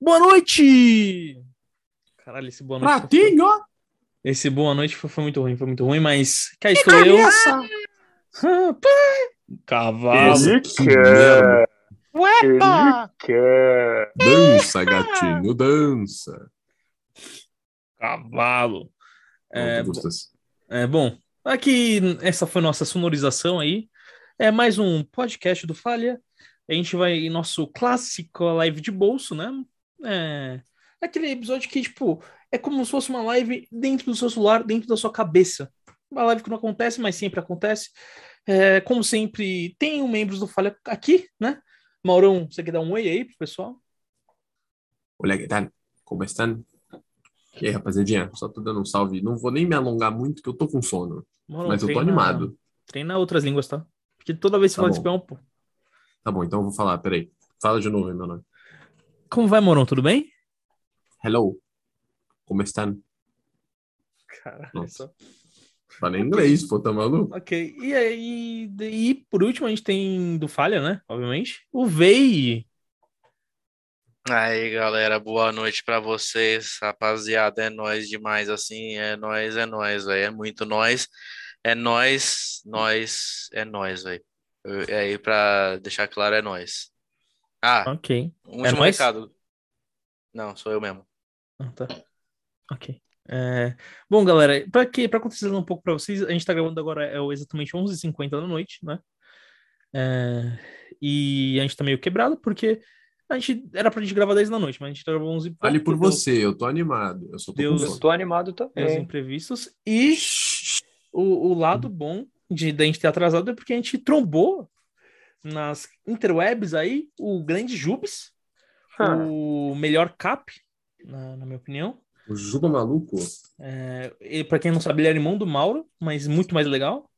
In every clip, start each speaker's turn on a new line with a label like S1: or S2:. S1: Boa noite!
S2: Caralho, esse boa noite. foi-
S1: Pratinho!
S2: Esse boa noite foi, foi muito ruim, foi muito ruim, mas cá estou eu.
S1: Cabeça!
S2: Rapaz! Cavalo.
S3: Ele
S4: Que
S3: quer,
S4: merda.
S3: ele quer.
S4: Dança, gatinho, dança.
S2: Cavalo. É,
S4: Não, tu gosta assim.
S2: É bom, aqui essa foi nossa sonorização aí. É mais um podcast do Falha. A gente vai em nosso clássico live de bolso, né? É aquele episódio que, tipo, é como se fosse uma live dentro do seu celular, dentro da sua cabeça. Uma live que não acontece, mas sempre acontece. É, como sempre, tem um membros do Falha aqui, né? Maurão, você quer dar um oi aí pro pessoal?
S4: Olá, que tal? Como estão? tá E aí, rapaziadinha, só tô dando um salve. Não vou nem me alongar muito, que eu tô com sono.
S2: Maurão,
S4: Mas eu tô
S2: treina-
S4: animado.
S2: Treina outras línguas, tá? Porque toda vez que você
S4: Tá
S2: fala
S4: bom.
S2: espanhol, pô.
S4: Tá bom, então eu vou falar, peraí. Fala de novo aí, meu nome.
S2: Como vai, Maurão? Tudo bem?
S4: Hello. Como estão?
S2: Caralho,
S4: Nossa. Falei inglês, pô, tá maluco?
S2: Ok, e aí, e, por último, a gente tem do Falha, né? Obviamente. O Vei.
S3: Aí, galera, boa noite pra vocês, rapaziada. É nóis demais, assim, é nóis, é nóis, velho. É muito nóis, é nóis, nóis, é nóis, velho. E aí, pra deixar claro, é nóis. Ah,
S2: Ok.
S3: um
S2: é
S3: último
S2: nóis?
S3: recado. Não, sou eu mesmo.
S2: Ah, tá. Ok. É, Bom, galera, pra que para contextualizar um pouco pra vocês, a gente tá gravando agora é o exatamente 11h50 da noite, né? É, E a gente tá meio quebrado porque a gente era pra gente gravar 10 da noite, mas a gente tá gravou 11 h
S4: Fale por você, eu tô animado. Eu só tô
S2: Deus.
S4: com
S5: Eu
S4: sono.
S5: tô animado
S2: os
S5: também.
S2: imprevistos. E o, o lado bom de, da gente ter atrasado é porque a gente trombou nas interwebs aí o grande Jubes,
S5: Ah,
S2: o melhor cap, na, na minha opinião.
S4: O Juba maluco?
S2: É, ele, pra quem não sabe, ele era irmão do Mauro, mas muito mais legal.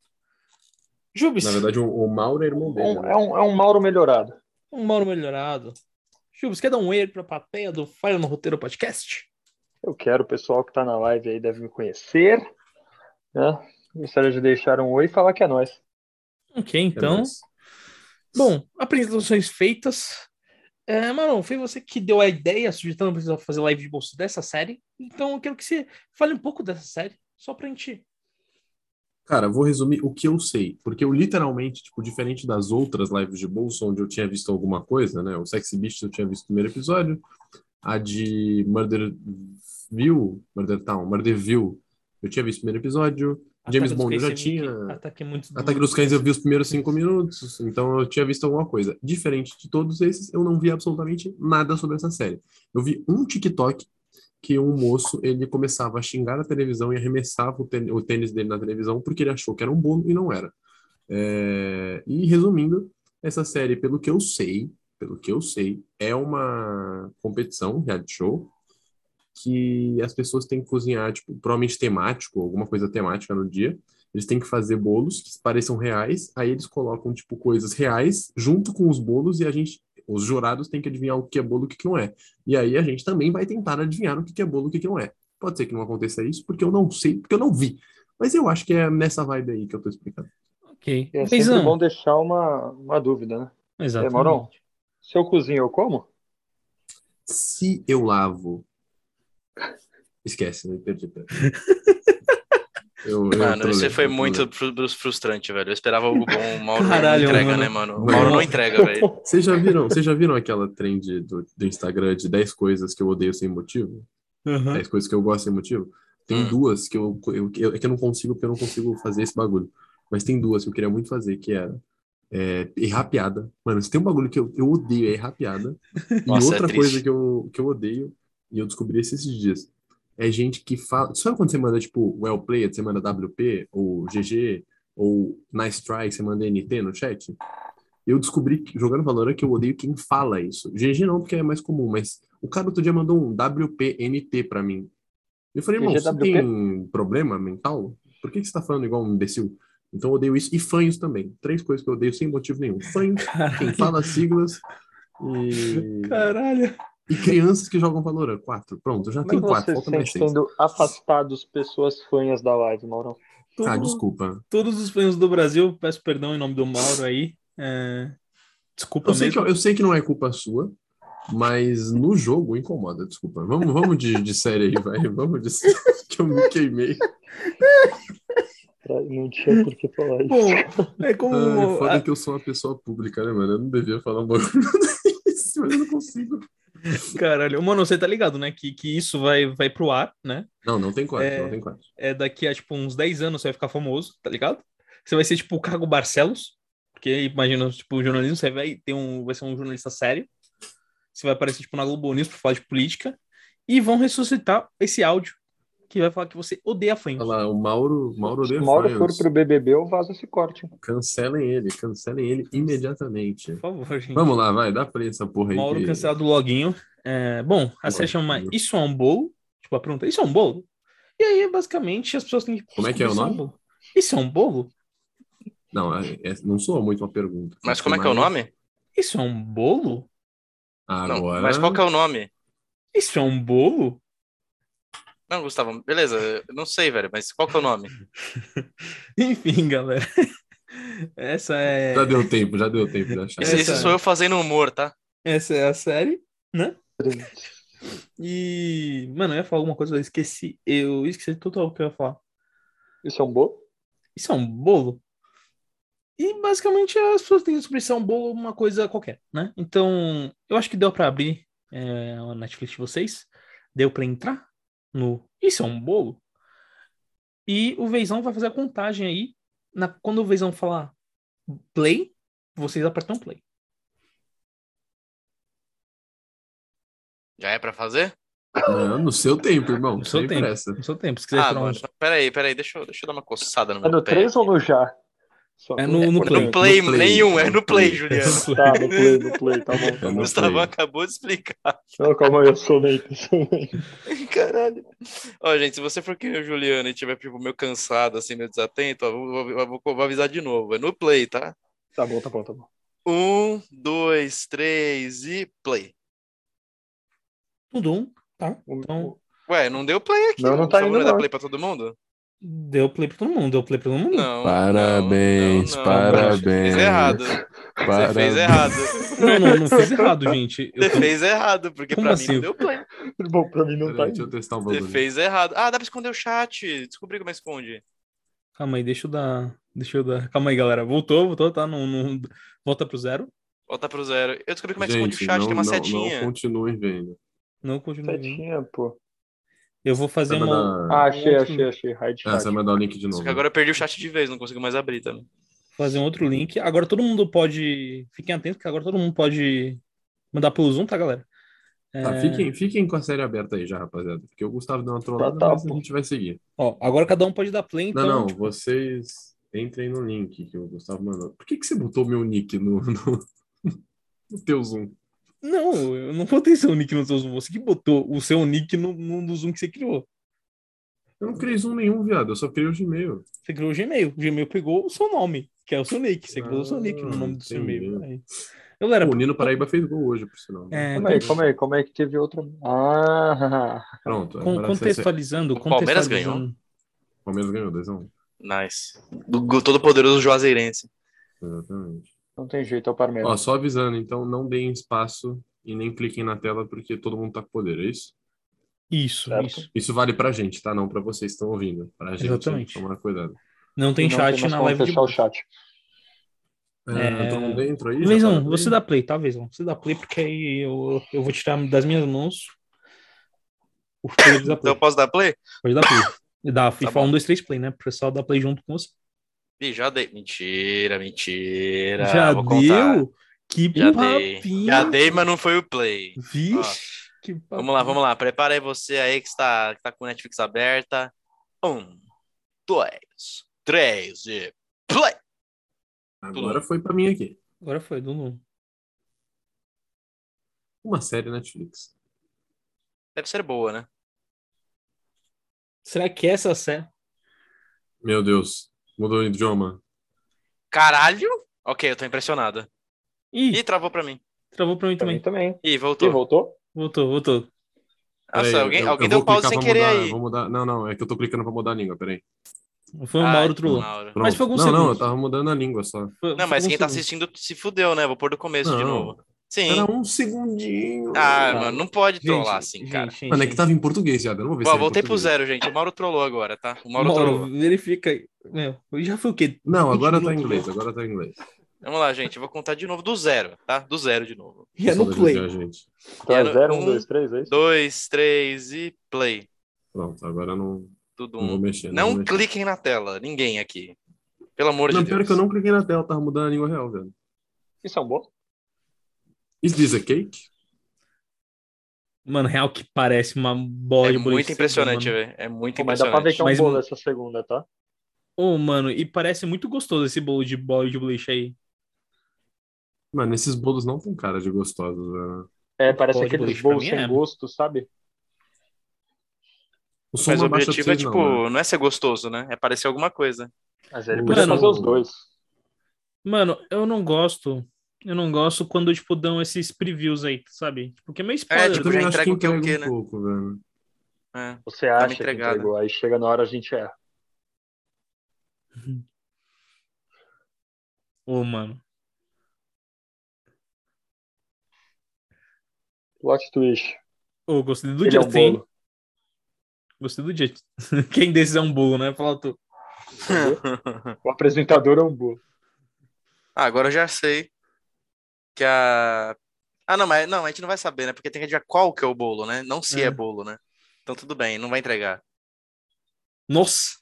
S2: Jubes,
S4: Na verdade, o, o Mauro é irmão
S5: é
S4: dele.
S5: um-
S4: né?
S5: é, um, é um Mauro melhorado.
S2: um Mauro melhorado. Jubes, quer dar um erro pra plateia do Falha no Roteiro Podcast?
S5: Eu quero, o pessoal que tá na live aí deve me conhecer. Né? Gostaria de deixar um oi e falar que é nós.
S2: Ok,
S4: É
S2: então.
S4: nóis.
S2: Bom, apresentações feitas. É, Maron, foi você que deu a ideia, sugerindo para fazer live de bolso dessa série. Então eu quero que você fale um pouco dessa série, só pra gente.
S4: Cara, vou resumir o que eu sei, porque eu literalmente, tipo, diferente das outras lives de bolsa, onde eu tinha visto alguma coisa, né? O Sexy Beast eu tinha visto o primeiro episódio, a de Murderville, Murder Town, Murderville, eu tinha visto o primeiro episódio, James
S2: Ataque dos
S4: Bond eu já
S2: Cães,
S4: tinha-
S2: Ataque muito
S4: Ataque dos Cães eu vi os primeiros cinco minutos, então eu tinha visto alguma coisa. Diferente de todos esses, eu não vi absolutamente nada sobre essa série. Eu vi um TikTok que um moço, ele começava a xingar a televisão e arremessava o tê- o tênis dele na televisão porque ele achou que era um bolo e não era. É, E resumindo, essa série, pelo que eu sei, pelo que eu sei, é uma competição, reality show, que as pessoas têm que cozinhar, tipo, provavelmente temático, alguma coisa temática no dia. Eles têm que fazer bolos que pareçam reais, aí eles colocam, tipo, coisas reais junto com os bolos e a gente, os jurados têm que adivinhar o que é bolo e o que não é. E aí a gente também vai tentar adivinhar o que que é bolo e o que que não é. Pode ser que não aconteça isso, porque eu não sei, porque eu não vi. Mas eu acho que é nessa vibe aí que eu tô explicando.
S2: Ok.
S5: E é sempre
S2: Feizão.
S5: bom deixar uma, uma dúvida, né?
S2: Exato.
S5: É, Maurão? Se eu cozinho, eu como?
S4: Se eu lavo. Esquece, eu perdi. pera. Eu, eu
S3: Mano,
S4: trolei,
S3: você foi
S4: eu trolei.
S3: muito fru- fru- frustrante, velho. Eu esperava algo bom, o Mauro não
S2: Caralho,
S3: entrega,
S2: mano.
S3: né, mano? O
S4: Mano.
S3: Mauro não entrega, velho.
S4: Vocês já viram, vocês já viram aquela trend do, do Instagram de 10 coisas que eu odeio sem motivo?
S2: Uhum.
S4: 10 É, coisas que eu gosto sem motivo? Tem
S3: Hum.
S4: duas que eu, eu, eu- é que eu não consigo, porque eu não consigo fazer esse bagulho. Mas tem duas que eu queria muito fazer, que era é, errar piada. Mano, se tem um bagulho que eu, eu odeio é errar piada. E
S3: Nossa, é
S4: outra
S3: triste.
S4: coisa que eu, que eu odeio, e eu descobri esses dias, é gente que fala. Sabe quando você manda, tipo, well played, você manda WP, ou GG, ou nice try, você manda NT no chat? Eu descobri, que, jogando Valorant, que eu odeio quem fala isso. GG não, porque é mais comum, mas o cara outro dia mandou um WPNT pra mim. Eu falei, irmão,
S5: GG,
S4: você
S5: WP?
S4: tem problema mental? Por que que você tá falando igual um imbecil? Então eu odeio isso. E fanhos também. Três coisas que eu odeio sem motivo nenhum. Fanhos, quem fala siglas e...
S2: Caralho.
S4: e crianças que jogam Valorant. Quatro. Pronto, eu já
S5: Como é que
S4: tenho quatro.
S5: você se
S4: Falta mais
S5: sente
S4: seis.
S5: sendo afastado das pessoas fanhas da live, Maurão?
S2: Todo-
S4: Ah, desculpa.
S2: Todos os fãs do Brasil, peço perdão em nome do Mauro aí. É, Desculpa
S4: Eu sei, que,
S2: mesmo.
S4: eu sei que não é culpa sua, Mas no jogo incomoda, desculpa. Vamos, vamos de, de série aí, vai. Vamos de série, que eu me queimei.
S5: Pra- Não tinha por que falar isso.
S2: Bom, é como.
S4: Ai, foda
S2: a-
S4: que eu sou uma pessoa pública, né, mano? Eu não devia falar um bagulho desse, mas eu não consigo.
S2: Caralho, mano, você tá ligado, né? Que, que isso vai, vai pro ar, né?
S4: Não, não tem corte,
S2: É.
S4: não tem corte.
S2: É daqui a tipo uns 10 anos você vai ficar famoso, tá ligado? Você vai ser tipo o Cargo Barcelos, porque imagina, tipo, o jornalismo, você vai ter um. Vai ser um jornalista sério. Você vai aparecer, tipo, na Globo News pra falar de política. E vão ressuscitar esse áudio que vai falar que você odeia a Fênix.
S4: Olha lá, o Mauro, Mauro
S5: Se
S4: odeia
S5: o Mauro
S4: fãs.
S5: for pro BBB, eu vazo esse corte. hein?
S4: Cancelem ele, cancelem ele imediatamente.
S2: Por favor, gente.
S4: Vamos lá, vai, dá play essa porra aí.
S2: Mauro
S4: que-
S2: cancelado loguinho. É, bom, a série chama
S4: Loguinho.
S2: Isso é um bolo? Tipo, a pergunta, isso é um bolo? E aí, basicamente, as pessoas têm que.
S4: Como é que é o
S2: Isso um
S4: nome?
S2: bolo. Isso é um bolo?
S4: Não, é- é- não soa muito uma pergunta.
S3: Mas como é que é o nome?
S2: Isso é um bolo?
S3: Não,
S4: Agora.
S3: mas qual que é o nome?
S2: Isso é um bolo?
S3: Não, Gustavo, beleza, eu não sei, velho, mas qual que é o nome?
S2: Enfim, galera. Essa é,
S3: Tá
S4: Já deu tempo, já deu tempo de achar.
S3: Isso,
S2: Essa-
S3: isso sou eu fazendo humor, tá?
S2: essa é a série, né? E, mano, eu ia falar alguma coisa, eu esqueci. Eu esqueci total o que eu ia falar.
S5: Isso é um bolo?
S2: Isso é um bolo? E basicamente as pessoas têm sobre isso é um bolo uma coisa qualquer, né? Então, eu acho que deu pra abrir é, a Netflix de vocês. Deu pra entrar no Isso é um bolo? E o Veizão vai fazer a contagem aí. Na, quando o Veizão falar play, vocês apertam play.
S3: Já é pra fazer?
S4: Não, no seu tempo, irmão.
S2: No seu
S4: sem
S2: tempo.
S4: pressa.
S2: No seu tempo, se quiser
S3: Ah,
S2: tirar um-
S3: mano, peraí, peraí, deixa eu, deixa eu dar uma coçada no
S5: É
S3: meu
S5: no
S3: pé.
S5: 3 ou no já? Só
S2: É no- no
S3: É no
S5: play.
S3: play,
S4: No play,
S3: nenhum, é
S4: no
S3: no play,
S4: play.
S3: Juliano.
S5: Tá, no play, no play, tá bom. Tá
S4: É
S5: bom.
S4: no
S3: Gustavo
S4: play.
S3: acabou de explicar.
S5: Não, calma aí, eu sou leito. eu sou leito.
S3: Caralho. Ó, gente, se você for que nem o Juliano e tiver, tipo, meio cansado, assim, meio desatento, ó, vou, vou- vou- vou avisar de novo. É no play, tá?
S5: Tá bom, tá bom, tá bom.
S3: Um, dois, três e play.
S2: Tudum, tá?
S5: O-
S2: Então-
S5: o-
S3: Ué, não deu play aqui.
S5: Não, não
S3: Gustavo,
S5: tá indo,
S3: dá
S5: não.
S3: play pra todo mundo?
S2: Deu play pra todo mundo, deu play pra todo mundo.
S3: Não.
S4: Parabéns,
S3: não, não,
S4: parabéns.
S3: Você fez errado. Você fez errado.
S2: Não, não, não fiz errado, gente. Eu
S3: Você
S2: tô-
S3: fez errado, porque
S2: Como
S3: pra mim
S2: assim?
S3: não deu play.
S5: Bom, pra mim não
S4: Peraí,
S5: tá
S4: deixa eu
S5: indo.
S4: testar o
S3: Você
S4: bagulho.
S3: fez errado. Ah, dá pra esconder o chat. Descobri como é que esconde.
S2: Calma aí, deixa eu dar. Deixa eu dar. Calma aí, galera. Voltou, voltou, tá? Não, não- Volta pro zero.
S3: Volta pro zero. Eu descobri como é que esconde o
S4: Gente,
S3: chat,
S4: não,
S3: tem uma
S4: não,
S3: setinha.
S4: não continuem vendo.
S2: Não continua. vindo.
S5: Setinha, Tá pô.
S2: Eu vou fazer
S4: Você vai
S2: uma.
S4: dar...
S5: Ah, achei,
S2: Ótimo.
S5: achei, achei. Hide
S4: Ah,
S5: chat.
S4: você vai dar o link de
S3: Só
S4: novo.
S3: que agora eu perdi o chat de vez, não consigo mais abrir tá? também.
S2: fazer um outro link. Agora todo mundo pode. Fiquem atentos, que agora todo mundo pode mandar pelo Zoom, tá, galera? É,
S4: Tá, fiquem, fiquem com a série aberta aí já, rapaziada. Porque o Gustavo deu uma trollada,
S5: tá,
S4: mas a
S5: pô.
S4: gente vai seguir.
S2: Ó, agora cada um pode dar play, então.
S4: Não, não,
S2: tipo,
S4: vocês entrem no link que o Gustavo mandou. Por que, que você botou meu nick no, no, no teu Zoom?
S2: não, eu não botei seu nick no seu Zoom. Você que botou o seu nick no, no, no Zoom que você criou.
S4: Eu não criei Zoom nenhum, viado. Eu só criei o Gmail.
S2: Você criou o Gmail. O Gmail pegou o seu nome, que é o seu nick. Você criou o seu nick no
S4: Ah,
S2: nome do seu
S4: entendi.
S2: e-mail. Aí. Galera,
S4: Pô, o Nino Paraíba fez gol hoje, por sinal.
S2: É,
S4: né?
S5: Calma aí, calma aí, como é que teve outra? Ah,
S4: Pronto.
S2: Con-
S4: agora você- você-
S2: contextualizando,
S3: O Palmeiras ganhou?
S2: contextualizando-
S4: O Palmeiras ganhou 2x1.
S3: Nice. Do, do todo-poderoso Juazeirense.
S4: Exatamente.
S5: não tem jeito, é o Parmeiro.
S4: Ó, só avisando, então, não deem espaço e nem cliquem na tela porque todo mundo tá com poder, é isso?
S2: Isso,
S5: Certo.
S2: isso.
S4: Isso vale pra gente, tá? Não pra vocês que estão ouvindo. Pra gente
S2: Exatamente.
S4: tomar cuidado.
S2: Não tem
S5: Não
S2: chat
S5: mais
S2: na
S5: como
S2: live de
S5: fechar o chat.
S2: É.
S4: É... Todo mundo dentro aí? já
S2: Vezão,
S4: tá
S2: você
S4: dentro?
S2: dá play, tá, Vezão? Você dá play, porque aí eu, eu vou tirar das minhas mãos o poder de dar
S3: Então
S2: play.
S3: eu posso dar play?
S2: Pode dar play. E
S3: Tá
S2: dá FIFA 1, 2, 3 play, né? Pro pessoal dar play junto com você.
S3: Ih, já dei. Mentira, mentira.
S2: Já
S3: Vou contar.
S2: deu? Um Que
S3: Já dei.
S2: papinho.
S3: Já dei, mas não foi o play. Ó,
S2: Vixe, que papinho.
S3: vamos lá, vamos lá. Prepara aí você aí que está, que está com o Netflix aberta. Um, dois, três e play!
S4: Agora foi pra mim aqui.
S2: Agora foi, Dudu.
S4: Uma série Netflix.
S3: Deve ser boa, né?
S2: Será que essa é série...
S4: Meu Deus. Mudou o idioma.
S3: Caralho! Ok, eu tô impressionado.
S2: Ih,
S3: Ih, travou pra mim.
S2: travou pra mim
S5: Pra mim
S2: também.
S5: também.
S3: Ih,
S5: E
S3: voltou.
S5: voltou?
S2: Voltou, voltou.
S3: Nossa,
S4: Peraí,
S3: alguém,
S4: eu-
S3: alguém
S4: eu
S3: deu
S4: vou
S3: pause
S4: clicar
S3: sem
S4: pra
S3: querer
S4: mudar-
S3: aí.
S4: vou mudar- Não, não, é que eu tô clicando pra mudar a língua, peraí.
S2: Foi o
S3: Ai,
S2: Mauro trollou.
S3: Mauro.
S4: Pronto.
S2: Mas foi alguns
S4: Não, não, eu
S2: segundos.
S4: tava mudando a língua só.
S2: Foi-
S3: então Não,
S2: foi
S3: mas
S2: alguns
S3: quem tá
S2: segundos.
S3: assistindo se fudeu, né? Vou pôr do começo de
S4: um Não.
S3: novo. Sim.
S4: Era um segundinho. Tá.
S3: Ah,
S2: Não.
S3: mano, não pode
S2: Gente,
S3: trollar assim, cara.
S2: gente, gente,
S4: Mano, é
S2: gente.
S4: que tava em português, viado. Eu não vou ver
S3: Ó,
S4: se era em
S3: voltei pro
S4: português.
S3: zero, gente. O Mauro trollou agora, tá? O Mauro, trollou.
S2: Mauro, verifica aí. Meu, já foi o quê?
S4: Não, agora tá em
S2: Minutos.
S4: inglês, agora tá em inglês.
S3: Vamos lá, gente. Eu vou contar de novo do zero, tá? Do zero de novo.
S2: Já no
S4: Saudade
S2: play.
S4: de gente.
S5: Então é
S3: Era
S5: 0,
S3: um,
S5: 1, 2, 3, é isso?
S3: Dois, três e play.
S4: Pronto, agora eu não,
S3: Tudo
S4: não vou
S3: um.
S4: mexer.
S3: Não
S4: vou mexer.
S3: cliquem na tela, ninguém aqui. Pelo amor
S4: Não,
S3: de
S4: pior é
S3: Deus.
S4: que eu não cliquei na tela, tava mudando a língua real, velho.
S5: Isso é um bom.
S4: Is this a cake?
S2: Mano, real que parece uma bola
S3: É
S2: de bolinho de
S3: muito
S2: cenoura,
S3: impressionante,
S2: mano.
S3: velho. É muito
S5: Pô, mas dá pra ver
S3: impressionante.
S5: que é um
S2: Mas-
S5: bolo essa segunda, tá?
S2: Ô, mano, e parece muito gostoso esse bolo de bola de boliche aí.
S4: Mano, esses bolos não tem cara de gostosos, velho.
S5: É, parece
S2: Pode
S5: aqueles
S2: boliche pra
S5: bolos
S2: mim
S5: sem
S2: é.
S5: gosto, sabe?
S4: O som
S3: Mas o
S4: não abaixa pra
S3: objetivo é,
S4: vocês, não,
S3: tipo,
S4: né?
S3: não é ser gostoso, né? É parecer alguma coisa.
S5: Mas ele
S4: Mano,
S5: podia fazer os dois.
S2: Mano, eu não gosto. Eu não gosto quando, tipo, dão esses previews aí, sabe? Porque é meio spoiler.
S3: É,
S4: Eu
S3: tipo,
S4: também
S3: já
S4: acho que
S3: entrega o que é o
S4: entrega
S3: quê,
S4: um
S3: né?
S4: pouco, velho.
S3: É.
S5: Você
S3: me
S5: acha que
S3: entregada.
S5: entregou, aí chega na hora a gente é. erra.
S2: Ô, mano.
S5: Plot twist.
S2: Ô, gostei do
S5: Ele é um
S2: Justin.
S5: bolo.
S2: gostei do Justin. Quem desses é um bolo, né? Fala tu.
S5: entendeu? o apresentador é um bolo.
S3: Ah, agora eu já sei que a. Ah, não, mas não, a gente não vai saber, né? Porque tem que adivinhar qual que é o bolo, né? Não se é,
S2: É.
S3: bolo, né? Então tudo bem, não vai entregar.
S2: Nossa!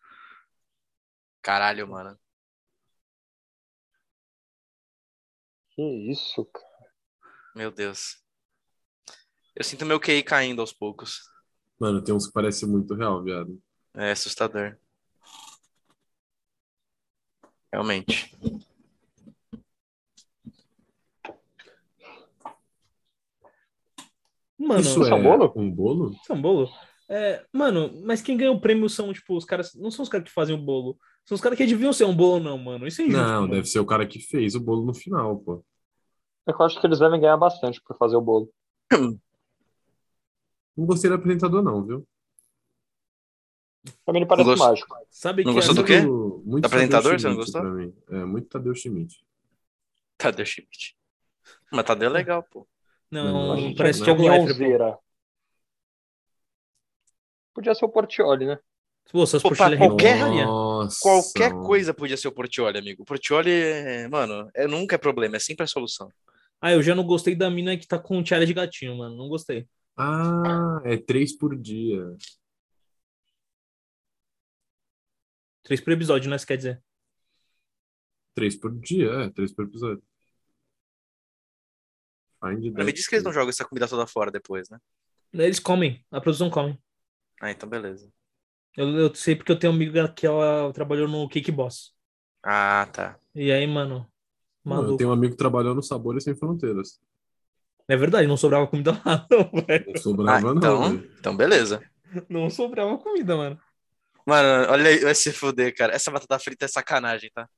S3: Caralho, mano.
S5: Que isso, cara.
S3: Meu Deus. Eu sinto meu QI caindo aos poucos.
S4: Mano, tem uns que parecem muito real, viado.
S3: É assustador. Realmente.
S2: Mano,
S4: Isso
S5: Isso é
S4: é
S5: bolo?
S4: um bolo?
S2: isso é um bolo? É, mano, mas quem ganha o prêmio são, tipo, os caras. Não são os caras que fazem o bolo. São os caras que adivinham ser um bolo, ou não, mano. Isso é injusto.
S4: Não,
S2: mano.
S4: deve ser o cara que fez o bolo no final, pô.
S5: É que Eu acho que eles devem ganhar bastante por fazer o bolo.
S4: Não gostei do apresentador, não, viu?
S5: Pra mim ele parece
S3: Gosto.
S5: mágico.
S2: Sabe
S3: Não
S2: que é
S3: gostou do
S2: a-
S3: quê?
S4: É Muito muito
S3: Do apresentador,
S4: Tadeu
S3: você não
S4: Schmidt
S3: gostou?
S4: pra mim. É, muito Tadeu Schmidt.
S3: Tadeu Schmidt. Mas Tadeu é legal, pô.
S4: Não,
S2: Não,
S4: acho que
S2: parece
S4: não.
S2: que é o Leifert.
S5: Leifert. Podia ser o Portioli, né?
S2: Pô, só se
S3: Pô,
S2: puxar ele
S3: pra qualquer-
S4: é,
S2: arregalia.
S4: Nossa.
S3: Qualquer coisa podia ser o Portioli, amigo. O Portioli, é- mano, é, nunca é problema, é sempre a solução.
S2: Ah, eu já não gostei da mina que tá com tiara de gatinho, mano. Não gostei.
S4: Ah, é três por dia.
S2: Três por episódio, né? Isso quer dizer.
S4: Três por dia, é, três por episódio. Find
S3: Mas Ah, me
S4: that
S3: diz que eles não jogam essa comida toda fora depois, né?
S2: Eles comem, a produção come.
S3: Ah, então beleza.
S2: Eu, eu sei porque eu tenho uma amiga que ela trabalhou no Cake Boss.
S3: Ah, tá.
S2: E aí, mano,
S4: Mano,
S2: maluco.
S4: eu tenho um amigo que trabalhou no Sabores Sem Fronteiras.
S2: É verdade, não sobrava comida lá, não, velho.
S4: Não sobrava,
S3: Ah,
S4: não,
S3: então.
S4: velho.
S3: Então beleza.
S2: Não sobrava comida, mano.
S3: Mano, olha aí, vai se fuder, cara. Essa batata frita é sacanagem, tá?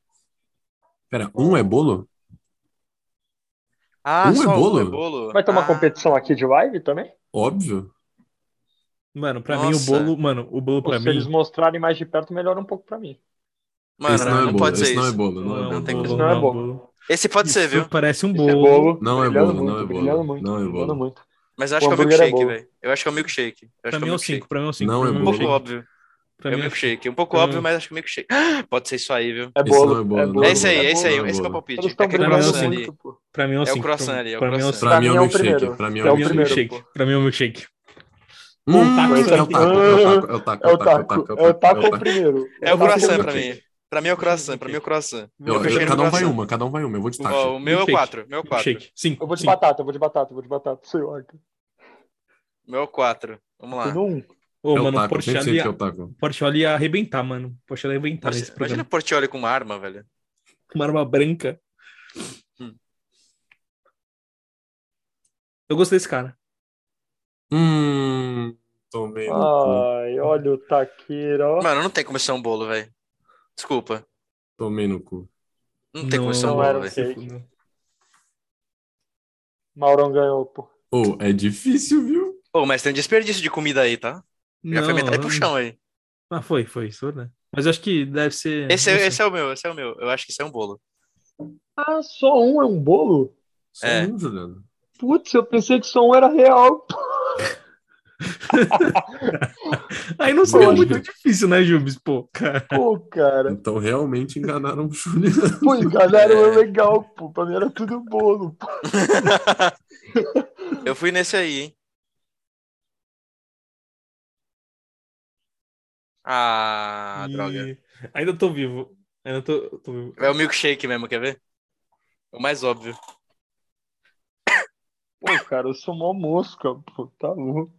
S4: Pera, um é bolo?
S3: Ah,
S4: Um é
S3: só
S4: bolo?
S3: um é bolo.
S5: Vai ter uma
S3: Ah,
S5: competição aqui de live também?
S4: Óbvio.
S2: Mano, pra mim o
S3: Nossa.
S2: bolo, mano, o bolo pra
S5: se
S2: mim.
S5: eles mostrarem mais de perto, melhora um pouco pra mim.
S3: Mano,
S4: esse
S3: não,
S4: não, é bolo,
S3: pode
S4: esse
S3: ser
S4: não é
S3: isso.
S4: bolo, não, é
S3: não um
S4: bolo.
S3: tem
S5: como- não é bom.
S2: bolo.
S3: Esse pode ser,
S2: Isso
S3: viu?
S2: Parece um
S5: Esse é
S2: bolo.
S5: bolo,
S4: Não é
S5: brilhando
S4: bolo, não
S5: muito,
S4: é bolo.
S5: brilhando muito,
S4: Não é
S5: brilhando
S4: bolo.
S5: muito.
S3: Mas eu acho que é o
S5: O hambúrguer é
S3: milkshake,
S5: bom.
S3: velho. Eu acho que é o milkshake. Eu acho
S2: Pra
S3: que é
S2: mim
S3: o
S2: é o
S3: milkshake.
S2: 5, pra mim é o 5.
S4: Não é
S3: Um
S4: bolo.
S3: pouco óbvio.
S2: Pra
S3: É o
S2: mim é o cinco.
S3: milkshake. Um pouco
S2: Pra
S3: óbvio,
S2: mim-
S3: mas acho que o milkshake. Ah, Pode ser isso aí, viu?
S5: É
S4: Esse não
S5: bolo,
S4: é bolo, não
S5: bolo,
S3: É isso aí, é
S5: bolo.
S3: isso aí.
S4: bolo.
S3: Esse que é o
S5: Eles
S3: palpite.
S5: estão
S3: É aquele
S2: brilhando
S3: croissant
S5: brilhando
S3: ali.
S5: muito, pô.
S2: Pra mim é o
S3: É o
S2: 5.
S3: croissant ali, é o
S2: Pra mim é o
S3: croissant.
S2: 5.
S4: Pra
S5: Pra
S4: mim é o
S5: mim é o
S4: milkshake.
S5: primeiro.
S4: Pra mim
S5: É
S4: é
S5: o
S4: o
S2: Pra mim é o
S5: primeiro,
S4: milkshake.
S2: milkshake. Pra mim é o milkshake.
S4: Hum,
S5: taco,
S4: esse é o taco, é o taco, é o taco,
S5: É o taco, é o taco
S4: é
S5: o primeiro.
S3: É o
S5: taco
S3: croissant
S5: primeiro.
S3: pra mim. Pra mim é o croissant, pra mim é o croissant.
S4: Eu- eu-
S3: fechei no
S4: cada um vai
S3: coração.
S4: uma, cada um vai uma. Eu vou de taco.
S3: Ó, o meu é o
S2: Milkshake.
S3: 4, meu é o 4.
S2: Milkshake. 5.
S5: Eu vou de batata, eu vou de batata, eu vou de batata. Sei lá. cara.
S3: Meu é o 4. Vamos lá.
S5: Tudo um.
S2: Ô,
S4: é o
S2: mano, o
S4: taco, sempre
S2: Porchat
S4: sei
S2: ia,
S4: que é o taco.
S2: Porchat ia arrebentar, mano. O Porchat ia arrebentar nesse
S3: Imagina
S2: programa.
S3: Portioli com uma arma, velho.
S2: Com uma arma branca.
S3: Hum.
S2: Eu gostei desse cara.
S3: é
S4: Hum, tomei. no cu.
S5: Ai, olha o taqueiro. ó.
S3: Mano, não tem como ser um bolo, velho. Desculpa.
S4: Tomei no cu.
S3: Não tem como ser um
S5: Não
S3: bolo,
S5: era
S3: velho.
S5: assim. Maurão ganhou, pô.
S4: Ô, é difícil, viu?
S3: Ô, mas tem um desperdício de comida aí, tá? Já foi metade pro chão aí.
S2: Ah, foi, foi isso, né? Mas eu acho que deve ser.
S3: Esse,
S2: não
S3: é,
S2: sei.
S3: esse é o meu, esse é o meu. Eu acho que isso é um bolo.
S5: Ah, só um é um bolo?
S4: Só
S3: É.
S4: um, Juliano.
S5: Putz, eu pensei que som era real.
S2: Aí não seria
S5: Lógico.
S2: muito difícil, né, Jubes? Pô, cara.
S5: Pô, cara.
S4: Então realmente enganaram o Juliano.
S5: Pô, galera, é legal, pô. Pra mim era tudo bolo. pô.
S3: Eu fui nesse aí, hein? Ah, droga.
S2: E Ainda tô vivo. Ainda tô, tô vivo.
S3: É o milkshake mesmo, quer ver? É O mais óbvio.
S5: Pô, cara, eu sou mó mosca, pô. Tá louco.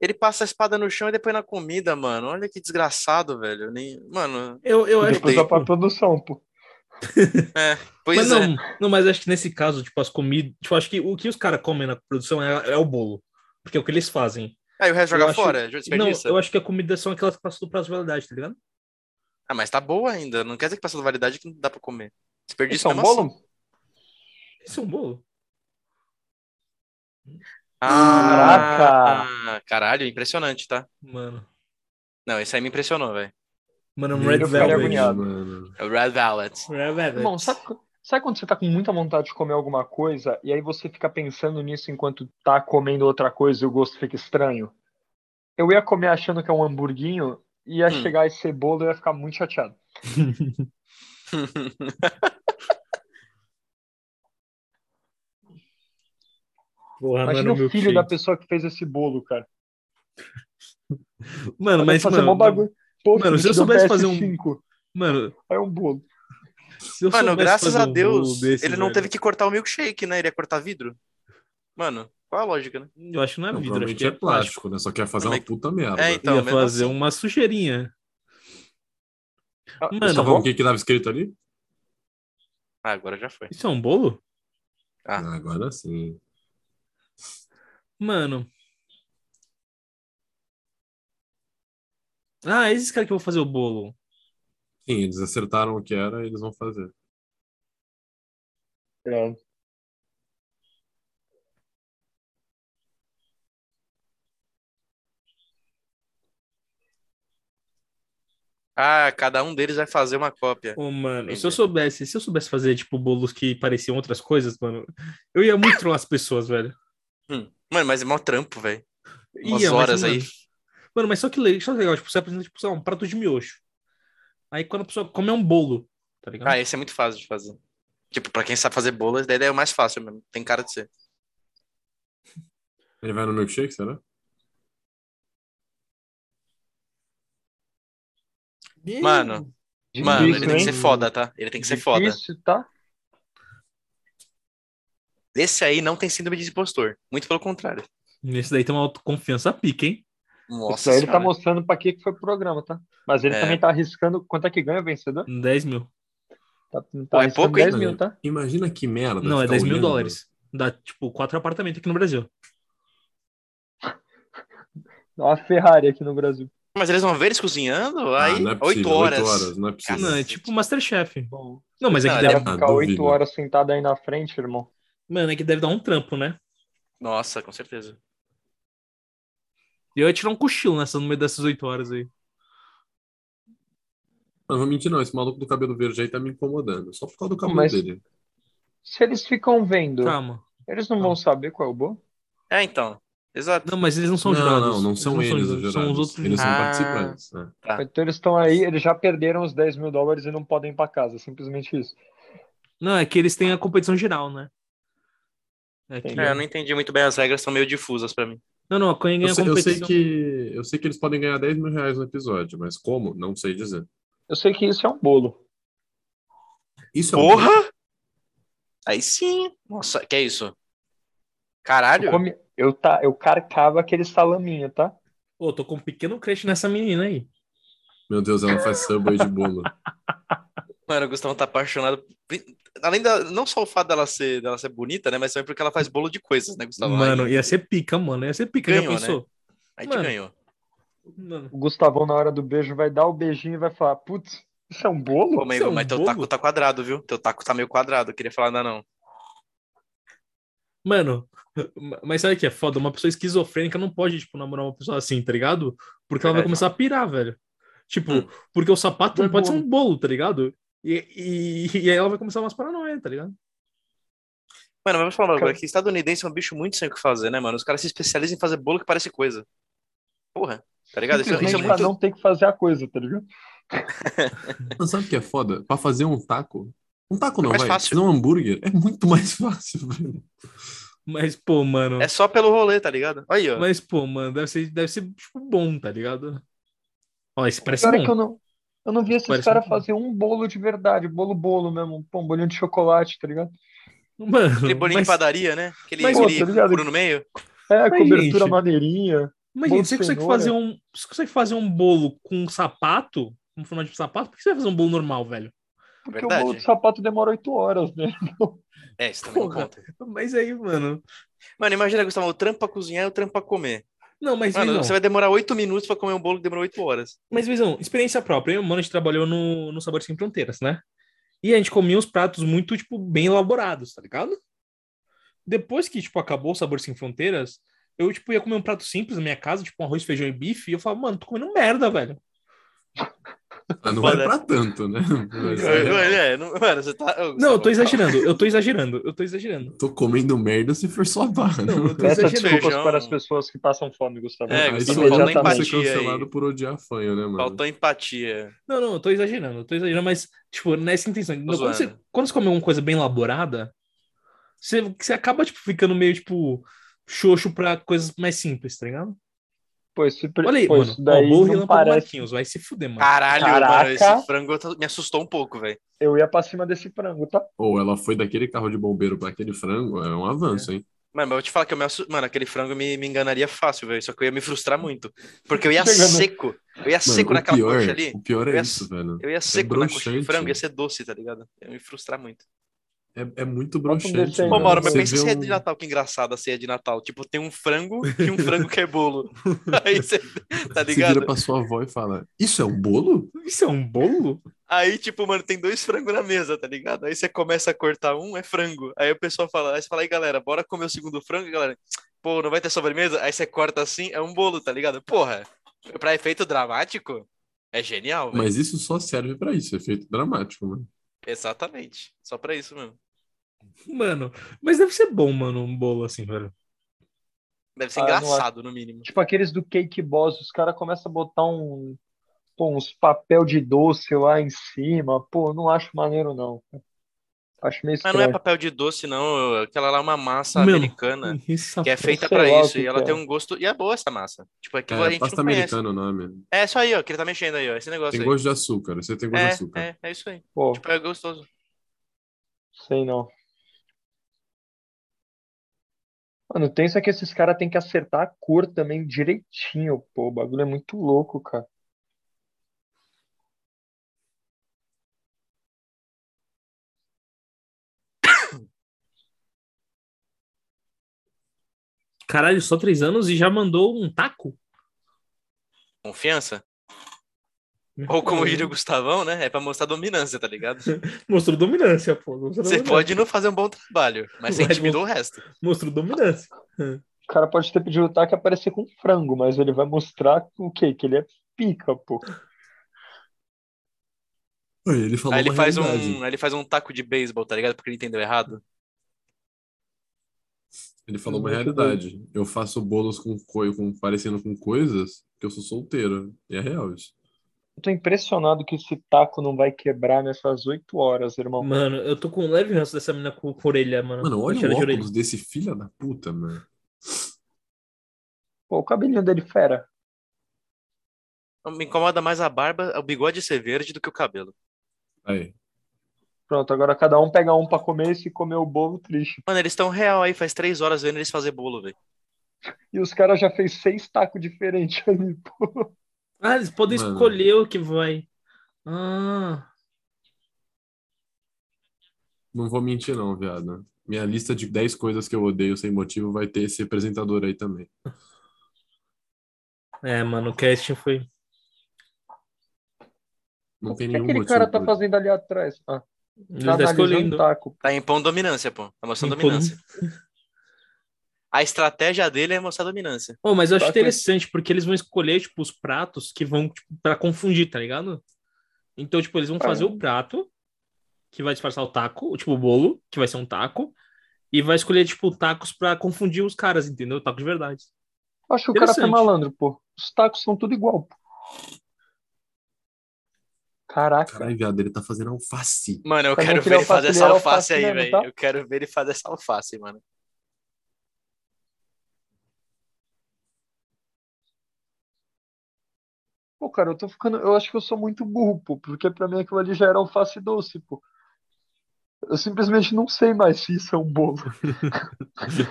S3: Ele passa a espada no chão e depois na comida, mano. Olha que desgraçado, velho. Eu Nem... Mano,
S2: Eu, eu acho
S5: Depois
S2: que. tipo,
S5: vai pra produção, pô.
S3: pois
S2: Mas
S3: é.
S2: não, não, mas acho que nesse caso, tipo, as comidas. Tipo, acho que o que os caras comem na produção é, é o bolo. Porque é o que eles fazem.
S3: Aí o resto
S2: eu
S3: joga
S2: acho-
S3: fora, acho...
S2: Não,
S3: desperdício.
S2: eu acho que a comida são aquelas que passam do prazo de validade, tá ligado?
S3: Ah, mas tá boa ainda. Não quer dizer que passou da validade que não dá pra comer. Desperdício
S5: São
S2: Então,
S3: mesmo
S5: bolo?
S3: assim.
S2: Isso é um bolo.
S3: assim. Ah, caralho, impressionante, tá?
S2: Mano.
S3: Não, esse aí me impressionou, velho.
S2: Mano, um
S4: Meu
S2: Red
S4: Deus,
S5: ficaria
S2: Velvet.
S5: agoniado.
S4: mano.
S3: É o Red Velvet.
S2: Red Velvet.
S5: Bom, sabe, sabe quando você tá com muita vontade de comer alguma coisa e aí você fica pensando nisso enquanto tá comendo outra coisa e o gosto fica estranho? Eu ia comer achando que é um hamburguinho, ia
S3: Hum.
S5: chegar esse cebola e eu ia ficar muito chateado.
S2: Porra, não era
S5: Imagina
S2: o meu
S5: o filho
S2: filho
S5: da pessoa que fez esse bolo, cara.
S2: Mano,
S5: Vai
S2: mas.
S5: fazer
S2: mano,
S5: mó bagulho. Pô,
S2: mano,
S5: filho,
S2: se eu
S5: te dou
S2: soubesse fazer um-
S5: PS5,
S2: Mano,
S5: Aí é um bolo.
S2: se eu
S3: Mano,
S2: soubesse
S3: graças
S2: fazer
S3: a
S2: um
S3: Deus,
S2: bolo desse,
S3: ele não
S2: velho,
S3: teve que cortar o milkshake, né? Ele ia cortar vidro. Mano, qual a lógica, né?
S2: Eu acho que não é
S4: Não,
S2: vidro, acho
S4: provavelmente
S2: que é
S4: é
S2: plástico.
S4: plástico, né? Só quer fazer
S3: Não,
S4: uma
S3: mas-
S4: puta merda.
S3: É, então,
S2: Ia
S3: mesmo
S2: fazer
S3: assim.
S2: uma sujeirinha.
S5: Ah,
S2: Mano,
S5: tá
S4: Só
S3: então.
S5: bom?
S4: vamos o que que tava escrito ali?
S3: Ah, agora já foi.
S2: Isso é um bolo?
S3: Ah.
S4: Ah, agora sim.
S2: Mano. Ah, esses caras que vão fazer o bolo.
S4: Sim, eles acertaram o que era e eles vão fazer.
S5: É.
S3: Ah, cada um deles vai fazer uma cópia.
S2: Ô, mano, se
S3: Entendi.
S2: eu soubesse, se eu soubesse fazer, tipo, bolos que pareciam outras coisas, mano, eu ia muito trollar as pessoas, velho.
S3: Mano, mas é mó trampo, velho. Umas
S2: Ia, é, mas,
S3: horas
S2: mano,
S3: aí.
S2: Mano, mas só que le- só que legal, tipo, você apresenta, tipo, sei lá, um prato de miojo. Aí quando a pessoa come é um bolo, tá ligado?
S3: Ah, esse é muito fácil de fazer. Tipo, pra quem sabe fazer bolas, daí é o mais fácil mesmo. Tem cara de ser.
S4: Ele vai no milkshake, será?
S3: Mano, Mano, ele
S5: Difícil,
S3: tem que
S5: hein?
S3: ser foda, tá? Ele tem que ser foda.
S5: Difícil, tá?
S3: Esse aí não tem síndrome de impostor. Muito pelo contrário.
S2: Esse daí tem uma autoconfiança pica, hein?
S5: Isso
S3: Nossa
S5: aí ele tá
S3: senhora.
S5: mostrando pra que que foi o programa, tá? Mas ele
S3: É.
S5: também tá arriscando. Quanto é que ganha o vencedor?
S2: 10 mil.
S5: Tá,
S3: Pô,
S5: tá
S3: é
S5: arriscando
S3: pouco, hein?
S5: 10 mil, tá?
S4: Imagina que merda.
S2: Não, é
S4: ficar
S2: 10 mil
S4: olhando.
S2: dólares. Dá, tipo, quatro apartamentos aqui no Brasil.
S5: Dá É Uma Ferrari aqui no Brasil.
S3: Mas eles vão ver eles cozinhando?
S4: Ah,
S3: Aí,
S4: não é
S3: oito
S4: possível,
S3: horas.
S4: oito horas, não é possível.
S2: Não, é tipo Masterchef.
S5: Bom,
S2: Não, mas é
S3: Não,
S2: que
S5: o cara
S2: deve...
S4: Ah,
S5: ficar 8
S4: duvido.
S5: horas sentado aí na frente, irmão.
S2: Mano, é que deve dar um trampo, né?
S3: Nossa, com certeza.
S2: E eu ia tirar um cochilo nessa, no meio dessas 8 horas aí. é
S4: Não vou mentir, não. Esse maluco do cabelo verde aí tá me incomodando. Só por causa do cabelo
S5: Mas-
S4: dele.
S5: Se eles ficam vendo,
S2: Calma.
S5: eles não vão
S2: Tá.
S5: saber qual é o bom?
S3: É, então. Exato.
S2: Não, mas eles não são
S4: não,
S2: jurados.
S4: não, não
S2: Eles
S4: são eles os
S2: jurados, São os
S4: jurados.
S2: outros
S4: Eles são
S3: Ah.
S4: participantes. né?
S3: Ah.
S5: Então eles estão aí, eles já perderam os 10 mil dólares e não podem ir pra casa. Simplesmente isso.
S2: Não, é que eles têm a competição geral, né? É que...
S3: É, eu não entendi muito bem as regras, são meio difusas pra mim.
S2: Não, não, a Coen ganha
S4: Eu,
S2: a
S4: sei, eu sei
S2: competição.
S4: que, eu sei que eles podem ganhar 10 mil reais no episódio, mas como? Não sei dizer.
S5: Eu sei que isso é um bolo.
S4: Isso é um
S3: Porra! Aí sim. Nossa, que é isso?
S5: Eu,
S3: Caralho.
S5: come- eu, tá, eu carcava aquele salaminho, tá?
S2: Pô, tô com um pequeno crush nessa menina aí.
S4: Meu Deus, ela faz subway de bolo.
S3: Mano, o Gustavo tá apaixonado. Além da. Não só o fato dela ser, dela ser bonita, né? Mas também porque ela faz bolo de coisas, né,
S4: Tá
S3: Gustavo?
S2: mano,
S3: aí,
S2: ia ser pica, mano. Ia ser pica,
S3: Ganhou, né?
S2: já pensou?
S3: aí te
S2: mano.
S3: ganhou.
S2: Mano.
S5: O Gustavão, na hora do beijo, vai dar o beijinho e vai falar: Putz, isso é um
S3: Pô,
S5: bolo?
S3: mas,
S2: Você é um
S3: mas teu
S2: bobo?
S3: taco tá quadrado, viu? Teu taco tá meio quadrado. Eu queria falar ainda não.
S2: Mano, mas sabe o que é foda? Uma pessoa esquizofrênica não pode, tipo, namorar uma pessoa assim, tá ligado? Porque ela vai
S3: Verdade,
S2: começar a pirar, velho. Tipo, porque o sapato
S4: Não
S2: não
S4: é
S2: pode ser
S4: bolo.
S2: um bolo, tá ligado? E, e, e aí ela vai começar umas paranoia, tá ligado?
S3: Mano, vamos falar agora
S5: Cara-
S3: que estadunidense é um bicho muito sem o que fazer, né, mano? Os caras se especializam em fazer bolo que parece coisa. Porra, tá ligado? Isso, isso é
S5: Simplesmente pra
S3: muito.
S5: não ter que fazer a coisa, tá ligado?
S4: Mas sabe o que é foda? Pra fazer um taco. Um taco não,
S3: É mais
S4: vai.
S3: fácil.
S4: Fazer um hambúrguer é muito mais fácil, velho.
S2: Mas, pô, mano.
S3: É só pelo rolê, tá ligado? Aí, ó.
S2: Mas, pô, mano, deve ser, deve ser tipo, bom, tá ligado? Ó, esse parece
S5: Pior é
S2: bom.
S5: que eu não, eu não vi esses
S2: Parece
S5: caras
S2: muito bom.
S5: fazer um bolo de verdade, bolo bolo mesmo, pô, um bolinho de chocolate, tá ligado?
S2: Mano,
S3: Aquele bolinho
S2: mas,
S3: de padaria, né? Aquele,
S2: mas-
S5: Pô,
S3: aquele
S5: tá ligado?
S3: furo no meio.
S5: É,
S2: Mas,
S5: cobertura
S2: gente-
S5: maneirinha.
S2: mas,
S5: bolo
S2: gente,
S5: de
S2: você consegue,
S5: cenoura.
S2: fazer um, você consegue fazer um bolo com um sapato, com formato de sapato? Por que você vai fazer um bolo normal, velho?
S5: Porque
S3: Verdade.
S5: o bolo de sapato demora oito horas, né?
S3: É, isso também não
S2: Porra.
S3: conta.
S2: Mas aí, mano.
S3: Mano, imagina, Gustavo, o trampo pra cozinhar e o trampo pra comer.
S2: Não, mas
S3: Mano,
S2: visão.
S3: você vai demorar oito minutos pra comer um bolo que demorou oito horas.
S2: Mas, Visão, experiência própria. Eu e o Mano, a gente trabalhou no, no Sabor Sem Fronteiras, né? E a gente comia uns pratos muito, tipo, bem elaborados, tá ligado? Depois que, tipo, acabou o Sabor Sem Fronteiras, eu, tipo, ia comer um prato simples na minha casa, tipo, um arroz, feijão e bife, e eu falava, mano, tô comendo merda, velho.
S4: Ah, não vai
S3: Foda.
S4: pra tanto, né? Mas,
S3: Eu- eu-
S4: é,
S3: é, não- mano, você tá. ô,
S2: Não, eu
S3: Gustavo,
S2: tô
S3: calma.
S2: exagerando, eu tô exagerando, eu tô exagerando.
S4: tô comendo merda se for só barra. né?
S2: Não, eu tô
S5: Peça
S2: exagerando.
S5: desculpas
S3: Feijão.
S5: para as pessoas que passam fome, Gustavo.
S3: É,
S4: Aí
S3: Gustavo,
S4: São Paulo
S3: falta
S4: tá ser
S3: empatia aí.
S4: cancelado por odiar fanho, né, mano?
S3: Faltou empatia.
S2: Não, não, eu tô exagerando, eu tô exagerando, mas, tipo, nessa intenção. Então, quando,
S3: zoando.
S2: você, quando você come alguma coisa bem elaborada, você, você acaba, tipo, ficando meio, tipo, xoxo pra coisas mais simples, tá ligado?
S5: Pô, esse, pre-
S2: Olha aí,
S5: pô,
S2: mano.
S5: isso
S2: Ó,
S5: daí
S2: bolo
S5: não
S2: relâmpago
S5: parece. Ah.
S2: Marquinhos, vai se fuder, mano.
S3: Caralho, mano,
S5: Caraca.
S3: esse frango tá- me assustou um pouco, velho.
S5: Eu ia pra cima desse frango, tá?
S4: Ou ela foi daquele carro de bombeiro pra aquele frango, é um avanço, hein?
S3: Mano, mas eu vou te falar que eu me assu... Mano, aquele frango me, me enganaria fácil, velho. Só que eu ia me frustrar muito. Porque eu ia
S5: Te enganou.
S3: seco. Eu ia
S4: Mano,
S3: seco
S4: o
S3: naquela
S4: pior,
S3: coxa ali.
S4: O pior
S3: Eu
S4: é
S3: ia-
S4: isso, velho.
S3: Eu ia seco na coxa de
S4: broxante.
S3: frango, ia ser doce, tá ligado? Eu ia me frustrar muito.
S4: É, é muito
S5: Bota um
S4: broxante.
S5: desenho.
S3: Pô,
S4: velho.
S3: Mauro, mas
S4: Você
S3: pensa
S4: vê
S3: se é
S4: um-
S3: de Natal, que engraçada a ceia de Natal. Tipo, tem um frango e um frango que é bolo. Aí você. Tá
S4: Você vira
S3: ligado?
S4: pra sua avó e fala: Isso é um bolo?
S2: Isso é um bolo?
S3: Aí, tipo, mano, tem dois frangos na mesa, tá ligado? Aí você começa a cortar um, é frango. Aí o pessoal fala, aí você fala, aí galera, bora comer o segundo frango, E a galera. Pô, não vai ter sobremesa? Aí você corta assim, é um bolo, tá ligado? Porra, pra efeito dramático, é genial, velho.
S4: Mas isso só serve pra isso, é efeito dramático, mano.
S3: Exatamente. Só pra isso mesmo.
S2: Mano, mas deve ser bom, mano, um bolo assim, velho.
S3: Deve ser
S5: Ah, eu não acho-
S3: engraçado, no mínimo.
S5: Tipo aqueles do Cake Boss, os caras começam a botar um, pô, uns papel de doce lá em cima. Pô, não acho maneiro, não. Acho meio
S3: Mas não é
S5: estranho.
S3: papel de doce, não. Aquela lá é uma massa
S2: Meu,
S3: americana.
S5: Né.
S2: Essa
S3: Que é feita
S5: sei
S3: pra
S5: lá o
S3: isso,
S5: que
S3: e ela
S5: que é.
S3: tem um gosto. E é boa essa massa. Tipo, aquilo a
S4: É,
S3: gente
S4: pasta
S3: não conhece.
S4: americana o nome.
S3: É isso aí, ó, que ele tá mexendo aí, ó. Esse negócio
S4: Tem
S3: aí.
S4: gosto de açúcar, você tem gosto de açúcar.
S3: É, é, é isso aí.
S5: Pô,
S3: Tipo, é gostoso.
S5: sei não. Mano, tem isso é que esses caras têm que acertar a cor também direitinho, pô. O bagulho é muito louco, cara.
S2: Caralho, só três anos e já mandou um taco?
S3: Confiança? Ou
S2: Uhum.
S3: como diria o Gustavão, né? É pra mostrar dominância, tá ligado?
S2: Mostrou dominância, pô. Mostrou
S3: Você
S2: dominância.
S3: pode não fazer um bom trabalho, mas você
S2: Vai
S3: intimidou o resto.
S2: Mostrou dominância.
S5: O cara pode ter pedido o taco e aparecer com frango, mas ele vai mostrar o quê? Que ele é pica, pô.
S4: Aí Ele falou
S3: Aí ele
S4: uma
S3: faz
S4: realidade.
S3: um, aí ele faz um taco de beisebol, tá ligado? Porque ele entendeu errado.
S4: Ele
S3: um
S4: falou uma
S5: Muito
S4: realidade. Eu faço bolos com coi- com- parecendo com coisas que eu sou solteiro. E é real isso.
S5: Eu tô impressionado que esse taco não vai quebrar nessas oito horas, irmão.
S2: Mano, eu tô com um leve ranço dessa mina com, com orelha,
S5: É,
S2: mano.
S4: Mano, olha
S2: Cheira
S4: o
S2: de orelha.
S4: óculos desse filho da puta, mano.
S5: Pô, o cabelinho dele fera.
S3: Me incomoda mais a barba, o bigode ser verde do que o cabelo.
S4: Aí.
S5: Pronto, agora cada um pega um pra comer e se comer o bolo, triste.
S3: Mano, eles estão real aí, faz três horas vendo eles fazer bolo, velho.
S5: E os caras já fez seis tacos diferentes ali, pô.
S2: Ah, eles podem
S4: Mano.
S2: escolher o que vai. Ah,
S4: Não vou mentir, não, viado. Minha lista de 10 coisas que eu odeio sem motivo vai ter esse apresentador aí também.
S2: é, mano, o casting foi.
S4: Não
S5: O que
S4: tem nenhum
S5: aquele
S4: motivo
S5: cara tá
S4: pra-
S5: fazendo ali atrás? Ah,
S2: Ele
S5: tá
S2: tá
S5: analisando
S2: escolhendo.
S5: o taco.
S3: Tá impondo dominância, pô. Tá mostrando
S2: Impondo-
S3: dominância. a estratégia dele é mostrar dominância.
S2: Pô, mas eu acho
S5: Tá com
S2: interessante, porque eles vão escolher, tipo, os pratos que vão, tipo, pra confundir, tá ligado? Então, tipo, eles vão
S5: É.
S2: fazer o prato, que vai disfarçar o taco, tipo, o bolo, que vai ser um taco, e vai escolher, tipo, tacos pra confundir os caras, entendeu? Taco de verdade.
S5: Acho que o cara foi
S2: Interessante.
S5: malandro, pô. Os tacos são tudo igual, pô. Caraca.
S4: Caralho, viado, ele tá fazendo alface.
S3: Mano, eu
S5: Mas
S3: quero
S5: não
S3: ver ele
S5: queria
S3: fazer essa
S5: alface,
S3: alface aí,
S5: mesmo,
S3: velho.
S5: tá?
S3: Eu quero ver ele fazer essa alface, mano.
S5: Pô, cara, eu tô ficando. Eu acho que eu sou muito burro, pô, porque pra mim aquilo ali já era alface doce, pô. Eu simplesmente não sei mais se isso é um bolo.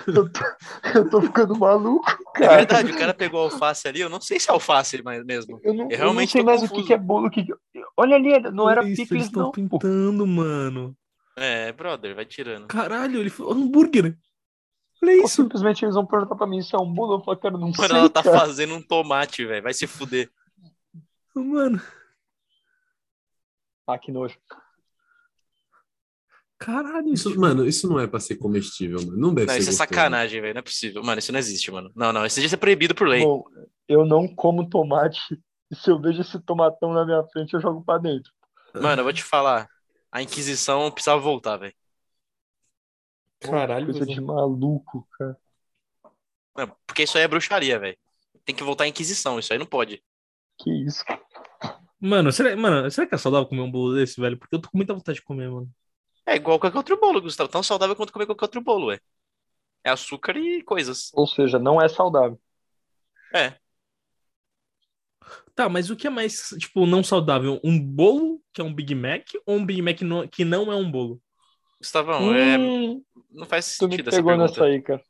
S5: Eu tô, eu tô ficando maluco,
S3: É
S5: cara.
S3: verdade, o cara pegou a alface ali, eu não sei se é alface mas mesmo.
S5: Eu não, eu não
S3: É realmente
S5: sei
S3: tô
S5: mais o que
S3: confuso.
S5: que é bolo. o Que... que- Olha ali, não era
S2: Olha isso,
S5: picles,
S2: eles tão
S5: não, pô.
S2: pintando, mano.
S3: É, brother, vai tirando.
S2: Caralho, ele foi hambúrguer. né? Olha
S5: Pô,
S2: isso.
S5: Simplesmente eles vão perguntar pra mim se é um bolo. Eu falo, cara, eu não
S3: Mano,
S5: sei,
S3: ela tá
S5: cara.
S3: fazendo um tomate, velho. Vai se fuder.
S2: Mano,
S5: Ah, que nojo.
S2: caralho.
S4: Isso, mano, isso não é pra ser comestível, mano. Não deve
S3: Não,
S4: ser
S3: isso é
S4: gostoso.
S3: sacanagem, velho. Não é possível. Mano, isso não existe, mano. Não, não. Isso devia ser proibido por lei.
S5: Bom, eu não como tomate. E se eu vejo esse tomatão na minha frente, eu jogo pra dentro.
S3: Mano, eu vou te falar. A Inquisição precisava voltar, velho.
S2: Caralho,
S5: Coisa de maluco, cara.
S3: Não, Porque isso aí é bruxaria, velho. Tem que voltar à Inquisição. Isso aí não pode.
S5: Que isso, cara.
S2: Mano, será, mano, será que é saudável comer um bolo desse, velho? Porque eu tô com muita vontade de comer, mano.
S3: É igual qualquer outro bolo, Gustavo. Tão saudável quanto comer qualquer outro bolo, é. É açúcar e coisas.
S5: Ou seja, não é saudável.
S2: Tá, mas o que é mais, tipo, não saudável? Um bolo, que é um Big Mac, ou um Big Mac no- que não é um bolo?
S3: Gustavão, é...
S5: Hum,
S3: não faz
S5: tu me
S3: sentido essa
S5: pegou
S3: pergunta.
S5: nessa aí, cara.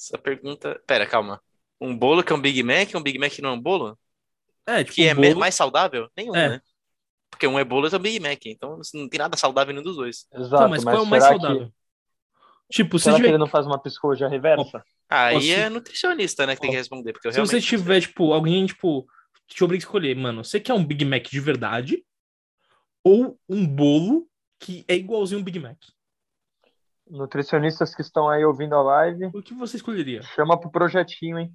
S3: Essa pergunta. Pera, calma. Um bolo que é um Big Mac, um Big Mac que não é um bolo?
S2: É, tipo,
S3: Que é
S2: um bolo...
S3: me- mais saudável? Nenhum,
S2: É.
S3: né? Porque um é bolo e outro é Big Mac. Então assim, não tem nada saudável em nenhum dos dois.
S5: Exato,
S2: Tá, mas qual é o mais
S5: será que-
S2: saudável? Tipo, se
S5: será que
S2: tiver,
S5: ele não faz uma psicologia reversa?
S3: Aí
S2: Posso-
S3: é nutricionista, né, que tem que responder. Porque eu
S2: se você
S3: realmente. não sei.
S2: tiver, tipo, alguém, tipo, te obriga a escolher, mano, você quer um Big Mac de verdade ou um bolo que é igualzinho um Big Mac?
S5: Nutricionistas que estão aí ouvindo a live,
S2: O que você escolheria?
S5: chama pro projetinho, hein?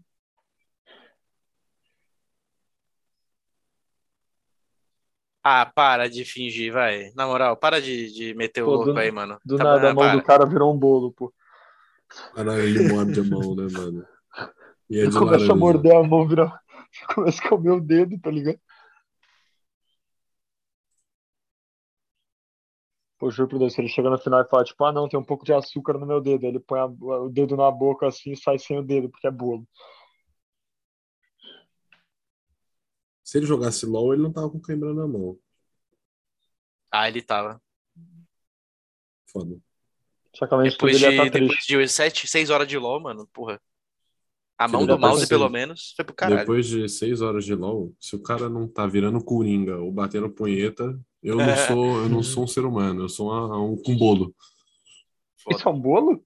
S3: Ah, para de fingir, vai. Na moral, para de, de meter o
S5: Pô, do
S3: louco
S5: na-
S3: aí, mano.
S5: Do
S3: Tá-
S5: nada, a mão
S3: para.
S5: do cara virou um bolo, pô.
S4: Caralho, ele morde a mão, né, mano? E é
S5: Ele
S4: de
S5: começa
S4: laranja.
S5: a morder a mão, vira... começa a comer o dedo, tá ligado? Pô, juro por Deus, se ele chega no final e fala, tipo, ah não, tem um pouco de açúcar no meu dedo. Aí ele põe a- o dedo na boca assim e sai sem o dedo, porque é bolo.
S4: Se ele jogasse LOL, ele não tava com cãibra na mão.
S3: Ah, ele tava.
S4: Foda.
S5: Só que além de tudo,
S3: Depois
S5: ele ia
S3: de,
S5: tá triste.
S3: depois de 7, 6 horas de LOL, mano, porra. A mão
S4: Filho
S3: do
S4: da
S3: mouse,
S4: puta.
S3: pelo menos, foi pro caralho.
S4: Depois de seis horas de LOL, se o cara não tá virando coringa ou batendo punheta, eu não
S3: É.
S4: sou, eu não sou um ser humano, eu sou uma- um com bolo.
S3: Foda.
S5: Isso é um bolo?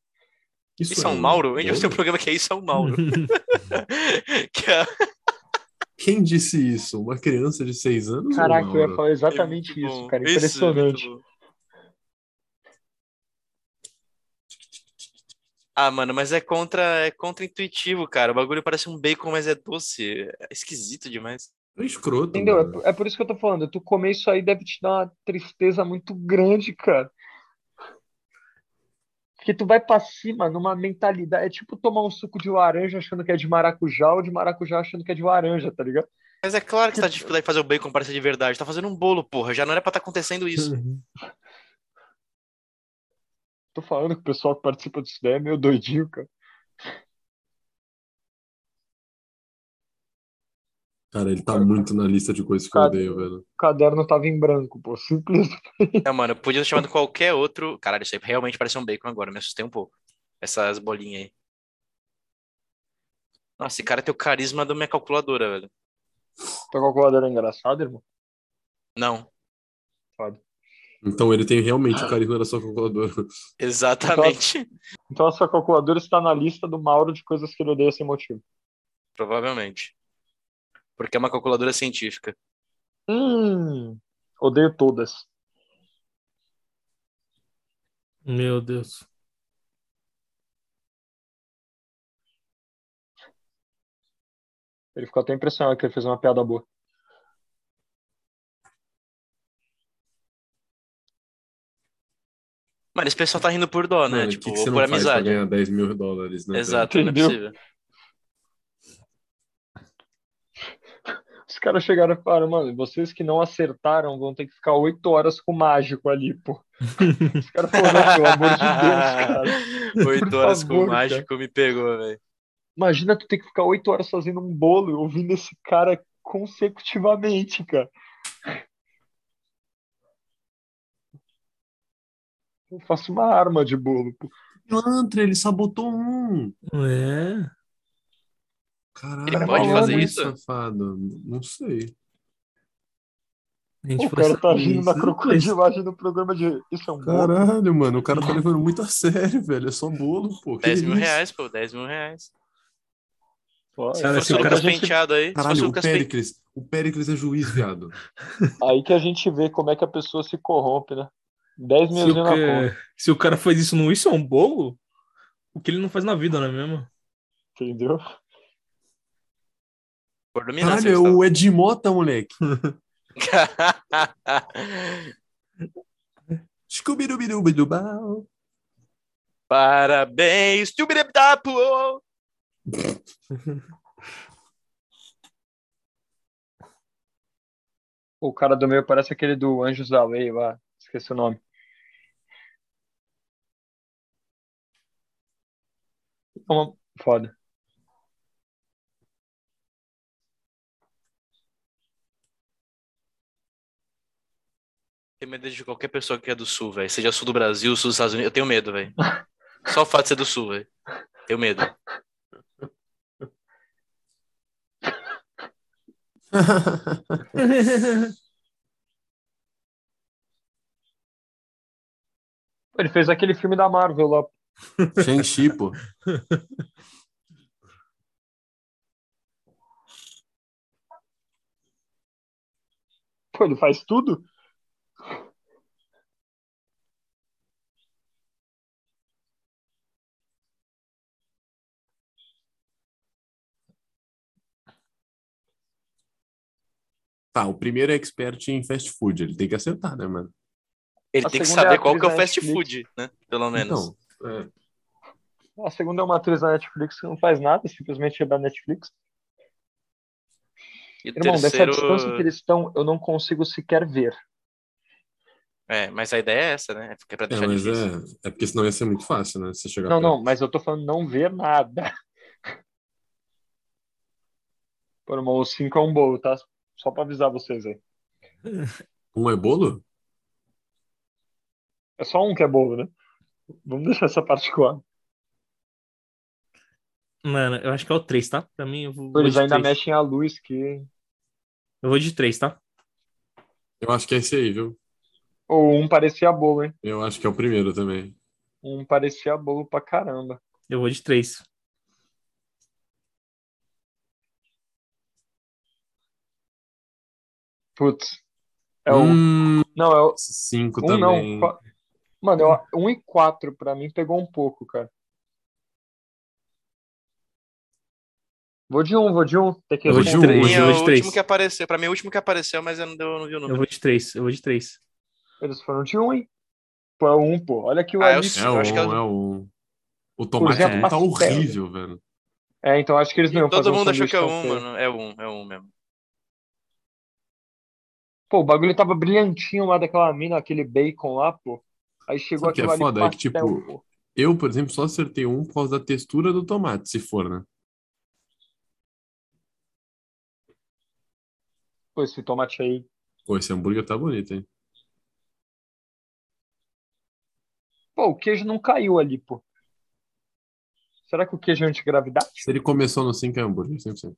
S3: E
S4: é
S3: São Mauro? A gente vai ter um programa que é isso, São Mauro. que é-
S4: Quem disse isso? Uma criança de seis anos? ou um
S5: Caraca, eu ia
S4: Mauro?
S5: falar
S3: é
S5: exatamente
S3: muito
S5: isso,
S3: bom.
S5: cara.
S3: Isso é muito
S5: Impressionante.
S3: bom. Ah, mano, mas é contra, é contra-intuitivo, cara. O bagulho parece um bacon, mas é doce. É esquisito demais.
S4: É escroto.
S5: Entendeu? É
S4: mano.
S5: por- É por isso que eu tô falando. Tu comer isso aí deve te dar uma tristeza muito grande, cara. Porque tu vai pra cima numa mentalidade. É tipo tomar um suco de laranja achando que é de maracujá ou de maracujá achando que é de laranja, tá ligado?
S3: Mas é claro que você tá com dificuldade de fazer o bacon parecer de verdade. Tá fazendo um bolo, porra. Já não era pra estar acontecendo isso.
S5: Uhum. Tô falando que o pessoal que participa disso daí é meio doidinho, cara.
S4: Cara, ele tá muito na lista de coisas que eu
S5: Cara.
S4: odeio, velho.
S5: O caderno tava em branco, pô. Simples.
S3: É, mano, podia ter chamado qualquer outro. Caralho, isso aí realmente parece um bacon agora. Me assustei um pouco. Essas bolinhas aí. Nossa, esse cara tem o carisma da minha calculadora, velho.
S5: Tua calculadora é engraçada, irmão?
S3: Não.
S4: Então ele tem realmente o carisma da sua calculadora.
S3: Exatamente.
S5: Então a sua calculadora está na lista do Mauro de coisas que ele odeia sem motivo.
S3: Provavelmente. Porque é uma calculadora científica.
S5: Hum, odeio todas.
S2: Meu Deus.
S5: Ele ficou até impressionado que ele fez uma piada boa.
S3: Mano, esse pessoal tá rindo por dó, né?
S4: Mano, o
S3: tipo,
S4: que, que
S3: ou
S4: você
S3: por
S4: não faz pra
S3: amizade.
S4: ganhar 10 mil dólares, né?
S3: Exato,
S5: Entendeu?
S3: não é possível.
S5: Os caras chegaram e falaram, mano, vocês que não acertaram vão ter que ficar oito horas com o mágico ali, pô. Os caras falaram, pelo amor de Deus, cara.
S3: Oito
S5: Por
S3: horas com
S5: favor,
S3: o mágico me pegou, velho.
S5: Imagina tu ter que ficar oito horas fazendo um bolo e ouvindo esse cara consecutivamente, cara. Eu faço uma arma de bolo, pô.
S4: Pilantra, ele sabotou um.
S6: É.
S4: Caralho,
S3: Ele
S5: pode fazer
S4: malandro,
S3: isso?
S4: safado. Não sei.
S6: A gente
S5: O
S6: falou
S5: cara
S6: essa-
S5: tá rindo na
S6: isso é
S5: crocodilagem no programa de. Isso é um bolo?
S4: Caralho, mano, o cara tá levando muito a sério, velho. É só bolo, pô. Que
S3: 10 Hum. mil
S4: isso?
S3: reais, pô, 10 mil reais.
S5: Pô,
S3: Se
S6: Cara,
S3: fosse
S6: esse
S3: o
S5: aí,
S6: cara-
S3: Lucas
S5: que a gente,
S3: Penteado aí, se fosse
S4: Caralho,
S3: o
S4: o
S3: Lucas Penteado.
S4: Péricles. O Péricles é juiz, viado.
S5: aí que a gente vê como é que a pessoa se corrompe, né? 10
S6: Se o,
S5: milzinhos na conta,
S6: cara, se o cara faz isso no Isso é um bolo, o que ele não faz na vida, não é mesmo?
S5: entendeu?
S3: Por dominar,
S4: Caralho, é o Edmota, moleque. Scooby-Dooby-Dooby-Doobau.
S3: Parabéns, Tubireptapo!
S5: O cara do meio parece aquele do Anjos da Lei lá. Esqueci o nome. É uma foda.
S3: Tenho medo de qualquer pessoa que é do sul, velho. Seja sul do Brasil, sul dos Estados Unidos. Eu tenho medo, velho. Só o fato de ser do sul, velho. Tenho medo.
S5: Ele fez aquele filme da Marvel lá.
S4: Shang-Chi, pô.
S5: Pô, ele faz tudo?
S4: Tá, o primeiro é expert em fast food. Ele tem que acertar, né, mano?
S3: Ele
S5: A
S3: tem que
S5: segunda é
S3: saber
S5: a
S3: qual que é o
S5: atriz da
S3: fast
S5: Netflix.
S3: food, né? Pelo menos.
S4: Então, é.
S5: A segunda é uma atriz da Netflix que não faz nada, simplesmente é da Netflix.
S3: e o
S5: Irmão,
S3: terceiro.
S5: dessa distância que eles estão, eu não consigo sequer ver.
S3: É, mas a ideia é essa, né? É pra
S4: É,
S3: deixar
S4: mas
S3: difícil.
S4: é, é porque senão ia ser muito fácil, né? Você chegar
S5: Não,
S4: perto.
S5: não, mas eu tô falando não ver nada. Pô, irmão, o 5 é um bolo, tá? Só pra avisar vocês aí.
S4: Um é bolo?
S5: É só um que é bolo, né? Vamos deixar essa parte claro.
S6: Mano, eu acho que é o 3, tá? Pra mim, eu vou, vou
S5: Eles
S6: de
S5: ainda
S6: 3.
S5: mexem a luz que.
S6: Eu vou de 3, tá?
S4: Eu acho que é esse aí, viu?
S5: Ou um parecia bolo, hein?
S4: Eu acho que é o primeiro também.
S5: Um parecia bolo pra caramba.
S6: Eu vou de 3.
S5: Putz. É o.
S4: Hum,
S5: Não, é o.
S4: cinco
S5: Um
S4: também.
S5: não. qua- Mano, eu... um e quatro pra mim pegou um pouco, cara. Vou de um, vou de um. Tem que
S6: Eu vou de
S5: responder.
S6: três.
S3: Pra mim é
S6: Um,
S3: o
S6: dois, três.
S3: último que apareceu. Pra mim é o último que apareceu, mas eu não, deu, não vi o
S6: Eu
S3: número.
S6: vou de 3. Eu vou de 3.
S5: Eles foram de um, hein? Pô, é um, pô. Olha que o
S3: Ah, eu
S5: Alice.
S4: É
S3: Eu
S4: o
S3: acho que é o-
S4: um, é o um. O tomate
S5: exemplo,
S4: tá
S5: pastel.
S4: horrível, velho.
S5: É, então acho que eles não iam fazer
S3: Todo
S5: um
S3: mundo achou que é
S5: sanduíche
S3: um,
S5: tão feio.
S3: mano. É um, é um mesmo.
S5: Pô, o bagulho tava brilhantinho lá daquela mina, aquele bacon lá, pô. Aí chegou
S4: Sabe o que é
S5: aquilo ali
S4: foda? É que,
S5: pastel,
S4: tipo,
S5: pô.
S4: Eu, por exemplo, só acertei um por causa da textura do tomate, se for, né?
S5: Pô, esse tomate aí.
S4: Pô, esse hambúrguer tá bonito, hein?
S5: Pô, o queijo não caiu ali, pô. Será que o queijo é antigravidade?
S4: Se ele começou no 5 é hambúrguer, 100%.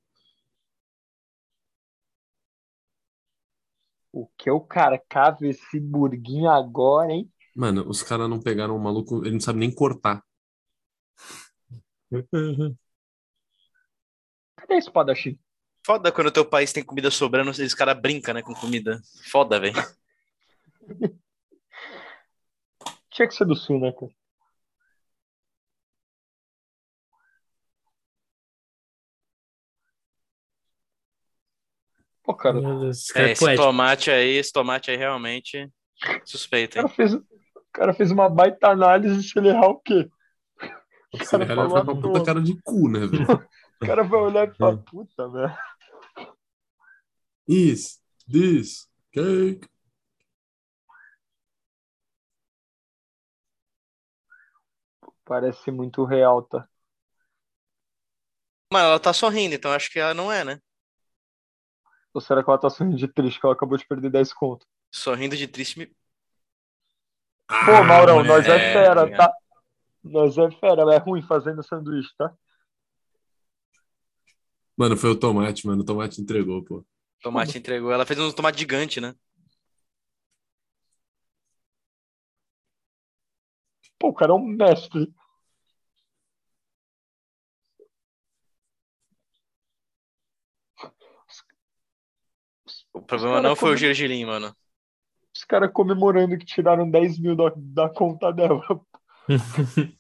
S5: O que é o cara cava esse burguinho agora, hein?
S4: Mano, os caras não pegaram o maluco, ele não sabe nem cortar.
S5: Cadê a espadachim?
S3: Foda quando o teu país tem comida sobrando, esses caras brincam, né, com comida. Foda, velho.
S5: Tinha que ser do sul, né, cara? Pô, cara, o
S6: Meu Deus, esse cara
S3: É,
S6: é
S3: esse
S6: poético.
S3: tomate aí, esse tomate aí realmente suspeito, hein?
S5: cara fez, o cara fez uma baita análise se ele errar o quê? O
S4: Esse
S5: cara,
S4: cara
S5: falou
S4: foi
S5: à
S4: é uma
S5: toa.
S4: puta cara de cu, né, velho?
S5: O cara vai olhar e falar, puta, velho.
S4: Is this cake?
S5: Parece muito real, tá?
S3: Mas ela tá sorrindo, então acho que ela não é, né?
S5: Ou será que ela tá sorrindo de triste que ela acabou de perder 10 conto?
S3: Sorrindo de triste me.
S5: Pô,
S4: Ah,
S5: Maurão,
S4: moleque.
S5: nós é
S3: é,
S5: fera,
S3: é.
S5: tá? Nós é fera, é ruim fazendo sanduíche, tá?
S4: Mano, foi o tomate, mano. O tomate entregou, pô.
S3: Tomate entregou. Ela fez um tomate gigante, né?
S5: Pô, o cara é um mestre.
S3: O problema
S5: cara
S3: não foi o
S5: comem-
S3: gergelim, mano.
S5: Os caras comemorando que tiraram 10 mil da, da conta dela.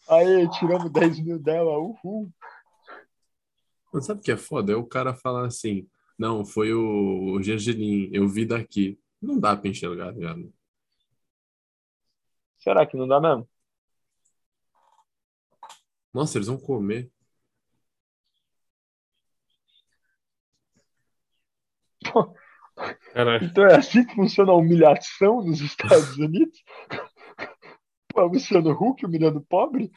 S5: Aê, tiramos 10 mil dela, uhul.
S4: Mas sabe o que é foda? É o cara falar assim: não, foi o, o gergelim, eu vi daqui. Não dá pra tá enxergar, velho.
S5: Será que não dá mesmo?
S4: Nossa, eles vão comer.
S6: Cara,
S5: Então é assim que funciona a humilhação nos Estados Unidos? Pô, Luciano Huck humilhando o pobre?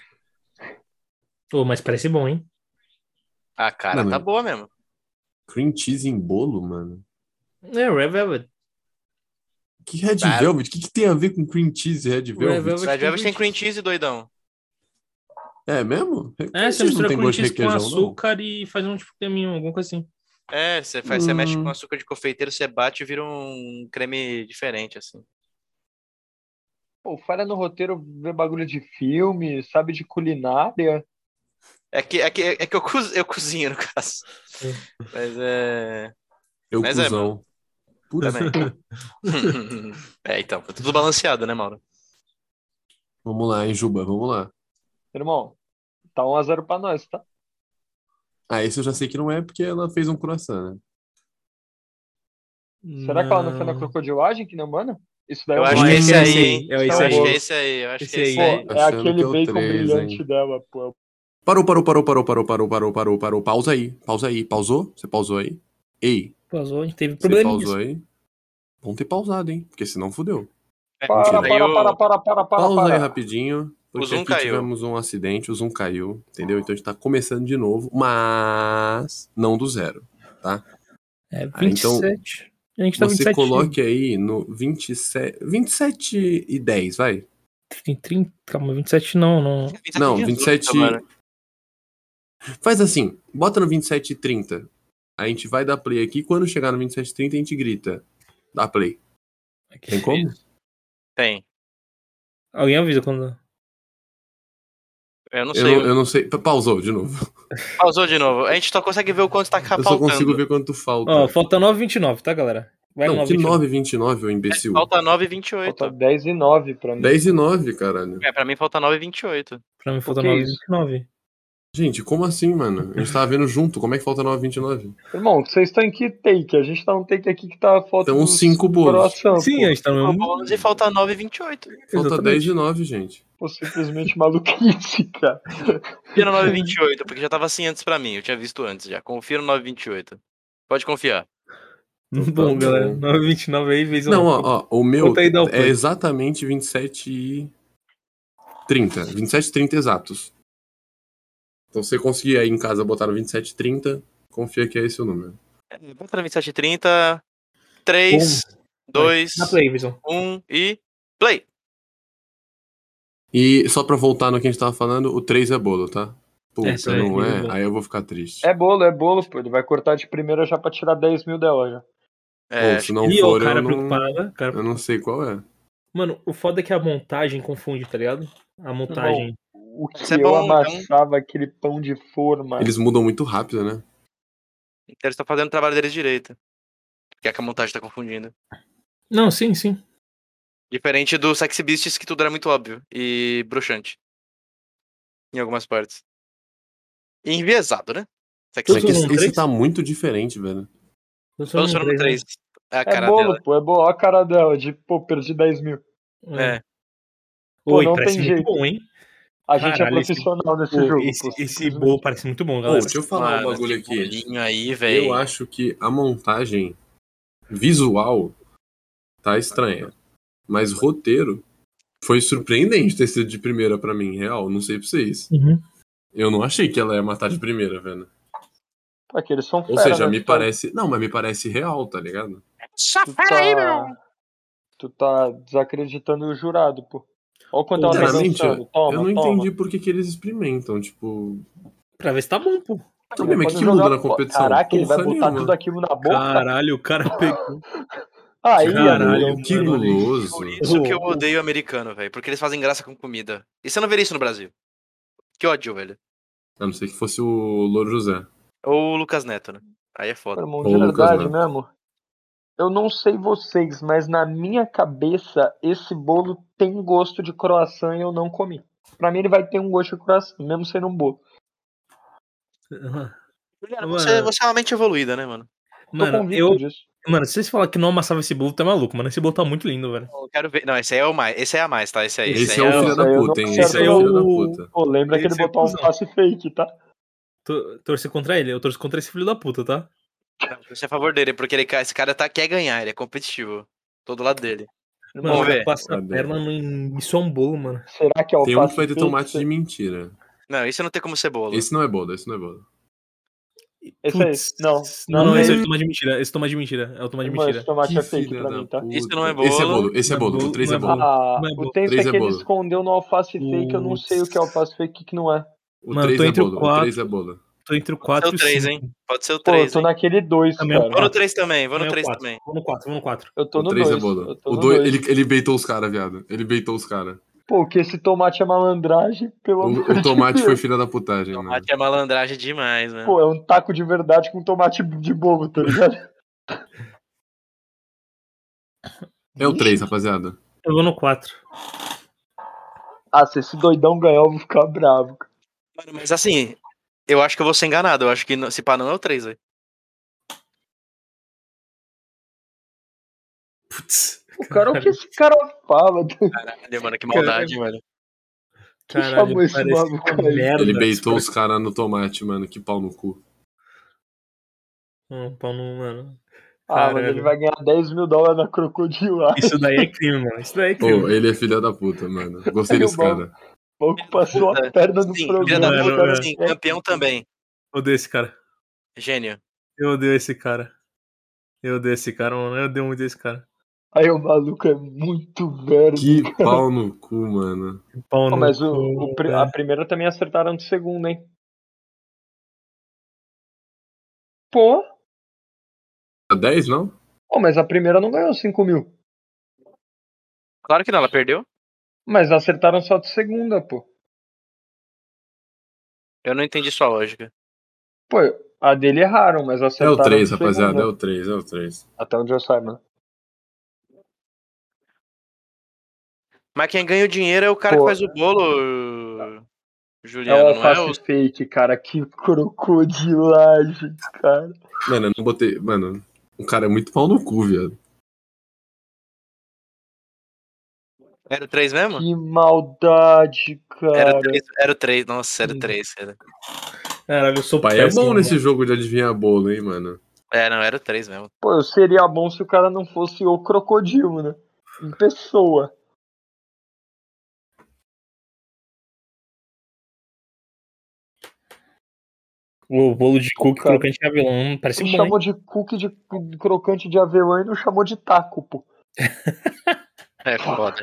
S6: pô, mas parece bom, hein?
S3: A cara
S4: Não,
S3: tá
S4: mano.
S3: boa mesmo.
S4: Cream cheese em bolo, mano.
S6: É, Red Velvet.
S4: Que Red
S3: Tá.
S4: Velvet? O que, que tem a ver com cream cheese e Red
S6: Red
S4: Velvet?
S6: Velvet
S3: Red Velvet tem
S6: tem
S3: cream cheese, doidão.
S4: É mesmo? Cream
S6: É, você
S4: cheese não
S6: mistura
S4: tem
S6: cream
S4: gosto de
S6: cheese com
S4: requeijão, não?
S6: açúcar e faz um tipo de caminho, alguma coisa assim.
S3: É, você faz, você mexe com
S4: Hum.
S3: açúcar de confeiteiro, você bate e vira um creme diferente, assim.
S5: Pô, falha no roteiro, vê bagulho de filme, sabe de culinária.
S3: É que, é que, é que eu, coz- eu cozinho, no caso. Mas é.
S4: Eu,
S3: Mas é, né?
S4: cuzão. Puta,
S3: Também. é, então, tá tudo balanceado, né, Mauro?
S4: vamos lá, hein, Juba, vamos lá.
S5: Irmão, tá 1x0 pra nós, tá?
S4: Ah, esse eu já sei que não é porque ela fez um croissant, né?
S5: Será que ela não foi na crocodilagem que não, mano? Isso daí é
S3: Eu
S5: um
S3: acho
S5: bom.
S3: que
S6: é
S3: esse
S6: esse
S3: aí,
S6: aí,
S3: hein?
S6: é
S4: Então,
S5: esse
S3: eu acho
S5: aí.
S3: que é esse aí, eu acho
S6: Esse
S3: que é esse
S5: um Pô,
S3: aí.
S6: aí.
S5: é
S4: Achando que
S5: aquele
S4: é o
S5: bacon
S4: três,
S5: brilhante
S4: hein?
S5: dela, pô.
S4: Parou, parou, parou, parou, parou, parou, parou, parou, parou. Pausa aí, pausa aí. Pausou? Você pausou aí? Ei,
S6: Pausou, a gente
S3: é
S6: teve
S4: você tá
S6: problema
S4: pausou aí? Bom ter pausado, hein? Porque senão fudeu.
S3: É,
S5: Para,
S3: aí
S5: para,
S3: o-
S5: para, para, para, para,
S4: Pausa aí
S5: para.
S4: rapidinho, porque
S3: Zoom
S4: aqui
S3: caiu.
S4: tivemos um acidente, o Zoom caiu, entendeu? Então a gente tá começando de novo, mas não do zero.
S6: É,
S4: Ah, então,
S6: 27. a gente tá
S4: Você
S6: 27.
S4: coloque aí no 27, 27 e 10, vai.
S6: Tem 30, calma, 27 não, não.
S3: 27
S4: Não,
S3: dias,
S4: 27
S3: puta, mano.
S4: Faz assim, bota no 27 e 30. A gente vai dar play aqui, quando chegar no 27 e 30 a gente grita. Dá play. Tem como?
S3: Tem.
S6: Alguém avisa quando.
S3: Eu não
S4: Eu
S3: sei.
S4: não, eu não sei. Pa- Pausou de novo.
S3: Pausou de novo. A gente só consegue ver o quanto tá
S4: eu
S3: faltando.
S4: só consigo ver quanto falta.
S6: Ó, falta 9,29, tá, galera? Vai
S4: não, que
S6: 9,29.
S4: 9,29, ô imbecil.
S3: É, Falta 9,28.
S5: Falta 10 e 9 pra mim.
S4: 10 e 9, caralho.
S3: É, pra mim falta 9,28.
S6: Pra mim falta
S5: O que é
S6: 9,29.
S4: Gente, como assim, mano? A gente tava vendo junto. Como é que falta 9,29?
S5: Irmão, vocês estão em que take? A gente tá num take aqui que tá faltando
S4: Então,
S5: uns
S4: 5 bolos.
S5: coração,
S6: Sim, a gente tá no
S4: Hum.
S3: Um
S6: mesmo.
S3: bônus e falta 9,28.
S4: Falta
S6: Exatamente.
S4: 10 e 9, gente.
S5: pô. Pô, simplesmente maluquice, cara.
S3: Confira 9,28, porque já tava assim antes pra mim. Eu tinha visto antes já. Confira 9,28. Pode confiar.
S6: Bom, galera,
S4: bom.
S6: 9,29 aí, vezes
S4: né? Não,
S6: um.
S4: ó, ó, o meu
S6: Conta aí, dá o
S4: é
S6: play.
S4: exatamente 27 e 30. 27 e 30 exatos. Então, se você conseguir aí em casa botar no 27 e 30, confia que é esse o número.
S3: É, Bota na 27,30.
S2: Um,
S3: 3, 2,
S6: Dá play, Vizão.
S3: 1 e. Play!
S4: E só pra voltar no que a gente tava falando, o 3 é bolo, tá? Puta,
S6: É, isso aí,
S4: não
S6: é
S4: é?
S6: bolo.
S4: Aí eu vou ficar triste.
S5: É bolo, é bolo, pô. Ele vai cortar de primeira já pra tirar 10 mil dela já.
S3: É,
S4: Ou se não
S6: Ih, ó, o
S4: for, eu
S6: cara
S4: não,
S6: preocupado. Cara...
S4: eu não sei qual é.
S6: Mano, o foda é que a montagem confunde, tá ligado? A montagem.
S5: O que
S3: Isso é
S5: eu
S3: bom,
S5: amassava aquele pão de forma.
S4: Eles mudam muito rápido, né?
S3: então eles estão fazendo o trabalho deles direito. Que é que a montagem tá confundindo.
S6: Não, sim, sim.
S3: Diferente do Sexy Beasts, que tudo era muito óbvio e bruxante. Em algumas partes. E enviesado, né? Sexy
S6: Todos
S4: É que
S3: Beasts.
S6: usam
S4: esse,
S6: três?
S4: esse tá muito diferente, velho.
S2: Todos
S3: Todos
S2: foram
S3: foram
S2: um três,
S3: três. É a
S5: É
S3: cara
S5: bolo,
S3: dela.
S5: pô, é bolo. Ó a cara dela, de, pô, perdi 10 mil.
S2: né?
S3: É.
S2: Pô,
S6: Oi,
S5: não
S6: parece
S5: tem
S6: muito
S5: jeito.
S6: bom, hein?
S5: A gente
S2: Caralho,
S5: é
S2: esse-
S5: profissional nesse
S2: Pô,
S5: jogo. pô,
S2: esse, esse
S5: simplesmente.
S2: bowl parece muito bom, galera.
S4: deixa eu falar
S3: Mano,
S4: um bagulho
S3: esse
S4: aqui.
S3: bolinho aí,
S4: Eu
S3: velho.
S4: acho que a montagem visual tá estranha. Mas roteiro foi surpreendente ter sido de primeira pra mim, real. Não sei pra vocês.
S2: Uhum.
S4: Eu não achei que ela ia matar de primeira, velho.
S5: Pô, é que eles são
S4: Ou
S5: fera,
S4: seja,
S5: né,
S4: me
S5: cara?
S4: parece. Não, mas me parece real, tá ligado?
S3: Essa
S5: Tu
S3: fera aí, meu irmão.
S5: tá... Tu tá desacreditando o jurado, pô. Olha o quanto ela tá
S4: Sinceramente,
S5: dançando. Toma,
S4: eu não
S5: toma.
S4: entendi por que, que eles experimentam. Tipo.
S2: Pra ver se tá bom, pô.
S4: Também, mas
S5: Pode
S4: que muda
S5: jogar-
S4: na competição?
S5: Caraca, ele vai
S4: Porra
S5: botar
S4: nenhuma.
S5: tudo aquilo na boca?
S6: Caralho, o cara pegou.
S5: Aí,
S6: Caralho,
S5: amigo,
S4: que
S5: mano.
S4: guloso.
S3: Por isso que eu
S2: Ô, ô.
S3: odeio americano, velho. Porque eles fazem graça com comida. E você não veria isso no Brasil. Que ódio, velho.
S4: A não ser que fosse o Louro José.
S3: Ou o Lucas Neto, né? Aí é foda.
S5: Irmão,
S4: Ô,
S5: de
S4: Lucas,
S5: verdade
S4: né?
S5: mesmo. Eu não sei vocês, mas na minha cabeça esse bolo tem gosto de croissant e eu não comi. Pra mim ele vai ter um gosto de croissant, mesmo sendo um bolo.
S3: Juliana,
S6: Mano.
S3: você, você é uma mente evoluída, né, mano?
S5: Tô
S2: Mano,
S5: convicto
S2: eu.
S5: disso.
S2: Mano, se vocês falar que não amassava esse bolo, tá maluco, mano. Esse bolo tá muito lindo, velho.
S3: Eu quero ver. Não, esse aí é o mais. Esse é a mais, tá? Esse aí.
S4: Esse,
S3: aí
S4: é o filho
S5: esse
S4: da
S5: aí eu não
S4: puta, hein?
S5: quero
S4: Esse é
S2: ver
S4: o filho da
S2: o-
S4: puta.
S5: Pô, lembra que ele
S2: Esse é o
S5: botar um
S2: cuzão.
S5: face fake, tá?
S2: Tô- Torcer contra ele? Eu torço contra esse filho da puta, tá?
S3: Você é a favor dele, porque ele, ca- esse cara tá, quer ganhar, ele é competitivo. Todo lado dele.
S2: Mano,
S3: Vamos
S2: o cara
S3: ver.
S2: passa a
S4: Cadê?
S2: perna no... em- Isso é um bolo, mano.
S5: Será que é o
S4: Tem um
S5: face
S4: que vai ter
S5: fake?
S4: tomate de mentira.
S3: Não, isso não tem como ser bolo.
S4: Esse não é boda, esse não é boda.
S5: Esse aí,
S2: Putz.
S5: não,
S2: Não,
S5: não,
S2: não, esse é
S5: não.
S2: o tomate de mentira. Esse é o tomate de mentira. É o tomate de
S5: Mano, esse
S2: mentira.
S5: tomate
S4: Que
S5: é fake
S4: filha
S5: pra
S4: da
S5: mim, tá?
S4: puta.
S3: Isso não é
S4: Esse é
S3: bolo.
S4: bolo, esse
S2: Não
S4: é
S2: é
S4: bolo. O
S2: bolo,
S4: 3
S2: não
S4: é
S2: é
S4: bolo.
S5: Ah,
S2: Não é bolo.
S5: o tempo é
S4: Três é
S5: que ele
S4: bolo.
S5: escondeu no alface fake, eu não sei o que é alface fake e o que não é.
S4: O
S2: Mano,
S4: 3
S2: tô
S4: é
S2: entre o
S4: bolo. O 3 é bolo.
S2: Tô entre o
S3: Pode
S2: 4
S3: ser é
S2: e
S3: o
S2: o
S3: 3,
S2: 5.
S3: hein? Pode ser o
S5: Pô, eu
S3: 3,
S5: tô
S3: hein?
S5: naquele 2,
S2: Também é
S5: cara.
S3: Vou no 3 também, vou no
S2: Não é o
S3: 3
S2: quatro.
S3: também.
S2: Vou no 4, vou no 4.
S5: Eu tô
S4: O
S5: no
S4: 3 é
S5: 2.
S4: bolo.
S5: Eu tô
S4: O
S5: no
S4: 2,
S5: 2.
S4: ele, ele beitou os caras, viado. Ele beitou os caras.
S5: Pô, que esse tomate é malandragem, pelo
S4: O,
S5: amor
S4: o
S5: de
S4: tomate
S5: Deus.
S4: foi filha da putagem, né?
S3: Tomate é malandragem demais, né?
S5: Pô, é um taco de verdade com tomate de bobo, tá ligado?
S4: É o 3, rapaziada.
S2: Eu vou no 4.
S5: ah, se esse doidão ganhar, eu vou ficar bravo. cara.
S3: Mano, mas assim, eu acho que eu vou ser enganado. Eu acho que não- se pá não é o 3, velho.
S2: Putz.
S5: O cara, é o que esse cara fala? Que
S3: Caralho, mano, que maldade, velho.
S2: Caralho,
S5: chamou esse
S2: parece
S5: maluco
S2: uma
S5: aí?
S2: merda.
S4: Ele beitou os caras no tomate, mano. Que pau no cu.
S2: Não, Hum, pau no, mano.
S5: Ah, mas
S2: Caralho.
S5: ele vai ganhar 10 mil dólares na crocodila.
S2: Isso daí é crime, mano. Isso daí é crime.
S4: Ô, ele é filha da puta, mano. Gostei
S5: Ele é
S4: desse
S5: bom.
S4: cara.
S5: O maluco passou a perna no
S3: Sim, filha da
S5: programa.
S2: Não,
S3: puta, assim,
S2: não,
S3: sim,
S5: né, cara.
S3: campeão também.
S2: Eu odeio esse cara.
S3: Gênio.
S2: Eu odeio esse cara. Eu odeio esse cara, mano. Eu odeio muito esse cara.
S5: Aí o maluco é muito velho.
S4: Que pau no cu, mano.
S2: Pau
S5: Pô,
S2: no
S5: mas o,
S2: cu,
S5: o pri- a
S2: velho.
S5: primeira também acertaram de segunda, hein? Pô,
S4: A 10, É não?
S5: Pô, mas a primeira não ganhou 5 mil.
S3: Claro que não, ela perdeu.
S5: Mas acertaram só de segunda, pô.
S3: Eu não entendi sua lógica.
S5: Pô, a dele erraram, mas
S4: É
S5: acertaram.
S4: o 3,
S5: de
S4: rapaziada. É
S5: segunda.
S4: o 3, é o 3.
S5: Até onde eu saiba.
S3: Mas quem ganha o dinheiro é o cara
S5: Pô.
S3: que faz o bolo,
S5: É o
S3: Juliano, não é o.
S5: alface fake, cara. Que crocodilagem, cara.
S4: Mano, eu não botei. Mano, o cara é muito pau no cu, viado.
S3: Era o 3 mesmo?
S5: Que maldade,
S3: Era
S5: cara. Hum.
S3: o 3, era o 3, nossa, era o 3. Era...
S2: Caralho, eu sou
S4: O pai é
S2: péssimo,
S4: bom
S2: mano.
S5: né?
S4: nesse jogo de adivinhar bolo, hein, mano.
S3: É, não, era o 3 mesmo.
S5: Pô, eu seria bom se o cara não fosse o crocodilo, né? Em pessoa.
S2: O bolo de cookie
S5: Cara.
S2: crocante de avelã. hum, Parece
S5: Tu
S2: bom, hein?
S5: chamou de cookie de de crocante de avelã e não chamou de taco, pô.
S3: É foda.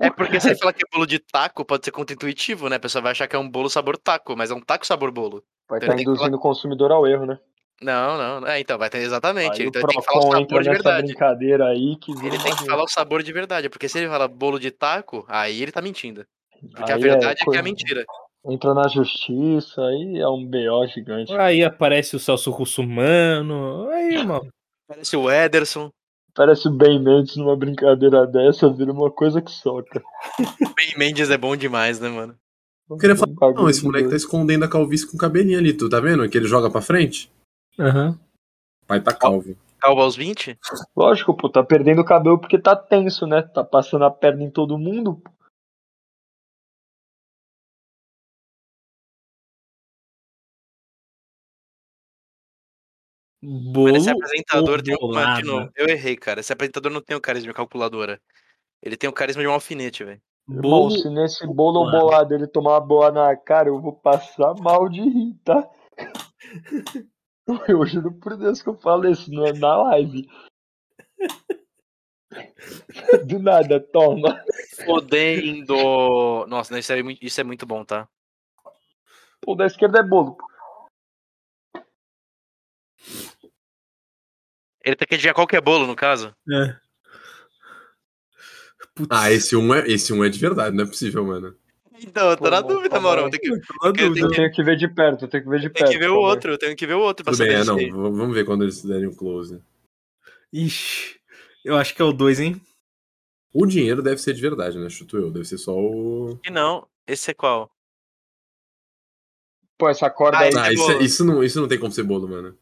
S3: É porque se ele falar que é bolo de taco, pode ser contra-intuitivo, né? A pessoa vai achar que é um bolo sabor taco, mas é um taco sabor bolo.
S5: Vai
S3: Então
S5: estar
S3: tem que
S5: induzindo o consumidor ao erro, né?
S3: Não, não, não. É, então, vai ter exatamente.
S5: Aí
S3: ele
S5: o
S3: tem que falar o
S5: Procon entra
S3: sabor de
S5: nessa
S3: verdade.
S5: brincadeira aí que vira
S3: Ele tem que
S5: uma-
S3: falar o sabor de verdade, porque se ele fala bolo de taco, aí ele tá mentindo. Porque a
S5: Aí
S3: verdade é, que é
S5: coisa-
S3: a mentira.
S5: Entra na justiça, aí é um BO gigante.
S2: Aí aparece o Celso Russumano. Aí, mano.
S3: Parece o Ederson,
S5: Parece o Ben Mendes numa brincadeira dessa, vira uma coisa que solta.
S3: o Ben Mendes é bom demais, né, mano?
S5: Eu
S4: queria falar, Não, esse moleque tá escondendo a calvície com o cabelinho ali, tu tá vendo? Que ele joga pra frente.
S2: Aham.
S4: Pai tá calvo.
S3: Calvo aos 20?
S5: Lógico, pô, tá perdendo o cabelo porque tá tenso, né? Tá passando a perna em todo mundo. pô.
S6: Bolo
S3: Mas esse é apresentador
S6: ou
S3: tem um.
S6: bolada?
S3: de novo, eu errei, cara. Esse apresentador não tem o carisma de uma calculadora. Ele tem o carisma de um alfinete, velho.
S5: Irmão,
S6: Bolo
S3: assim,
S5: se nesse bolo ou
S6: Mano.
S5: bolado ele tomar uma boa na cara, eu vou passar mal de rir, tá? Eu juro por Deus que eu falo isso, não é na live. Do nada, toma.
S3: Fodendo. Nossa, né, isso, é, muito- isso é muito bom, tá?
S5: O da esquerda é bolo.
S3: Ele tem que adivinhar qual que é bolo, no caso.
S2: É. Putz,
S4: Ah, esse um, é, esse um é de verdade, não é possível, mano.
S3: Então, eu tô
S5: Pô,
S3: na
S5: não,
S3: dúvida,
S5: tá
S3: Mauro.
S5: bom.
S3: Tem que,
S2: tô na
S3: porque eu
S2: dúvida.
S3: tenho
S5: Eu tenho que ver de perto, eu tenho que ver de
S3: tem
S5: perto.
S3: que ver o
S5: calma aí.
S3: outro, eu tenho que ver o outro pra
S4: tá Tudo bem,
S3: saber
S4: é,
S3: se-
S4: não. v- Vamos ver quando eles derem um close.
S2: Ixi, eu acho que é o 2, hein?
S4: O dinheiro deve ser de verdade, né? Chuto eu. Deve ser só o.
S3: que não. Esse é qual?
S5: Pô, essa corda
S3: Ah,
S5: aí.
S3: esse-
S4: Ah, isso,
S3: bolo.
S4: é- isso, não, isso não tem como ser bolo, mano.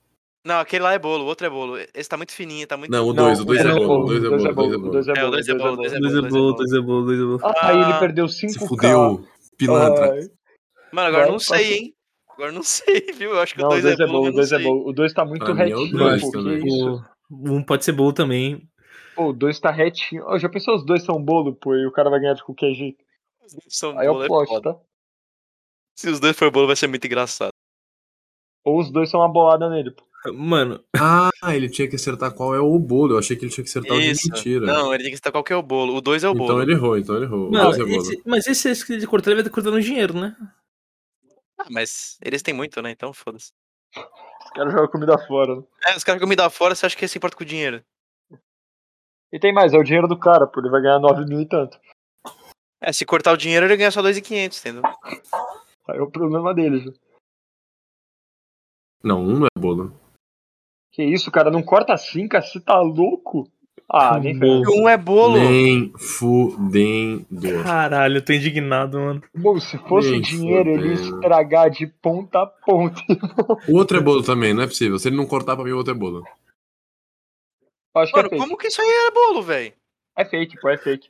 S3: Não, aquele lá é bolo, o outro é bolo. Esse tá muito fininho, tá muito.
S4: Não, o
S5: Não,
S4: dois, o dois é
S5: não,
S4: bolo, o dois é
S5: o
S4: bolo, o
S5: dois
S4: dois é
S5: o
S4: bolo.
S5: dois é
S3: É, o
S5: bolo,
S3: dois é bolo, o dois é
S2: Dois é
S3: dois é
S2: bolo,
S3: bolo.
S2: dois é bolo, dois é bolo.
S5: Ah, e ele
S3: Ah,
S5: perdeu
S4: Se
S5: 5k.
S4: fudeu, pilantra.
S5: Ai.
S3: Mano, agora eu
S5: Vai,
S3: não sei,
S5: passa.
S3: hein? Agora eu não sei, viu? Eu acho que
S5: Não,
S3: o
S5: o
S3: 2 é
S5: dois é
S3: bolo,
S5: bolo,
S3: mas não
S5: o dois é
S3: sei.
S5: bolo. O dois tá muito
S4: Pra mim é o
S5: retinho,
S4: dois
S5: pô, que
S4: também.
S5: isso?
S2: O um pode ser bolo também, hein?
S5: Pô, o dois tá retinho. Ó, já pensou os dois são bolo, pô, e o cara vai ganhar de qualquer jeito?
S3: Os dois São
S5: Aí é
S3: bolo,
S5: o
S3: é
S5: plot,
S3: foda.
S5: tá?
S3: Se os dois for bolo, vai ser muito engraçado.
S5: Ou os dois são uma bolada nele, pô.
S2: Mano,
S4: Ah, ele tinha que acertar qual é o bolo. Eu achei que ele tinha que
S5: é
S4: acertar o de
S3: Isso.
S4: mentira.
S3: Não, ele tem que citar qual que é o bolo. O 2 é o
S4: então
S3: bolo.
S4: ele errou, então ele errou.
S2: mano
S4: o dois é bolo.
S2: esse- mas esse, esse que ele cortou, ele vai ter cortado no dinheiro, né?
S3: Ah, mas eles têm muito, né? Então foda-se.
S5: Os caras jogam comida fora. Né?
S3: É, os caras que eu me dá fora, você acha que se importa com o dinheiro?
S5: E tem mais, é o dinheiro do cara, pô, ele vai ganhar 9 mil e tanto.
S3: É, se cortar o dinheiro, ele ganha só 2,500, entendeu?
S5: Aí é o problema dele, já.
S4: Não, um não é bolo.
S5: Que isso, cara, não corta assim, cara, você tá louco?
S4: Tá
S5: Ah, nem
S2: Bolo.
S5: ferro.
S3: E um é bolo.
S4: Nem fudendo.
S2: Caralho, eu tô indignado, mano.
S5: Bom, se fosse
S4: Nem
S5: o dinheiro, ele ia
S4: fudendo.
S5: estragar de ponta a ponta.
S4: O outro é bolo também, não é possível. Se ele não cortar pra mim, o outro é bolo.
S5: Acho que é
S3: Mano,
S5: fake.
S3: como que isso aí era bolo, velho?
S5: É fake, pô, é fake.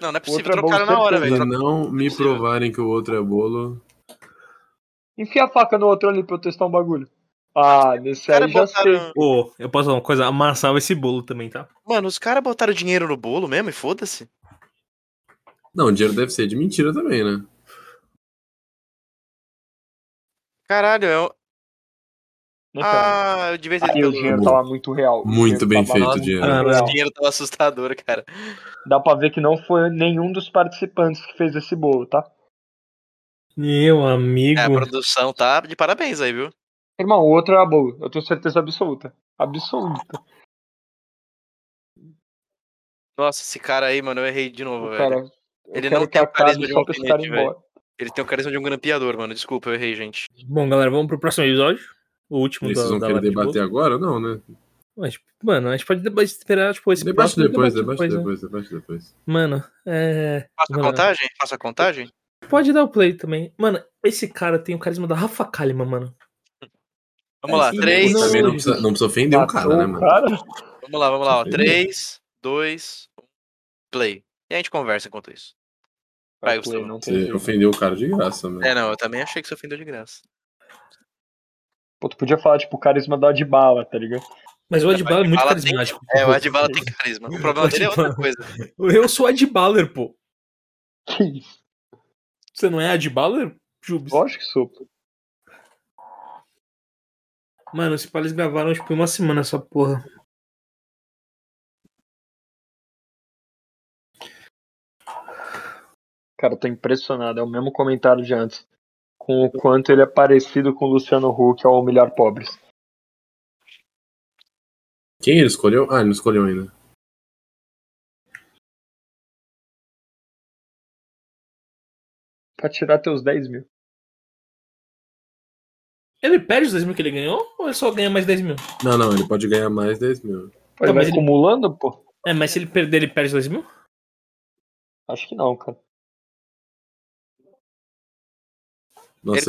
S3: Não, não é possível.
S5: Outro é bolo,
S3: Trocaram na hora,
S5: certeza.
S4: Se
S3: velho.
S4: não me provarem que o outro é bolo.
S5: Enfia a faca no outro ali pra eu testar um bagulho. Ah, nesse
S3: Cara,
S5: aí já sei.
S3: botaram-
S2: Ô, eu posso falar uma coisa? Amassava esse bolo também, tá?
S3: Mano, os caras botaram dinheiro no bolo mesmo e foda-se.
S4: Não, o dinheiro deve ser de mentira também, né?
S3: Caralho, é. o-
S5: Nem ferro.
S3: Ah, eu devia ter
S5: Aí Né, o dinheiro tava muito real. O
S4: Muito
S5: dinheiro
S4: bem
S5: tava
S4: feito o
S5: muito
S4: dinheiro.
S5: real.
S2: Caralho.
S3: O dinheiro tava assustador, cara.
S5: Dá pra ver que não foi nenhum dos participantes que fez esse bolo, tá?
S2: Meu
S3: É, a
S2: amigo.
S3: produção tá de parabéns aí, viu?
S5: Irmão, o outro era bolo. Eu tenho certeza absoluta. Absoluta.
S3: Nossa, esse cara aí, mano, eu errei de novo,
S5: O
S3: velho.
S5: cara. eu
S3: Ele
S5: quero
S3: não
S5: que
S3: tem o
S5: acabe
S3: carisma de um
S5: só pra esse cara ir
S3: alfinete, velho.
S5: embora.
S3: Ele tem o carisma de um grampeador, mano. Desculpa, eu errei, gente.
S2: Bom, galera, vamos pro próximo episódio. O último
S4: E
S2: da,
S4: vocês vão
S2: da
S4: querer
S2: live de
S4: debater
S2: bolo.
S4: agora? Não, né?
S2: Mas, mano, a gente pode deba- esperar, tipo, esse
S4: Debate
S2: próximo e
S4: depois,
S2: debater
S4: debate
S2: né?
S4: depois, debate depois.
S2: Mano, é.
S3: Faça a
S2: Mano,
S3: contagem? Faça a contagem?
S2: Pode dar o play também. Mano, esse cara tem o carisma da Rafa Kalimann, mano.
S3: Vamos lá,
S4: Mas
S3: três.
S2: não-
S4: Também não precisa, não precisa ofender um cara, né,
S5: Matou o
S4: mano?
S5: cara?
S3: Vamos lá, vamos lá. Ó.
S4: Sim.
S3: Três, dois, um. play. E a gente conversa enquanto isso. Vai,
S5: Play,
S3: Gustavo.
S5: não tem
S4: Você
S5: jeito.
S4: ofendeu o cara de graça, mano.
S3: É, não, eu também achei que você ofendeu de graça.
S5: Pô, tu podia falar, tipo, o carisma da de bala, tá ligado?
S2: Mas o Adbala é muito
S3: Adbala tem-
S2: carismático.
S3: É, o Adbala tem carisma. O problema dele é outra coisa.
S2: Eu sou Adballer, pô.
S5: Que isso?
S2: Você não é Adballer, Jubes?
S5: Lógico que sou. pô.
S2: Mano, esse pá, eles gravaram tipo uma semana essa porra.
S5: Cara, eu tô impressionado. É o mesmo comentário de antes. Com o quanto ele é parecido com o Luciano Huck ao humilhar pobres.
S4: Quem ele escolheu? Ah, ele não escolheu ainda.
S5: Pra tirar teus 10 mil.
S2: Ele perde os 10 mil que ele ganhou ou ele só ganha mais 10 mil?
S4: Não, não, ele pode ganhar mais 10 mil.
S5: Pô, ele
S2: Tá,
S5: vai
S2: mas ele-
S5: acumulando, pô?
S2: É, mas se ele perder, ele perde os 10 mil?
S5: Acho que não, cara.
S4: Nossa,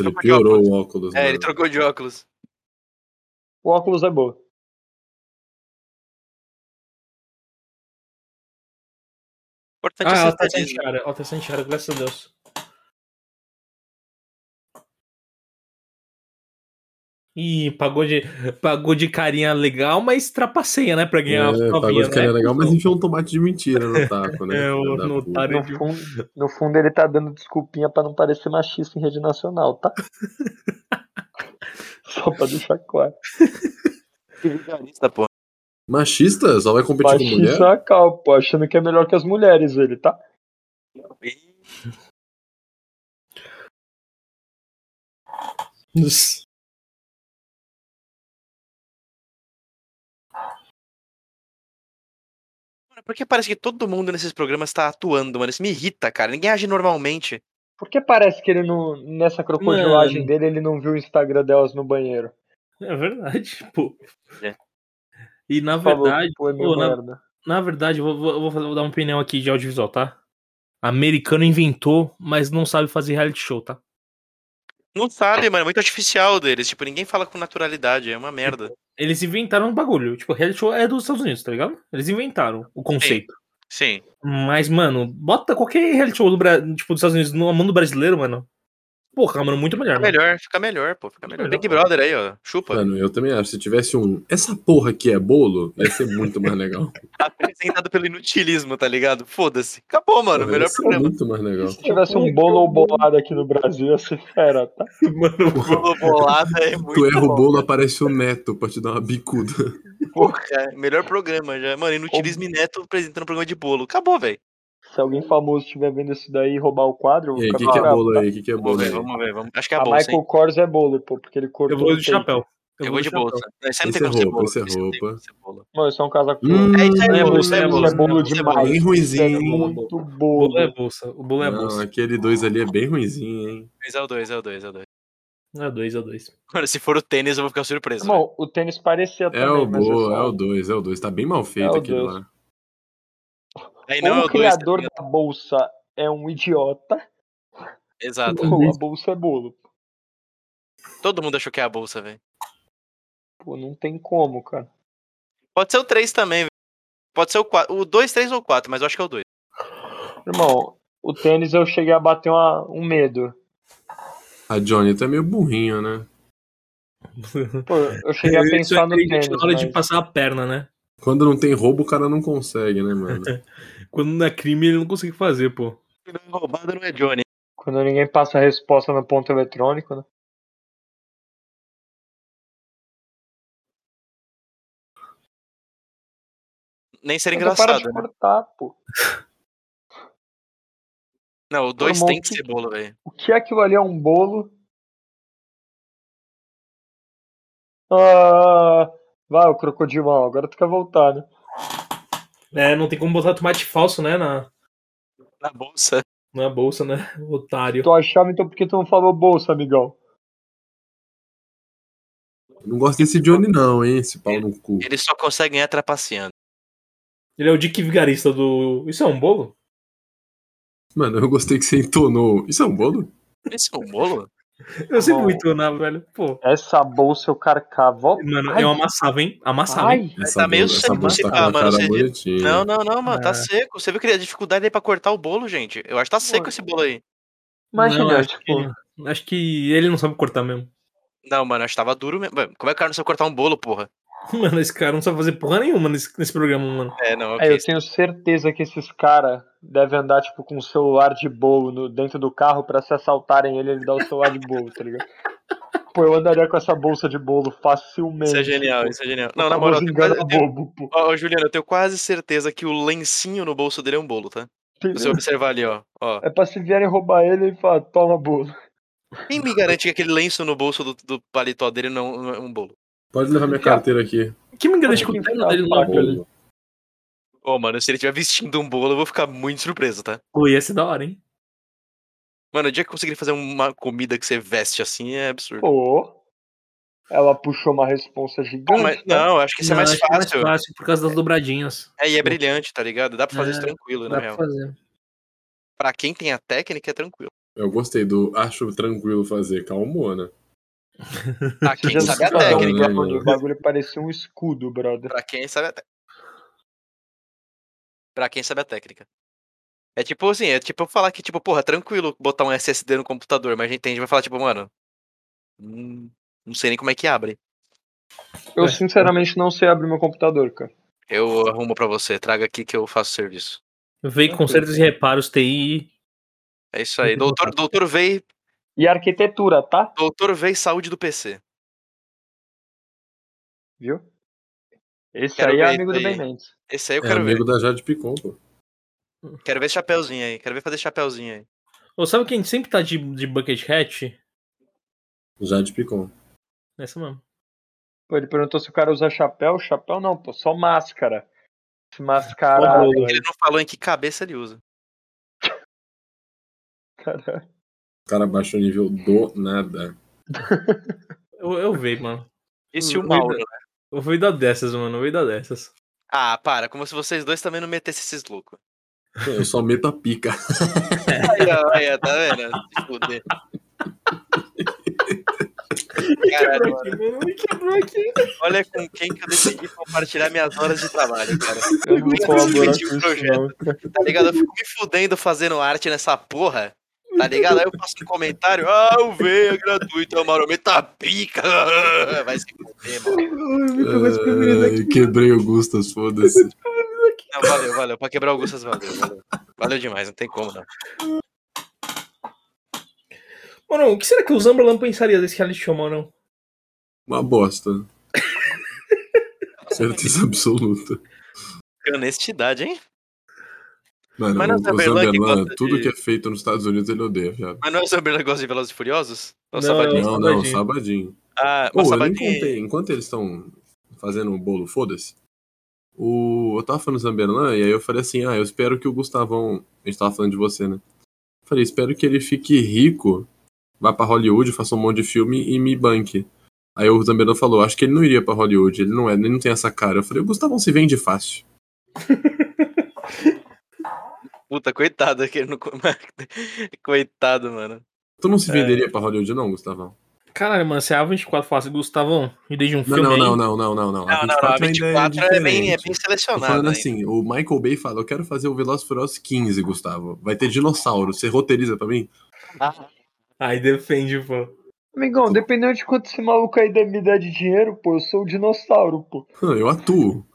S3: Ele
S4: ele,
S3: É, trocou de
S4: piorou
S3: óculos.
S4: o óculos,
S3: É, ele
S4: mano.
S3: trocou de óculos.
S5: O óculos é boa.
S3: importante
S2: Ah,
S3: é
S2: ela
S3: ser
S2: tá sem
S3: feliz. né?
S2: tiara, ela tá sem tiara, graças a Deus. Ih, pagou de, pagou de carinha legal, mas trapaceia, né? Pra ganhar
S4: É,
S2: a novinha,
S4: pagou que
S2: né?
S4: era legal, mas enfiou um tomate de mentira no taco, né?
S2: É, o-
S4: filho da
S2: no
S4: puta.
S2: otário.
S5: No fundo, no fundo, ele tá dando desculpinha pra não parecer machista em rede nacional, tá? Só pra deixar claro.
S3: Que vigarista, pô.
S4: Machista? Só vai competir com Tipo mulher?
S5: Machista é a cal, pô, achando que é melhor que as mulheres ele, tá?
S3: Ih,
S4: é
S3: mano, Porque parece que todo mundo nesses programas tá atuando, mano. Isso me irrita, cara. Ninguém age normalmente.
S5: Por que parece que ele não. Nessa crocodilagem dele, ele não viu o Instagram delas no banheiro?
S2: É verdade, pô.
S3: É.
S2: E na
S5: Falou,
S2: verdade,
S5: pô, é meio
S2: pô, na-
S5: merda.
S2: na verdade, eu vou, vou- vou fazer- vou dar uma opinião aqui de audiovisual, tá? Americano inventou, mas não sabe fazer reality show, tá?
S3: Não sabe, mano. É muito artificial deles. Tipo, ninguém fala com naturalidade. É uma merda.
S2: Eles inventaram um bagulho. Tipo, reality show é dos Estados Unidos, tá ligado? Eles inventaram o conceito.
S3: Sim.
S2: Mas, mano, bota qualquer reality show do Bra... tipo, dos Estados Unidos no mundo brasileiro, mano. Porra, mano, muito melhor.
S3: Fica
S2: mano.
S3: melhor, fica melhor, pô. Fica melhor.
S2: melhor.
S3: Big Brother aí, ó. Chupa.
S4: Mano, eu também acho. Se tivesse um. Essa porra aqui é bolo, ia ser muito mais legal.
S3: Apresentado pelo inutilismo, tá ligado? Foda-se. Acabou, mano.
S4: ia
S3: Melhor
S4: ser
S3: programa.
S4: muito mais legal.
S5: Se tivesse um bolo ou bolado aqui no Brasil, ia ser fera, tá?
S2: Mano,
S3: Bolo bolada é
S4: Tu
S3: muito
S4: erra o
S3: bom.
S4: bolo, aparece o neto pra te dar uma bicuda.
S3: cara. Melhor programa já. Mano, inutilismo e neto apresentando um programa de bolo. Acabou, velho.
S5: Se alguém famoso estiver vendo isso daí e roubar o quadro, eu
S4: É. E aí, o
S5: vou
S4: que,
S5: ficar
S4: que é
S5: bravo,
S4: bolo
S5: tá?
S4: aí? O que, que é
S3: Vamos
S4: bolo
S3: ver,
S4: aí?
S3: vamos ver. Vamos... Acho que é a
S4: Tá
S5: A
S3: bolsa, hein?
S5: Michael Kors é bolo, pô, porque ele cortou.
S2: eu vou
S5: o
S2: de
S5: peito.
S2: chapéu.
S3: Eu vou de
S2: chapéu.
S3: bolsa. Esse aí não
S4: Esse
S3: tem
S4: é
S3: como ser
S4: roupa,
S3: bolo.
S4: esse é
S3: esse não tem
S4: roupa.
S3: como ser bolo.
S5: Mano, isso é um casaco de
S4: Hum,
S5: couro.
S3: É isso aí,
S2: É
S3: mano.
S2: bolsa, é
S5: Isso
S2: bolsa.
S5: é bolo
S2: Isso é
S5: demais.
S4: bem
S5: Isso é
S4: ruinzinho.
S5: muito
S2: O
S5: bolo.
S2: bolo é bolsa. O bolo é
S4: Não,
S2: bolsa.
S4: aquele dois ali é bem ruinzinho, hein?
S3: É o 2, é o 2, é o 2.
S2: É dois, é dois.
S3: Mano, se for o tênis, eu vou ficar surpreso. velho.
S5: Bom, o tênis parecia
S4: É
S3: Tá
S5: também,
S4: o
S5: mas assim,
S4: bolo,
S5: só-
S4: é o dois, é o dois. Tá bem mal feito
S5: É o
S4: aquele
S5: dois.
S4: lá.
S3: Aí
S5: Ou
S3: não é
S5: o
S3: o 2.
S5: um criador da bolsa é um idiota,
S3: Exato.
S5: ou a bolsa é bolo.
S3: Todo mundo achou que é a bolsa, velho.
S5: Pô, não tem como, cara.
S3: Pode ser o 3 também, velho. Pode ser o 4. O 2, 3 ou 4, mas eu acho que é o 2.
S5: Irmão, o tênis eu cheguei a bater uma- um medo.
S4: A Johnny tá meio burrinho, né?
S5: Pô, eu cheguei a
S2: Isso é
S5: pensar no tênis,
S2: inteligente na hora
S5: mas...
S2: de passar a perna, né?
S4: Quando não tem roubo, o cara não consegue, né, mano?
S2: Quando não é crime, ele não consegue fazer, pô.
S3: Roubado não é Johnny.
S5: Quando ninguém passa a resposta no ponto eletrônico, né?
S3: Nem ser
S5: Então para
S3: engraçado.
S5: de
S3: né?
S5: cortar, pô.
S3: Não, o 2
S5: Irmão,
S3: tem que
S5: que-
S3: ser bolo, velho.
S5: O que é aquilo ali? É um bolo? Ah, vai, o crocodilão. Agora tu quer voltar, né?
S2: É, não tem como botar tomate falso, né? Na,
S3: Na bolsa.
S2: na bolsa, né? Otário.
S5: Tu achava, então, por que tu não falou bolsa, amigão?
S4: Não gosto desse Johnny, não, hein? Esse pau no cu.
S3: Ele só consegue ganhar trapaceando.
S2: Ele é o Dick Vigarista do. Isso é um bolo?
S4: Mano, eu gostei que você entonou. Isso é um bolo?
S3: Esse é um bolo?
S2: Eu sempre
S5: Bom.
S2: muito entonar, velho. Pô.
S5: Essa bolsa eu carcava. ó.
S2: Mano, é
S3: é
S5: Ai,
S2: eu amassava, hein? Amassava. hein?
S5: ai.
S4: Essa
S3: tá meio
S4: bolsa-
S3: sem
S4: essa bolsa tá com
S3: participar,
S4: a
S3: mano,
S4: cara
S3: vocês-
S4: bonitinha.
S3: né? Não, não, não, mano.
S5: É.
S2: Ah.
S3: Tá seco. Você viu que a dificuldade aí pra cortar o bolo, gente? Eu acho que tá seco esse bolo aí.
S5: Imagina,
S2: Não,
S3: é
S2: acho,
S5: tipo...
S2: que, acho que ele não sabe cortar mesmo.
S3: Não, mano, eu acho que tava duro mesmo. Mano, Como é que o cara não sabe cortar um bolo, porra?
S2: Mano, esse cara não sabe fazer porra nenhuma nesse, nesse programa, mano.
S3: É, não,
S5: É,
S3: ok.
S5: eu tenho certeza que esses caras devem andar, tipo, com um celular de bolo no- dentro do carro pra se assaltarem ele, ele dá o celular de bolo, tá ligado? Pô, eu andaria com essa bolsa de bolo facilmente.
S3: Isso é genial,
S5: pô.
S3: isso é genial.
S5: O
S3: Não, na moral,
S5: famoso
S3: eu tenho
S5: engana
S3: quase- eu tenho-
S5: bobo, pô.
S3: Ó, ô, Juliano, eu tenho quase certeza que o lencinho no bolso dele é um bolo, tá? Se
S2: Uhum.
S3: você observar ali, ó. ó.
S5: É pra se vierem roubar ele e falar, toma bolo.
S3: Quem me garante que aquele lenço no bolso do, do paletó dele não, não é um bolo?
S4: Pode levar minha carteira aqui.
S2: Que me garante que
S5: Tem
S2: o
S5: que
S2: terno
S5: enfiar
S2: dele
S5: a
S3: Tá,
S2: não é
S5: faca ali.
S2: bolo.
S4: Bolo.
S3: Ô, mano, se ele estiver vestindo um bolo, eu vou ficar muito surpreso, tá?
S2: Pô, ia ser da hora, hein?
S3: Mano, o dia que conseguir fazer uma comida que você veste assim é absurdo.
S5: Pô, ela puxou uma responsa
S3: Não,
S5: gigante.
S3: mas,
S5: né?
S3: não, eu acho que isso é
S2: Não,
S3: mais
S2: acho que é
S3: fácil.
S2: mais fácil por causa das dobradinhas.
S3: É, e é brilhante, tá ligado? Dá pra fazer isso
S2: É,
S3: tranquilo, na
S2: Dá pra
S3: real.
S2: fazer.
S3: Pra quem tem a técnica, é tranquilo.
S4: Eu gostei do. Acho tranquilo fazer. Calmou, né?
S3: Pra
S5: Você
S3: tá, quem
S5: já
S3: sabe a
S5: sabe,
S4: técnica,
S5: né,
S4: né,
S5: mano?
S4: mano?
S5: O bagulho parecia um escudo, brother.
S3: Pra quem sabe a técnica. Pra quem sabe a técnica.
S7: É tipo assim, é tipo eu falar que, tipo, porra, tranquilo botar um SSD no computador, mas a gente tem gente que vai falar, tipo, mano, hum, não sei nem como é que abre.
S3: É.
S5: Eu sinceramente não sei abrir meu computador, cara.
S3: Eu arrumo pra você, traga aqui que eu faço serviço.
S2: Veio consertos e reparos TI.
S3: É isso aí. Doutor, doutor Vei,
S5: E arquitetura, tá?
S3: doutor Vei, saúde do PC.
S5: Viu? Esse
S3: Quero
S5: aí é
S3: ver
S5: amigo do
S3: isso aí.
S5: Ben Mendes.
S3: Esse aí eu
S4: É
S3: quero
S4: amigo da Jade Picon, pô.
S3: ver. Quero ver esse chapéuzinho aí. Quero ver fazer chapéuzinho aí.
S2: Ô, sabe quem sempre tá de, de bucket hat?
S4: Jade Picon.
S2: Essa mesmo.
S5: Pô, ele perguntou se o cara usa chapéu. Chapéu não, pô, só máscara. Esse mascarado. aí,
S3: Ele não falou em que cabeça ele usa.
S5: cara.
S4: O cara baixou o nível do nada.
S2: Eu, eu veio, mano.
S3: Isso e o
S2: Hum,
S4: é.
S3: Mauro. né?
S2: Eu veio da dessas, mano. Eu veio da dessas.
S3: Ah, para. Como se vocês dois também não metessem esses loucos.
S4: Eu só meto a pica.
S3: Aí, ó, aí, ó, tá vendo? Se fuder. Caralho, mano.
S2: Me quebrou aqui.
S3: Olha com quem que eu decidi compartilhar minhas horas de trabalho, cara.
S5: Eu não
S3: Nunca
S5: vou colaborar
S3: decidi
S5: com
S3: um
S5: isso,
S3: projeto,
S5: não. cara.
S3: tá ligado? Eu fico me fudendo fazendo arte nessa porra. Tá ligado? Aí eu faço um comentário, ah, o V é gratuito, é o Mauro tá pica. Vai se fuder, mano.
S2: Ah.
S4: Ai, quebrei o Gustas, foda-se.
S3: Não, valeu, valeu. Pra quebrar o Augustas, valeu, valeu. Valeu demais, não tem como, não.
S2: Mano, o que será que o Zamberlan pensaria desse reality show, mano?
S4: Uma bosta. Certeza absoluta.
S3: Que honestidade, hein?
S4: Mano,
S3: Mas não é
S4: o
S3: Zamberlan que
S4: Zamberlan,
S3: gosta
S4: tudo
S3: de-
S4: que é feito nos Estados Unidos ele odeia, viado.
S3: Mas não é o Zamberlan gosta de Velozes e Furiosos? Ou
S2: Não,
S3: Então, Sabadinho?
S2: o
S4: Não, não,
S2: Sabadinho.
S4: Sabadinho.
S3: Ah,
S4: Pô,
S3: o
S4: eu nem
S3: Sabadinho.
S4: contei. Enquanto eles estão fazendo o bolo, foda-se. O... Eu tava falando do Zamberlan e aí eu falei assim: ah, eu espero que o Gustavão. A gente tava falando de você, né? Falei, espero que ele fique rico, vá pra Hollywood, faça um monte de filme e me banque. Aí o Zamberlan falou: acho que ele não iria pra Hollywood, ele não é, ele não tem essa cara. Eu falei: o Gustavão se vende fácil.
S3: Puta, coitado aquele no. coitado, mano.
S4: Tu não se
S3: É.
S4: venderia pra Hollywood, não, Gustavão?
S2: Caralho, mano, se a 24 falasse, Gustavão, me deixa um
S4: Não,
S2: filme
S4: não,
S2: aí.
S4: não, não, não, não, não.
S3: é Não, não, não. A
S4: ainda
S3: 24 é, bem, é
S4: diferente.
S3: bem
S4: Tô
S3: selecionada.
S4: falando
S3: hein?
S4: assim, o Michael Bay fala, eu quero fazer o Veloz Furiosos 15, Gustavo. Vai ter dinossauro, você roteiriza pra mim?
S3: Ah,
S2: Aí defende, pô.
S5: Amigão, dependendo de quanto esse maluco aí der- me der de dinheiro, pô, eu sou o dinossauro, pô.
S4: Hã, eu atuo.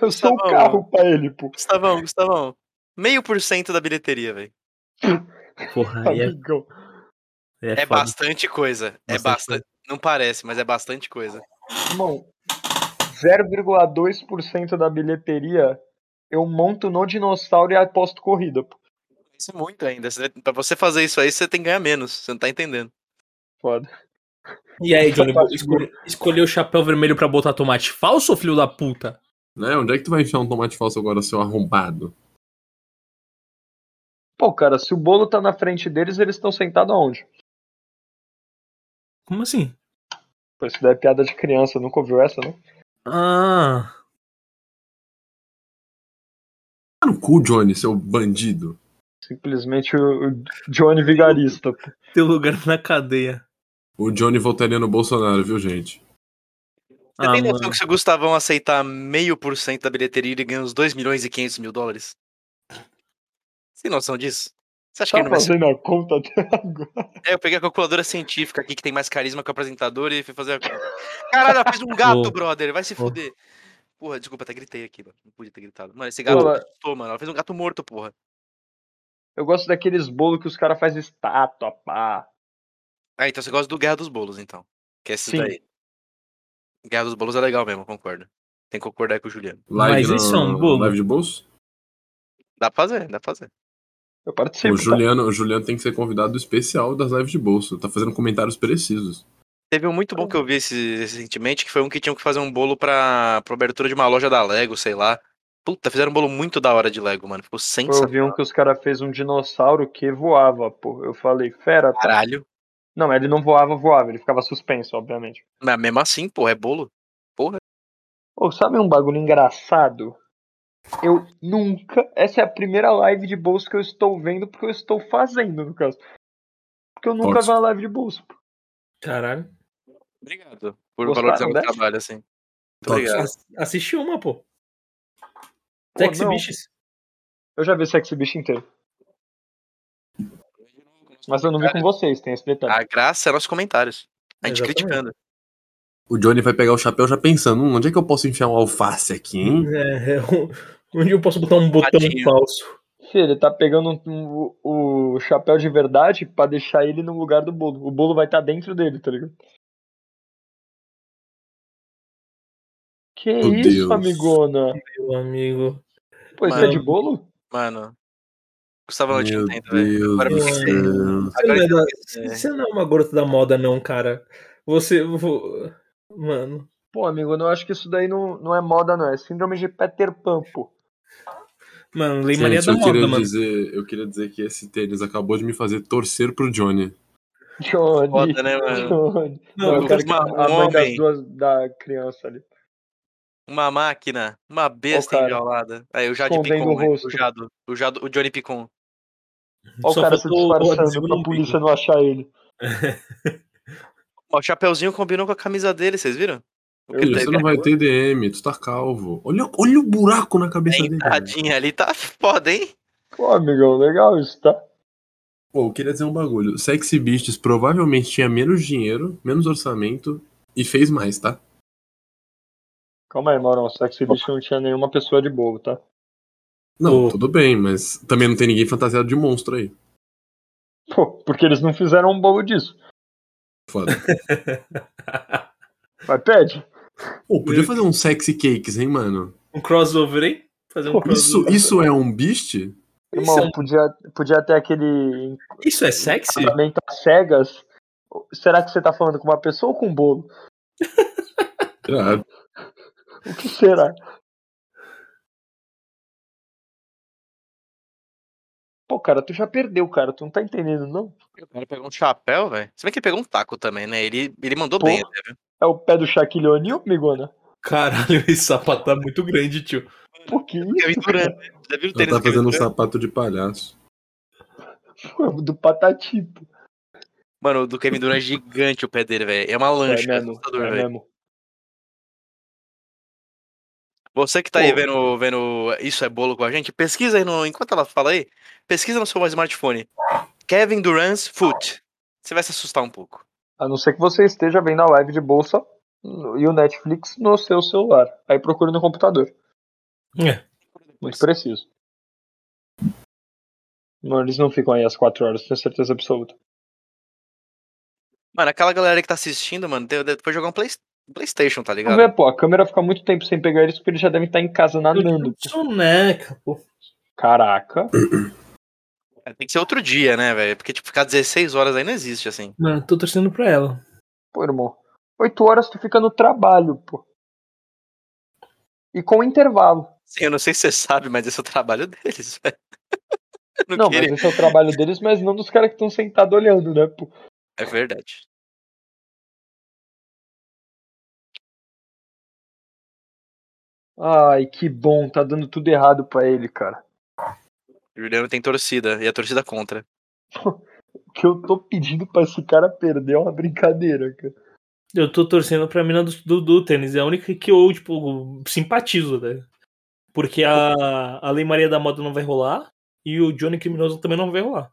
S5: Eu
S3: Tá
S5: sou o
S3: bom.
S5: carro pra ele, pô.
S3: Gustavão, Gustavão. Meio por cento da bilheteria, velho.
S2: Porra, aí é,
S5: Amigão.
S2: é,
S3: É,
S2: foda.
S3: bastante coisa. É
S4: Bastante
S3: bastante. Não parece, mas é bastante coisa.
S5: Irmão, 0,2% da bilheteria eu monto no dinossauro e aposto corrida, pô.
S3: Isso é muito ainda. Você- Pra você fazer isso aí, você tem que ganhar menos. Você não tá entendendo.
S5: Foda.
S2: E aí, Johnny, escolhe- escolheu o chapéu vermelho pra botar tomate falso, filho da puta?
S4: Né? Onde é que tu vai enfiar um tomate falso agora, seu arrombado?
S5: Pô, cara, se o bolo tá na frente deles, eles estão sentados aonde?
S2: Como assim?
S5: Pô, isso daí é piada de criança, nunca ouviu essa, né? não?
S2: Ah,
S4: Tá no cu, Johnny, seu bandido.
S5: Simplesmente o o Johnny Vigarista. pô.
S2: teu lugar na cadeia.
S4: O Johnny votaria no Bolsonaro, viu, gente?
S3: Você
S2: Ah,
S3: tem noção
S2: mano.
S3: que se o Gustavão aceitar meio por cento da bilheteria, ele ganha uns 2 milhões e 500 mil dólares? Você tem noção disso? Você acha que
S5: Tá
S3: ele não vai ser...
S5: fazendo a conta até agora.
S3: É, eu peguei a calculadora científica aqui, que tem mais carisma que o apresentador, e fui fazer a conta. Caralho, ela fez um gato,
S2: Ô.
S3: brother. Vai se
S2: Ô.
S3: fuder. Porra, desculpa, até gritei aqui, mano. Não podia ter gritado. Mano, esse gato
S5: Ô.
S3: me assustou, mano. Ela fez um gato morto, porra.
S5: Eu gosto daqueles bolos que os caras fazem estátua, pá.
S3: Ah, então você gosta do Guerra dos Bolos, então. Que é esse
S5: Sim.
S3: daí. Guerra dos Bolos é legal mesmo, concordo. Tem que concordar com o Juliano.
S2: Mas isso é um bolo?
S4: Live de bolso?
S3: Dá pra fazer, dá pra fazer.
S5: Eu participo.
S4: o,
S5: tá?
S4: Juliano, o Juliano tem que ser convidado especial das lives de bolso. Tá fazendo comentários precisos.
S3: Teve um muito bom que eu vi esse- recentemente, que foi um que tinham que fazer um bolo pra, pra abertura de uma loja da Lego, sei lá. Puta, fizeram um bolo muito da hora de Lego, mano. Ficou
S5: Pô, Eu vi um
S3: sensacional.
S5: que os caras fez um dinossauro que voava, pô. Eu falei, fera, tá?
S3: Caralho.
S5: Não, ele não voava, voava, ele ficava suspenso, obviamente.
S3: Mas mesmo assim, porra, é bolo.
S5: Ô, sabe um bagulho engraçado? Eu nunca. Essa é a primeira live de bolso que eu estou vendo, porque eu estou fazendo, no caso. Porque eu nunca vi
S4: Tóxico.
S5: uma live de bolso. pô.
S2: Caralho.
S3: Obrigado. Por
S5: Gostaram
S3: valorizar meu
S5: dessa?
S3: trabalho, assim. Muito
S4: Tóxico.
S3: obrigado.
S2: Ass- Assisti uma, pô.
S5: Pô,
S2: Sexy
S5: não.
S2: Biches.
S5: Eu já vi Sexy Bicho inteiro. Mas eu não vi com vocês, tem esse detalhe.
S3: A graça é nossos comentários. A gente
S2: Exatamente.
S3: criticando.
S4: O Johnny vai pegar o chapéu já pensando, "Hum, onde é que eu posso enfiar um alface aqui, hein?
S2: É, é, onde eu posso botar um botão
S3: Tadinho.
S2: falso?
S5: Filho, ele tá pegando um- um- o chapéu de verdade pra deixar ele no lugar do bolo. O bolo vai estar dentro dele, tá ligado? Que
S4: Meu
S5: isso,
S4: Deus.
S5: amigona?
S2: Meu amigo.
S5: Pô, isso é
S3: Mano.
S5: de bolo?
S3: Mano. Gustavo não tinha
S4: Meu
S3: tempo, velho.
S4: Deus
S3: Agora
S4: do
S3: me esqueci.
S4: céu.
S2: Você não, é
S3: Agora
S2: da-
S3: que eu-
S2: você não é uma garota da moda, não, cara. Você. vo- Mano.
S5: Pô, amigona, eu acho que isso daí não, não é moda, não. É síndrome de Peter Pan, pô.
S2: Mano, Lei Maria
S4: Gente,
S2: da
S4: eu
S2: Moda,
S4: queria,
S2: mano.
S4: dizer, eu queria dizer que esse tênis acabou de me fazer torcer pro Johnny.
S5: Johnny.
S3: Foda, né, mano?
S5: Johnny.
S2: Não,
S5: eu quero que
S3: uma-
S5: a
S3: um
S5: mãe das
S3: homem.
S5: duas da criança ali.
S3: Uma máquina, uma besta
S5: cara.
S3: enjaulada. Aí o Jade
S5: Escondendo
S3: Picon,
S5: o
S3: né?
S5: rosto.
S3: o, Jado, o Jado, o Johnny Picon.
S5: Olha
S2: Só
S5: o cara se
S2: faltou um o
S5: disfarçando
S2: adesivo
S5: pra
S2: no
S5: polícia não achar ele.
S3: Ó, O chapeuzinho combinou com a camisa dele, vocês viram? O
S5: Eu
S3: que
S4: Filho,
S3: ele tá
S4: você
S3: teve?
S4: não vai ter DM, tu tá calvo. Olha, olha o buraco na cabeça
S3: Hein,
S4: dele.
S3: Tadinha ali, tá foda, hein?
S5: Pô, amigão, legal isso, tá?
S4: Pô, eu queria dizer um bagulho. Sexy Beasts provavelmente tinha menos dinheiro, menos orçamento e fez mais, tá?
S5: Calma aí, Maurão. Sexy bicho não tinha nenhuma pessoa de bolo, tá?
S4: Não,
S2: Pô.
S4: tudo bem, mas também não tem ninguém fantasiado de monstro aí.
S5: Pô, porque eles não fizeram um bolo disso.
S4: Foda.
S5: Mas pede.
S4: Pô, podia fazer um sexy cakes, hein, mano?
S2: Um crossover, hein? Fazer um
S5: Pô,
S4: Isso,
S2: crossover.
S4: isso é um beast?
S5: Irmão,
S2: Isso é um-
S5: podia, podia ter aquele
S2: Isso é sexy?
S5: casamento às cegas. Será que você tá falando com uma pessoa ou com um bolo?
S4: Ah,
S5: O que será? Pô, cara, tu já perdeu, cara. Tu não tá entendendo, não?
S3: O cara pegou um chapéu, velho. Se bem que ele pegou um taco também, né? Ele, ele mandou
S5: Pô.
S3: bem, né? até, viu?
S5: É o pé do Shaquille O'Neal, amigona?
S2: Caralho, esse sapato tá muito grande, tio.
S5: Pô, que
S3: Kevin
S5: isso, cara?
S3: Durant. né? Já viu o tênis
S4: ela tá
S3: do Kevin
S4: fazendo um
S3: Durant?
S4: sapato de palhaço.
S5: Pô, do patatito.
S3: Mano, o do Kevin Durant é gigante o pé dele, velho. É uma
S5: É
S3: lancha, é
S5: mesmo,
S3: assustador,
S5: é
S3: velho.
S5: mesmo.
S3: Você que tá aí
S5: Pô.
S3: vendo, vendo Isso é Bolo com a gente, pesquisa aí no. Enquanto ela fala aí, pesquisa no seu smartphone. Kevin Durant's Foot. Você vai se assustar um pouco.
S5: A não ser que você esteja vendo a live de bolsa no- e o Netflix no seu celular. Aí procura no computador.
S2: É.
S5: Muito preciso. Mano, eles não ficam aí às 4 horas, tenho certeza absoluta.
S3: Mano, aquela galera que tá assistindo, mano, deve- deve- depois jogar um Play- PlayStation, tá
S5: Vamos
S3: ligado?
S5: ver, pô, a câmera fica muito tempo sem pegar eles porque eles já devem estar em casa nadando.
S2: um Soneca, pô.
S5: Caraca.
S3: É, Tem que ser outro dia, né, velho? Porque, tipo, ficar 16 horas aí não existe, assim.
S2: Mano, tô torcendo pra ela.
S5: Pô, irmão. 8 horas tu fica no trabalho, pô. E com intervalo.
S3: Sim, eu não sei se você sabe, mas esse é o trabalho deles, velho. Não,
S5: Não, mas
S3: queria.
S5: esse é o trabalho deles, mas não dos caras que estão sentados olhando, né, pô.
S3: É verdade.
S5: Ai, que bom, tá dando tudo errado pra ele, cara.
S3: O Juliano tem torcida, e a torcida é contra.
S5: O que eu tô pedindo pra esse cara perder é uma brincadeira, cara.
S2: Eu tô torcendo pra mina do, do, do tênis. É a única que eu, tipo, simpatizo, velho. Porque a, a Lei Maria da Moda não vai rolar e o Johnny Criminoso também não vai rolar.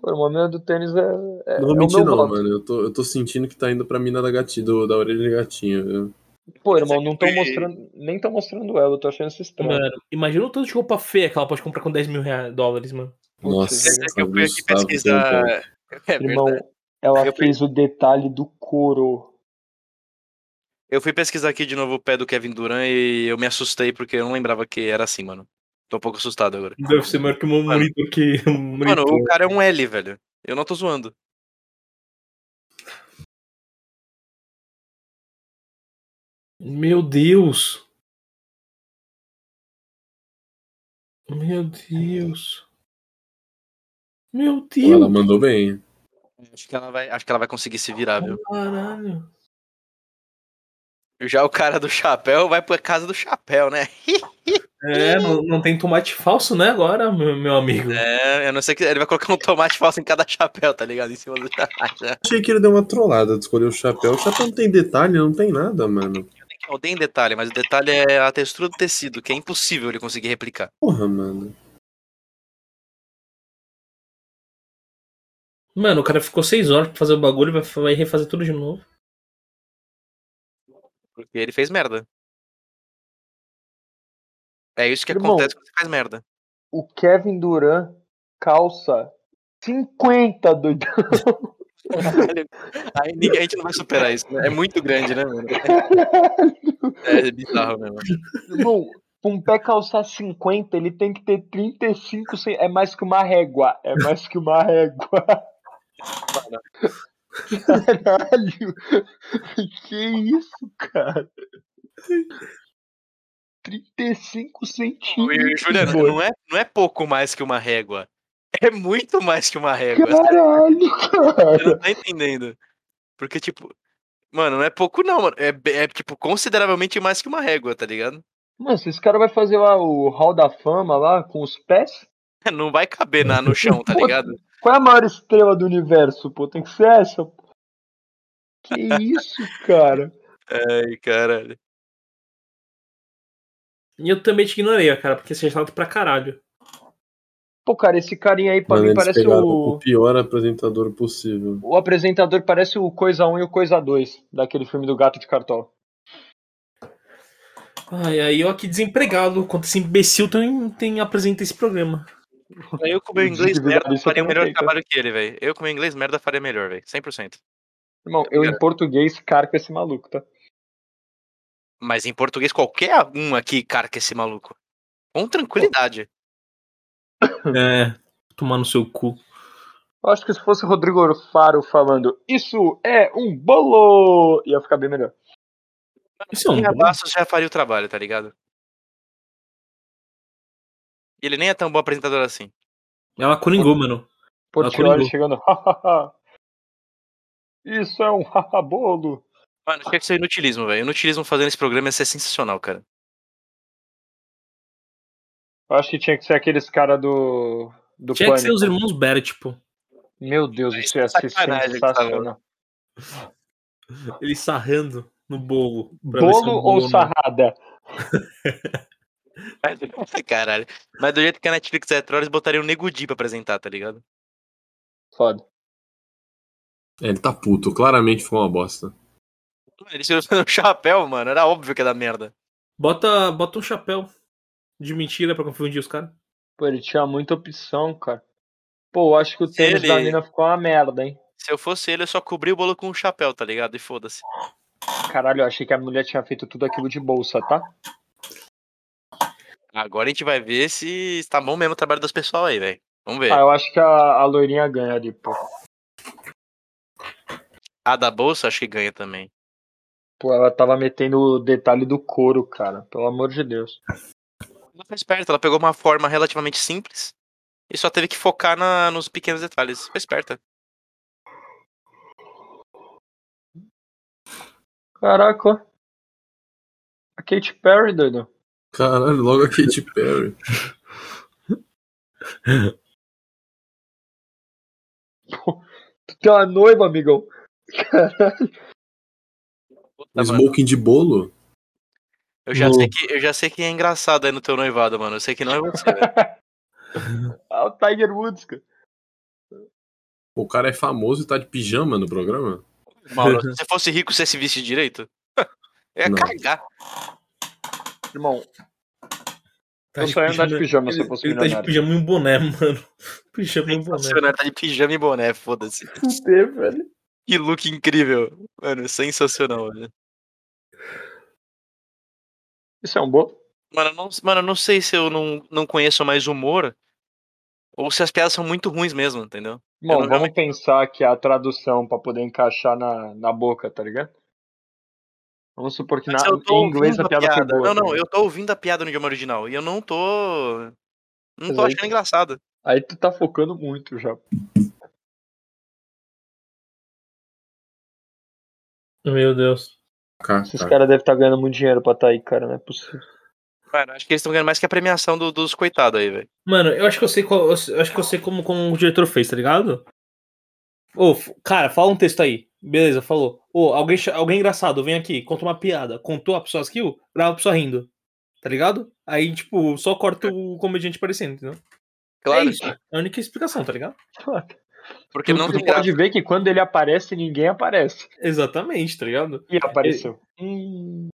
S5: Pô, o momento do tênis é. é
S4: Não vou
S5: é
S4: mentir,
S5: o meu
S4: não,
S5: voto.
S4: mano. Eu tô, eu tô sentindo que tá indo pra mina da gatinha, do- da orelha de gatinha. viu?
S5: Pô, irmão, não tão
S3: Sim.
S5: mostrando. Nem tão mostrando ela, eu tô achando
S3: É,
S5: isso estranho.
S2: Mano, imagina o tanto de roupa feia que ela pode comprar com 10 mil rea- dólares, mano.
S5: Putz,
S4: Nossa,
S5: Sim,
S3: É que eu fui aqui
S4: Gustavo tem um
S3: pesquisar.
S4: ponto.
S3: É
S5: Irmão,
S3: verdade.
S5: ela
S3: Eu
S5: fez o detalhe do couro.
S3: Eu fui pesquisar aqui de novo o pé do Kevin Durant e eu me assustei porque eu não lembrava que era assim, mano. Tô um pouco assustado agora.
S2: Deve ser maior que um monitor que. Um
S3: Mano,
S2: monitor.
S3: o cara é um L, velho. Eu não tô zoando.
S2: Meu Deus! Meu Deus! Meu
S4: Pô, Ela
S2: Deus!
S4: mandou bem.
S3: Acho que ela vai, acho que ela vai conseguir se virar, viu?
S2: Caralho!
S3: Já o cara do chapéu vai pra casa do chapéu, né?
S2: É, não, não tem tomate falso, né? Agora, meu, meu amigo.
S3: É, eu não sei que ele vai colocar um tomate falso em cada chapéu, tá ligado? Em cima do chapéu.
S4: Achei que ele deu uma trollada de escolher o chapéu. O chapéu não tem detalhe, não tem nada, mano.
S3: Não, tem detalhe, mas o detalhe é a textura do tecido, que é impossível ele conseguir replicar.
S4: Porra, mano.
S2: Mano, o cara ficou seis horas pra fazer o bagulho vai, vai refazer tudo de novo.
S3: Porque ele fez merda. É isso que
S5: Irmão.
S3: acontece quando você faz merda.
S5: O Kevin Durant calça 50 doidão.
S3: Aí ninguém, a gente não vai superar isso, né? É muito grande, né, mano? É bizarro mesmo.
S5: Irmão, pra um pé calçar 50, ele tem que ter 35. cen- É mais que uma régua. É mais que uma régua. Caralho. Que isso, cara? 35
S3: E,
S5: centímetros.
S3: Juliano,
S5: mano.
S3: não é, não é pouco mais que uma régua. É muito mais que uma régua.
S5: Caralho,
S3: Você
S5: cara.
S3: não tá entendendo. Porque, tipo. Mano, não é pouco, não, mano. É, be- é, tipo, consideravelmente mais que uma régua, tá ligado?
S5: Mano, se esse cara vai fazer lá o Hall da Fama lá com os pés,
S3: Não vai caber na, no chão, tá
S5: Pô,
S3: ligado?
S5: qual é a maior estrela do universo, pô? Tem que ser essa. pô. Que isso, cara?
S3: Ai, caralho.
S2: E eu também te ignorei, cara, porque você é chato pra caralho.
S5: Pô, cara, esse carinha aí pra
S4: Mano,
S5: mim
S4: eles
S5: parece
S4: pegaram
S5: o...
S4: o pior apresentador possível.
S5: O apresentador parece o Coisa 1 e o Coisa 2, daquele filme do Gato de Cartola.
S2: Ai, aí ó, que desempregado. Quanto esse imbecil tem, tem apresenta esse programa.
S3: Aí Eu com meu inglês merda
S5: Individualista
S3: faria
S5: também
S3: melhor
S5: tem, cara.
S3: trabalho que ele, velho. Eu com meu inglês merda faria melhor, velho. 100%.
S2: Tá
S5: Irmão, eu em português carco esse maluco, tá?
S3: Mas em português, qualquer um aqui carca esse maluco. Com tranquilidade.
S2: É, tomar no seu cu.
S5: Eu acho que se fosse o Rodrigo Faro falando isso é um bolo, ia ficar bem melhor.
S2: Isso é um
S3: Em
S2: bom.
S3: abraços já faria o trabalho, tá ligado? E Ele nem é tão bom apresentador assim.
S2: Ela coringou, mano.
S5: Portioli
S2: coringou.
S5: chegando, hahaha. Isso é um haha bolo.
S3: Mano, tinha que ser inutilismo, velho. Inutilismo fazendo esse programa ia ser sensacional, cara.
S5: Eu acho que tinha que ser aqueles cara do. do
S2: Tinha que ser
S3: né?
S5: Pânico.
S2: os irmãos tipo. Barrett, pô.
S5: Meu Deus, isso ia ser
S3: Sacanagem,
S5: sensacional.
S2: Ele sarrando no bolo. pra ver se é um
S5: Bolo ou
S2: não.
S5: sarrada?
S3: Caralho. Mas do jeito que a Netflix é troll, eles botariam o Nego Di pra apresentar, tá ligado?
S5: Foda.
S4: É, ele tá puto. Claramente foi uma bosta.
S3: Eles usando o chapéu, mano. Era óbvio que ia dar merda.
S2: Bota, bota um chapéu de mentira pra confundir os caras.
S5: Pô, ele tinha muita opção, cara. Pô, eu acho que o tênis
S3: Ele-
S5: da mina ficou uma merda, hein?
S3: Se eu fosse ele, eu só cobri o bolo com um chapéu, tá ligado? E foda-se.
S5: Caralho, eu achei que a mulher tinha feito tudo aquilo de bolsa, tá?
S3: Agora a gente vai ver se tá bom mesmo o trabalho das pessoal aí, velho. Vamos ver.
S5: Ah, eu acho que a, a loirinha ganha ali, pô.
S3: A da bolsa acho que ganha também.
S5: Pô, ela tava metendo o detalhe do couro, cara. Pelo amor de Deus.
S3: Ela foi esperta, ela pegou uma forma relativamente simples e só teve que focar na, nos pequenos detalhes. Foi esperta.
S5: Caraca. ó. A Katy Perry, doido.
S4: Caralho, logo a Katy Perry.
S5: Tu tem uma é noiva, amigão.
S3: Puta, mano,
S4: Smoking de bolo?
S3: eu, já
S2: no-
S3: sei que, eu já sei que é engraçado aí no teu noivado, mano. Eu sei que não é você, velho.
S5: Ah, o Tiger Woods, cara.
S4: O cara é famoso e tá de pijama no programa?
S3: Mauro, se você fosse rico, você se visse direito? É
S4: Não.
S3: cagar.
S5: Irmão,
S2: Tá
S5: eu
S2: de
S5: só ia andar de pijama se eu
S2: Ele,
S5: fosse
S2: ele tá de
S5: milionário.
S2: pijama e um boné, mano. Pijama e um boné.
S3: Sensacional, tá de pijama e boné, foda-se.
S5: velho.
S3: Que look incrível. Mano, sensacional, velho.
S5: Isso é um bom?
S3: Mano, eu não, mano, eu não sei se eu não, não conheço mais humor ou se as piadas são muito ruins mesmo, entendeu?
S5: Bom,
S3: não-
S5: vamos pensar que é a tradução pra poder encaixar na, na boca, tá ligado? Vamos supor que na,
S3: Mas eu tô
S5: em inglês
S3: ouvindo
S5: a piada, foi boa.
S3: Não,
S5: tá
S3: não,
S5: ligado?
S3: eu tô ouvindo a piada no idioma original e eu não tô. Não
S5: Mas
S3: tô
S5: aí-
S3: achando engraçado.
S5: Aí tu tá focando muito já.
S2: Meu Deus.
S5: Esses
S4: Caca.
S5: caras devem estar ganhando muito dinheiro pra tá aí, cara. Não é possível.
S3: Mano, acho que eles estão ganhando mais que a premiação do- dos coitados aí, velho.
S2: Mano, eu acho que eu sei qual. Eu acho que eu sei como, como o diretor fez, tá ligado? Ô, f- cara, fala um texto aí. Beleza, falou. Ô, alguém, cha- alguém engraçado, vem aqui, conta uma piada. Contou a pessoa as kill, grava a pessoa rindo. Tá ligado? Aí, tipo, só corta o comediante aparecendo, entendeu?
S3: Claro,
S2: É isso. É a única explicação, tá ligado?
S3: porque não
S5: tu
S3: tem graça.
S5: pode ver que quando ele aparece, ninguém aparece.
S2: Exatamente, tá ligado?
S5: E apareceu. Hum,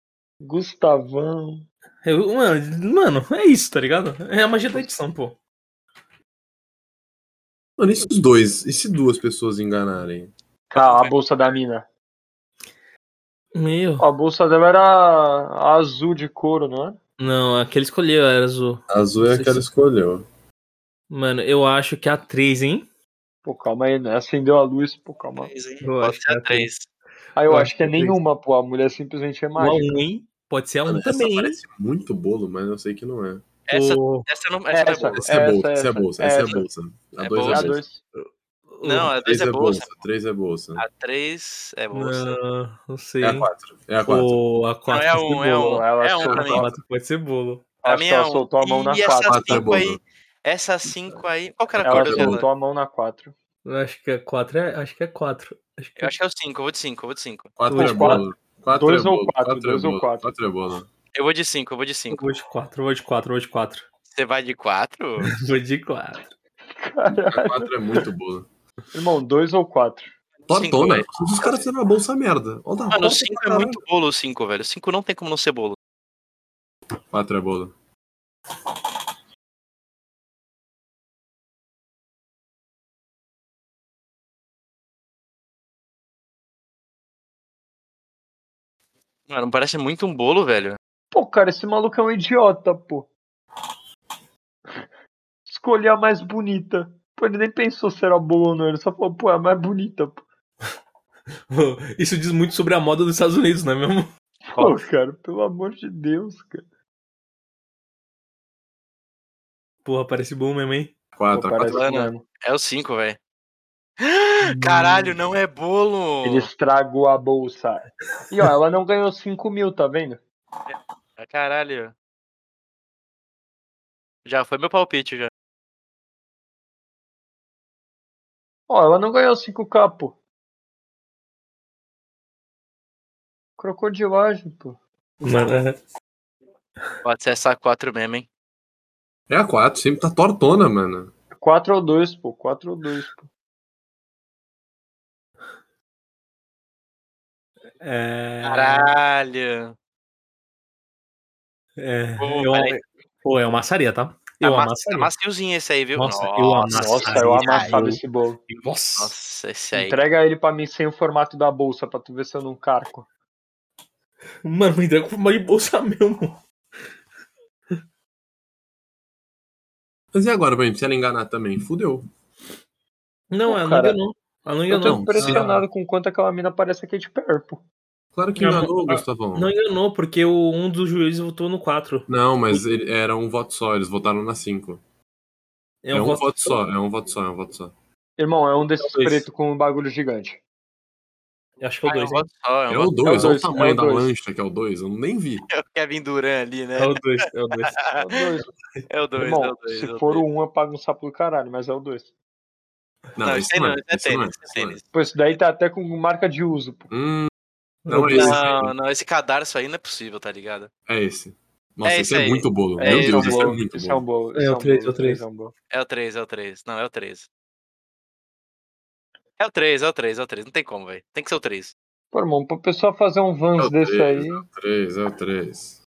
S5: Gustavão.
S2: Eu- mano, mano, é isso, tá ligado? É a magia da edição, pô.
S4: Mano, e se os dois, e se duas pessoas enganarem?
S5: Tá, a bolsa da mina.
S2: Meu.
S5: A bolsa dela era azul de couro, não é?
S2: Não, aquele escolheu era azul.
S4: A Azul é a que ela escolheu.
S2: Mano, eu acho que a 3, hein?
S5: Pô, calma aí, né? Acendeu a luz, pô, calma.
S3: Três, hein?
S2: Eu
S3: Pode
S2: acho
S3: ser
S2: que
S3: a três.
S5: Aí eu
S2: Eu
S5: acho que é
S2: acho que é
S5: nenhuma, pô. A mulher simplesmente é
S2: Uma
S5: mágica.
S2: 1, hein? Pode ser a 1
S4: Mano, Ah, essa
S2: também, hein?
S4: parece muito bolo, mas eu sei que não é.
S3: Essa,
S2: Pô,
S3: essa não, essa não é
S5: Essa.
S3: bolsa.
S4: Essa é
S5: Essa,
S4: bolsa, essa é
S5: essa,
S4: bolsa, essa é
S5: essa.
S4: bolsa. A
S3: É
S4: dois
S3: bolsa.
S5: A
S4: é bolsa.
S5: dois.
S3: Não, a
S4: Três
S3: dois
S4: é
S3: é bolsa.
S4: bolsa, três é bolsa.
S3: A três é bolsa.
S2: não, não sei.
S4: É a
S2: hein?
S4: quatro. É a quatro.
S2: Pô, a 4
S3: Não, é um, é um.
S5: bolo. Ela
S3: É um
S5: achou
S3: pra
S2: A
S3: mim.
S2: 4 pode ser bolo.
S3: Pra
S5: Acho
S3: mim
S5: que ela
S3: é um.
S5: soltou a mão na
S3: E essa
S5: quatro.
S4: Quatro é
S3: cinco
S4: bolsa.
S3: aí? Essa cinco aí. Qual que era a
S5: Ela
S3: cor
S4: Quatro é
S3: do
S4: bolsa.
S3: dela?
S5: soltou a mão na quatro.
S2: Eu acho que é 4, é, acho que é 4. Acho que
S3: Eu acho que é o cinco. Eu vou de cinco. Eu vou de cinco.
S4: Quatro
S2: Dois,
S4: é bolo. Quatro
S5: Dois
S4: é
S5: ou
S4: bolo,
S5: quatro,
S4: quatro é
S5: dois ou
S4: bolo,
S5: quatro.
S4: Quatro é bolo.
S3: Eu vou de cinco. Eu vou de
S2: eu
S3: cinco.
S2: vou de 4, vou de 4, vou de 4.
S3: Você vai de quatro?
S2: Vou de 4.
S5: Caralho.
S4: Quatro é muito bolo.
S5: Irmão, dois ou quatro?
S4: Tortona. é
S3: velho.
S4: Os caras fizeram uma bolsa merda. Olha
S3: Mano, o cinco é muito bolo, o cinco, velho. O cinco não tem como não ser bolo.
S4: Quatro é bolo.
S3: Mano, parece muito um bolo, velho.
S5: Pô, cara, esse maluco é um idiota, pô. Escolher a mais bonita. Pô, ele nem pensou se era boa ou não. Ele só falou, pô, é a mais bonita, pô.
S2: Isso diz muito sobre a moda dos Estados Unidos, não é mesmo?
S5: Pô, cara, pelo amor de Deus, cara.
S2: Porra, parece bom mesmo, hein?
S5: Pô,
S4: Quatro. a
S5: parece
S4: quatro.
S3: Atlana.
S5: mesmo.
S3: É o cinco, velho.
S2: Hum.
S3: Caralho, não é bolo!
S5: Ele estragou a bolsa. E ó, ela não ganhou 5 mil, tá vendo?
S3: Ah, Caralho. Já foi meu palpite, já.
S5: Ó, ela não ganhou 5k, pô. Crocodilagem, pô.
S2: Mano, é-
S3: Pode ser essa quatro mesmo, hein?
S4: É a quatro. Sempre tá tortona, mano.
S5: 4 ou 2, pô. 4 ou 2, pô.
S2: é.
S3: Caralho!
S2: É,
S3: Pô,
S2: eu,
S3: peraí. É
S2: pô, eu amassaria, tá? Eu
S3: Amassa-
S2: amassaria.
S3: Maciozinho esse aí, viu?
S2: Nossa, eu
S5: Nossa,
S2: Nossa,
S5: eu
S2: isso
S5: amassava
S2: aí.
S5: esse bolo.
S2: Nossa.
S3: Nossa, esse aí.
S5: Entrega ele pra mim sem o formato da bolsa, pra tu ver se eu não carco.
S2: Mano, me entrega com uma de bolsa mesmo.
S4: Mas e agora, Brent? Se ela enganar também, fudeu.
S2: Não,
S5: Pô,
S2: ela não
S5: cara,
S2: enganou. Ela não
S5: Eu tô
S2: enganou.
S5: impressionado com quanto aquela mina parece a Katy Perry, pô.
S4: Claro que
S2: Não,
S4: enganou,
S2: não-
S4: Gustavão.
S2: Não enganou, porque o, um dos juízes votou no 4.
S4: Não, mas ele- era um voto só, eles votaram na cinco. É um voto só, é um voto só, é um voto só.
S5: Irmão, é um desses
S2: Dois.
S5: pretos com um bagulho gigante.
S2: Acho que é o
S3: Ah, é um
S2: 2, hein?
S3: voto só, é um
S4: É
S3: voto
S4: o dois,
S5: É o
S4: olha o
S5: dois, é
S4: tamanho
S5: o
S4: da
S5: dois.
S4: lancha que é o dois. eu nem vi.
S3: só. É o Kevin Duran ali, né?
S2: É o 2, é o 2.
S5: É o dois.
S3: É o dois,
S5: Irmão,
S3: é o dois. é
S5: se
S3: o
S5: for
S3: dois.
S5: o 1, um, eu pago um sapo do caralho, mas é o 2.
S4: Não,
S3: Não,
S4: isso
S3: esse aí
S4: não
S3: não,
S4: é,
S3: esse é
S4: isso não é,
S3: tênis. Esse
S4: isso
S3: é
S4: não é.
S3: tênis.
S5: Pô, isso daí tá até com marca de uso, pô.
S4: Hum, não é esse.
S3: Não, não, esse cadarço aí não é possível, tá ligado?
S4: É esse. Nossa,
S3: É
S4: esse
S3: esse
S4: é
S3: aí.
S4: muito bolo.
S3: É
S4: Meu
S3: esse
S4: Deus,
S3: é
S4: esse é
S5: bolo,
S4: muito
S5: Esse é um
S4: bolo.
S5: bolo.
S2: É
S5: esse
S2: o três,
S5: bolo,
S2: é o três.
S5: esse um bolo.
S3: É o 3, é o 3. Não, é o 3. É o 3, é o 3, é o 3. Não tem como, velho. Tem que ser o 3.
S5: Pô, irmão, pra pessoa fazer um Vans
S4: É o
S5: desse
S4: três,
S5: aí.
S4: É o 3, é o 3.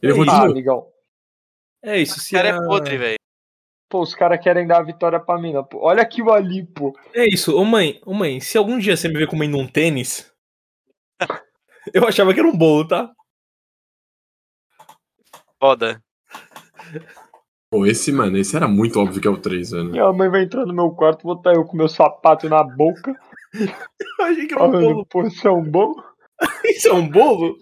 S4: Eu vou de
S5: Ah,
S4: novo.
S5: amigão.
S2: É isso,
S3: Esse
S2: se
S3: cara
S2: a-
S3: é podre, velho.
S5: Pô, os caras querem dar a vitória pra mina, pô. Olha aquilo ali, pô.
S2: É isso, ô mãe, ô mãe, se algum dia você me ver comendo um tênis, eu achava que era um bolo, tá?
S3: Foda.
S4: Pô, esse, mano, esse era muito óbvio que é o 3, velho.
S5: Minha mãe vai entrar no meu quarto, vou estar eu com meu sapato na boca.
S2: Eu achei que era um
S5: Falando,
S2: bolo.
S5: pô, isso é um bolo?
S2: Isso é um bolo?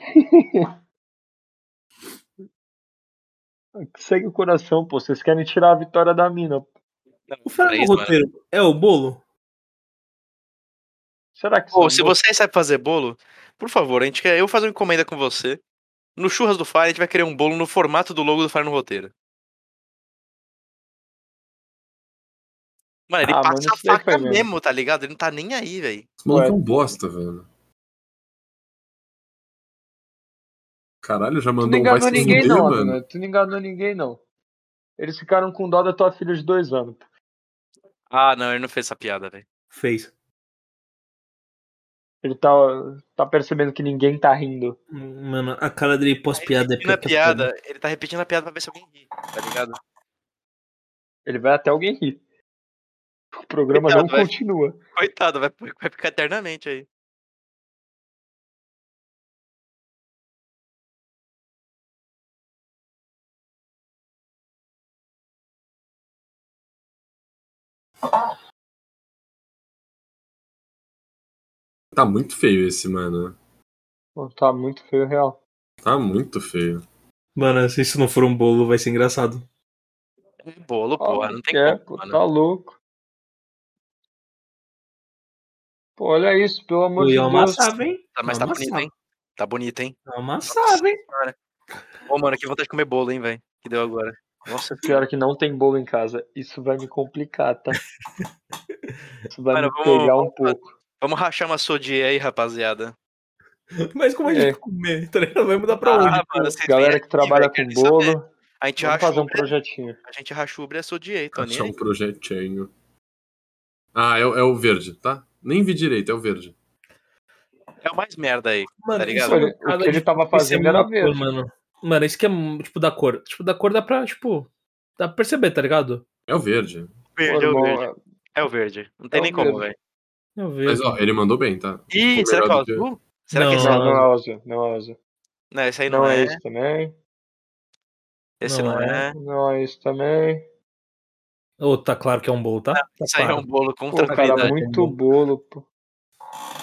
S5: Segue o coração, pô. Vocês querem tirar a vitória da mina. pô.
S2: O final do
S3: Três, mano.
S2: roteiro é o bolo?
S5: Será que isso é
S3: Pô,
S5: um
S3: se
S5: bolo?
S3: você sabe fazer bolo, por favor, a gente quer. Eu vou fazer uma encomenda com você. No Churras do Fire, a gente vai criar um bolo no formato do logo do Fire no roteiro. Mano, ele
S5: Ah, mas
S3: passa a
S5: isso daí foi
S3: faca
S5: mesmo.
S3: mesmo, tá ligado? Ele não tá nem aí, velho.
S4: Esse maluco
S5: Ué.
S4: é um bosta, velho. Caralho, já
S5: Tu não
S4: mandou um vai
S5: enganou
S4: se
S5: ninguém,
S4: fuder,
S5: não, né?
S4: mano.
S5: Adonai. Tu não enganou ninguém, não. Eles ficaram com dó da tua filha de dois anos. pô.
S3: Ah, não, ele não fez essa piada, velho.
S2: Fez.
S5: Ele tá, tá percebendo que ninguém tá rindo.
S2: Mano, a cara dele pós-piada é
S3: Repetindo a
S2: pior que a foda.
S3: piada, ele tá repetindo a piada pra ver se alguém ri, tá ligado?
S5: Ele vai até alguém rir. O programa não
S3: Coitado, vai.
S5: continua.
S3: Coitado, vai, vai ficar eternamente aí.
S4: Tá muito feio esse, mano.
S5: Pô, Tá muito feio, real.
S4: Tá muito feio.
S2: Mano, se isso não for um bolo, vai ser engraçado.
S3: É Bolo, porra, não tem
S5: é,
S3: como,
S5: pô,
S3: mano.
S5: tá louco. Pô, olha isso, pelo amor
S2: Oi,
S5: de
S2: é uma
S5: Deus.
S2: assava, hein?
S3: Tá- Mas tá
S2: Nossa.
S3: bonito, hein? Tá bonito, hein?
S2: É uma assava, hein?
S3: Ô, mano, que vontade de comer bolo, hein, velho? Que deu agora. Nossa,
S5: Pior que não tem bolo em casa. Isso vai me complicar, tá? Isso vai
S3: Cara,
S5: me
S3: vamos-
S5: pegar um pouco.
S3: vamos rachar uma sodier aí, rapaziada.
S2: Mas como a gente
S5: É.
S2: vai comer? Tá ligado? Vai mudar pra onde?
S3: Ah, mano, vocês vêm
S5: Galera
S3: aqui,
S5: que trabalha
S3: velho,
S5: com
S3: querem saber.
S5: bolo,
S3: A gente
S5: vamos
S3: racha
S5: fazer
S3: o
S5: um projetinho.
S3: A gente racha o Uber e sodiei, tô Tá nem
S4: Achar um
S3: aí.
S4: projetinho. Ah, é, o- é o verde, tá? Nem vi direito, é o verde.
S3: É o mais merda aí.
S2: Mano,
S3: Tá ligado?
S2: isso é uma
S5: Olha, o
S2: parada
S5: que ele
S2: de-
S5: tava
S2: isso é
S5: fazendo era
S2: muita cor,
S5: verde.
S2: mano. Mano, isso que é, tipo, da cor. Tipo, da cor dá pra, tipo, dá pra perceber, tá ligado?
S4: É o verde.
S3: Verde, é o
S5: Pô,
S3: verde.
S5: irmão,
S3: É o verde. Não tem
S5: É o
S3: nem como,
S5: verde.
S3: velho.
S2: Eu
S4: Mas
S2: vejo.
S4: ó, ele mandou bem, tá?
S3: Ih,
S4: Ficou
S3: será que é o
S4: melhor do que-
S3: azul? Será que
S2: Não.
S3: esse
S5: Não, não é azul, não é azul.
S3: Não, esse aí não,
S5: Não
S3: é.
S5: é isso também.
S3: Esse não,
S2: Não
S3: é.
S5: Não é isso também.
S2: Ô, tá claro que é um bolo, tá? Tá
S3: Isso aí é
S2: claro.
S3: um bolo com
S5: Pô, cara,
S3: tranquilidade.
S5: muito bolo, pô.